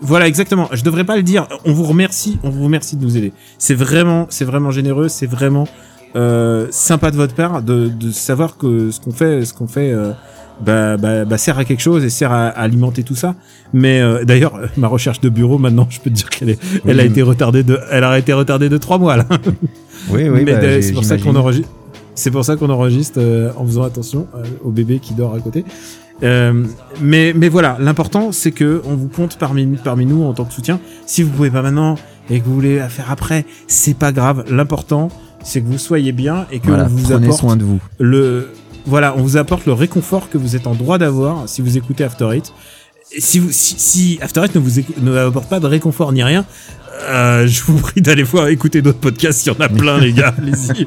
Voilà, exactement. Je devrais pas le dire. On vous remercie, on vous remercie de nous aider. C'est vraiment, c'est vraiment généreux, c'est vraiment euh, sympa de votre part de, de savoir que ce qu'on fait, ce qu'on fait, euh, bah, bah, bah, sert à quelque chose et sert à, à alimenter tout ça. Mais euh, d'ailleurs, euh, ma recherche de bureau, maintenant, je peux te dire qu'elle est, elle a
Oui.
été retardée de, elle a été retardée de trois mois là.
Oui, oui,
Mais
bah,
d'ailleurs,
j'ai-
c'est pour ça qu'on
j'imagine.
enregistre. C'est pour ça qu'on enregistre euh, en faisant attention euh, au bébé qui dort à côté. Euh, mais, mais voilà, l'important c'est que on vous compte parmi, parmi nous en tant que soutien. Si vous pouvez pas maintenant et que vous voulez la faire après, c'est pas grave. L'important c'est que vous soyez bien et que
Voilà,
on vous
prenez
apporte
soin de vous.
le voilà, on vous apporte le réconfort que vous êtes en droit d'avoir si vous écoutez After Eight. Et Si, vous, si, si After Eight ne vous écou- ne vous apporte pas de réconfort ni rien, euh, je vous prie d'aller voir écouter d'autres podcasts. Il y en a plein, les gars. Allez-y.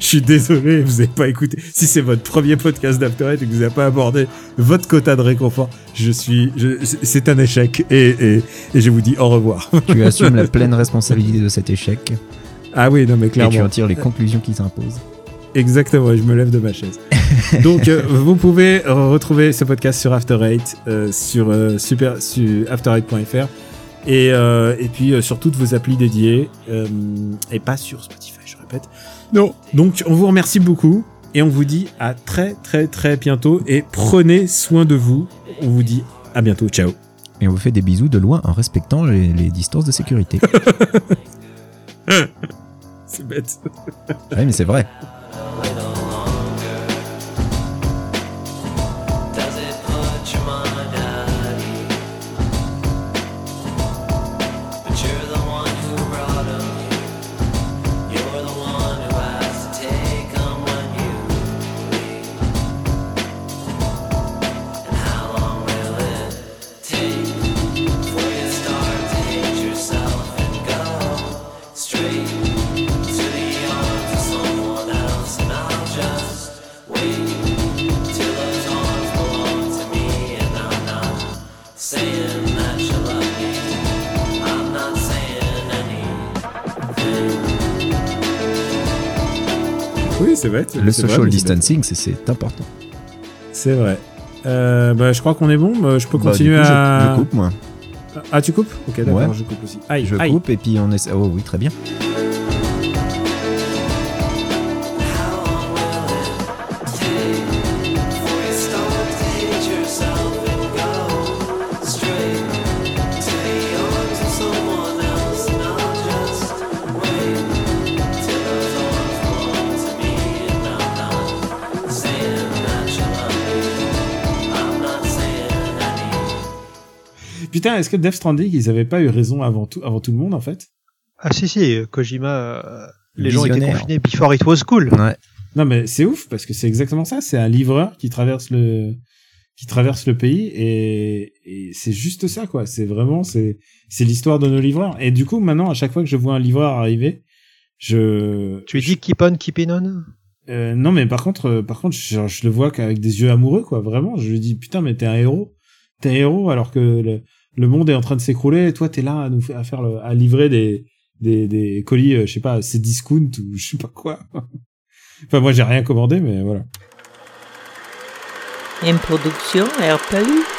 je suis désolé, vous n'avez pas écouté. Si c'est votre premier podcast d'After Eight et que vous n'avez pas abordé votre quota de réconfort, je suis, je, c'est un échec. Et, et, et je vous dis au revoir.
Tu assumes la pleine responsabilité de cet échec
ah oui, non mais
et tu
clairement.
en tires les conclusions qui s'imposent.
Exactement, je me lève de ma chaise. Donc, euh, vous pouvez re- retrouver ce podcast sur After Eight, euh, sur, euh, super, sur afterite.fr et, euh, et puis euh, sur toutes vos applis dédiées euh, et pas sur Spotify, je répète. Non. Donc, on vous remercie beaucoup.
Et on vous dit à très très très bientôt et prenez soin de vous. On vous dit à bientôt. Ciao.
Et on vous fait des bisous de loin en respectant les, les distances de sécurité. Ah
C'est bête.
ouais, mais c'est vrai.
Does it put your mind at ease? But you're the one who brought 'em here. You're the one who has to take 'em when you leave. And how long will it take before you start to hate yourself and go straight to the arms of someone else? And I'll just wait. Till those arms belong to me, and I'm not saying that you love me. I'm not saying anything.
Oui, c'est bête.
Le
C'est vrai,
social
mais c'est bête.
distancing, c'est- c'est important.
C'est vrai. Euh, bah, je crois qu'on est bon. Bah, je peux
Bah, du
continuer
coup, je-
à.
Je, coupe, moi.
Ah, tu coupes Ok, d'accord,
Ouais.
je coupe aussi. Aïe,
je
aïe.
coupe et puis on essaie. Oh oui, très bien.
How long will it take before you start to hate yourself and go straight to the arms of someone else? And I'll just wait till those arms belong to me, and I'm not saying that you love me. I'm not saying anything.
Putain, est-ce que Death Stranding, ils avaient pas eu raison avant tout, avant tout le monde, en fait
Ah si si, Kojima, euh, les gens étaient
Visionnaire.
confinés before it was cool.
Ouais.
Non, mais c'est ouf, parce que c'est exactement ça. C'est un livreur qui traverse le, qui traverse le pays, et, et c'est juste ça, quoi. C'est vraiment, c'est, c'est l'histoire de nos livreurs. Et du coup, maintenant, à chaque fois que je vois un livreur arriver, je...
Tu dis keep on, keeping on
Euh, non, mais par contre, euh, par contre, je, je le vois qu'avec des yeux amoureux, quoi. Vraiment, je lui dis putain, mais t'es un héros, t'es un héros, alors que le, le monde est en train de s'écrouler, et toi, t'es là à nous faire, à faire le- à livrer des des, des colis, euh, je sais pas, c'est discount ou je sais pas quoi. enfin, moi, j'ai rien commandé, mais voilà.
Une production Airplus.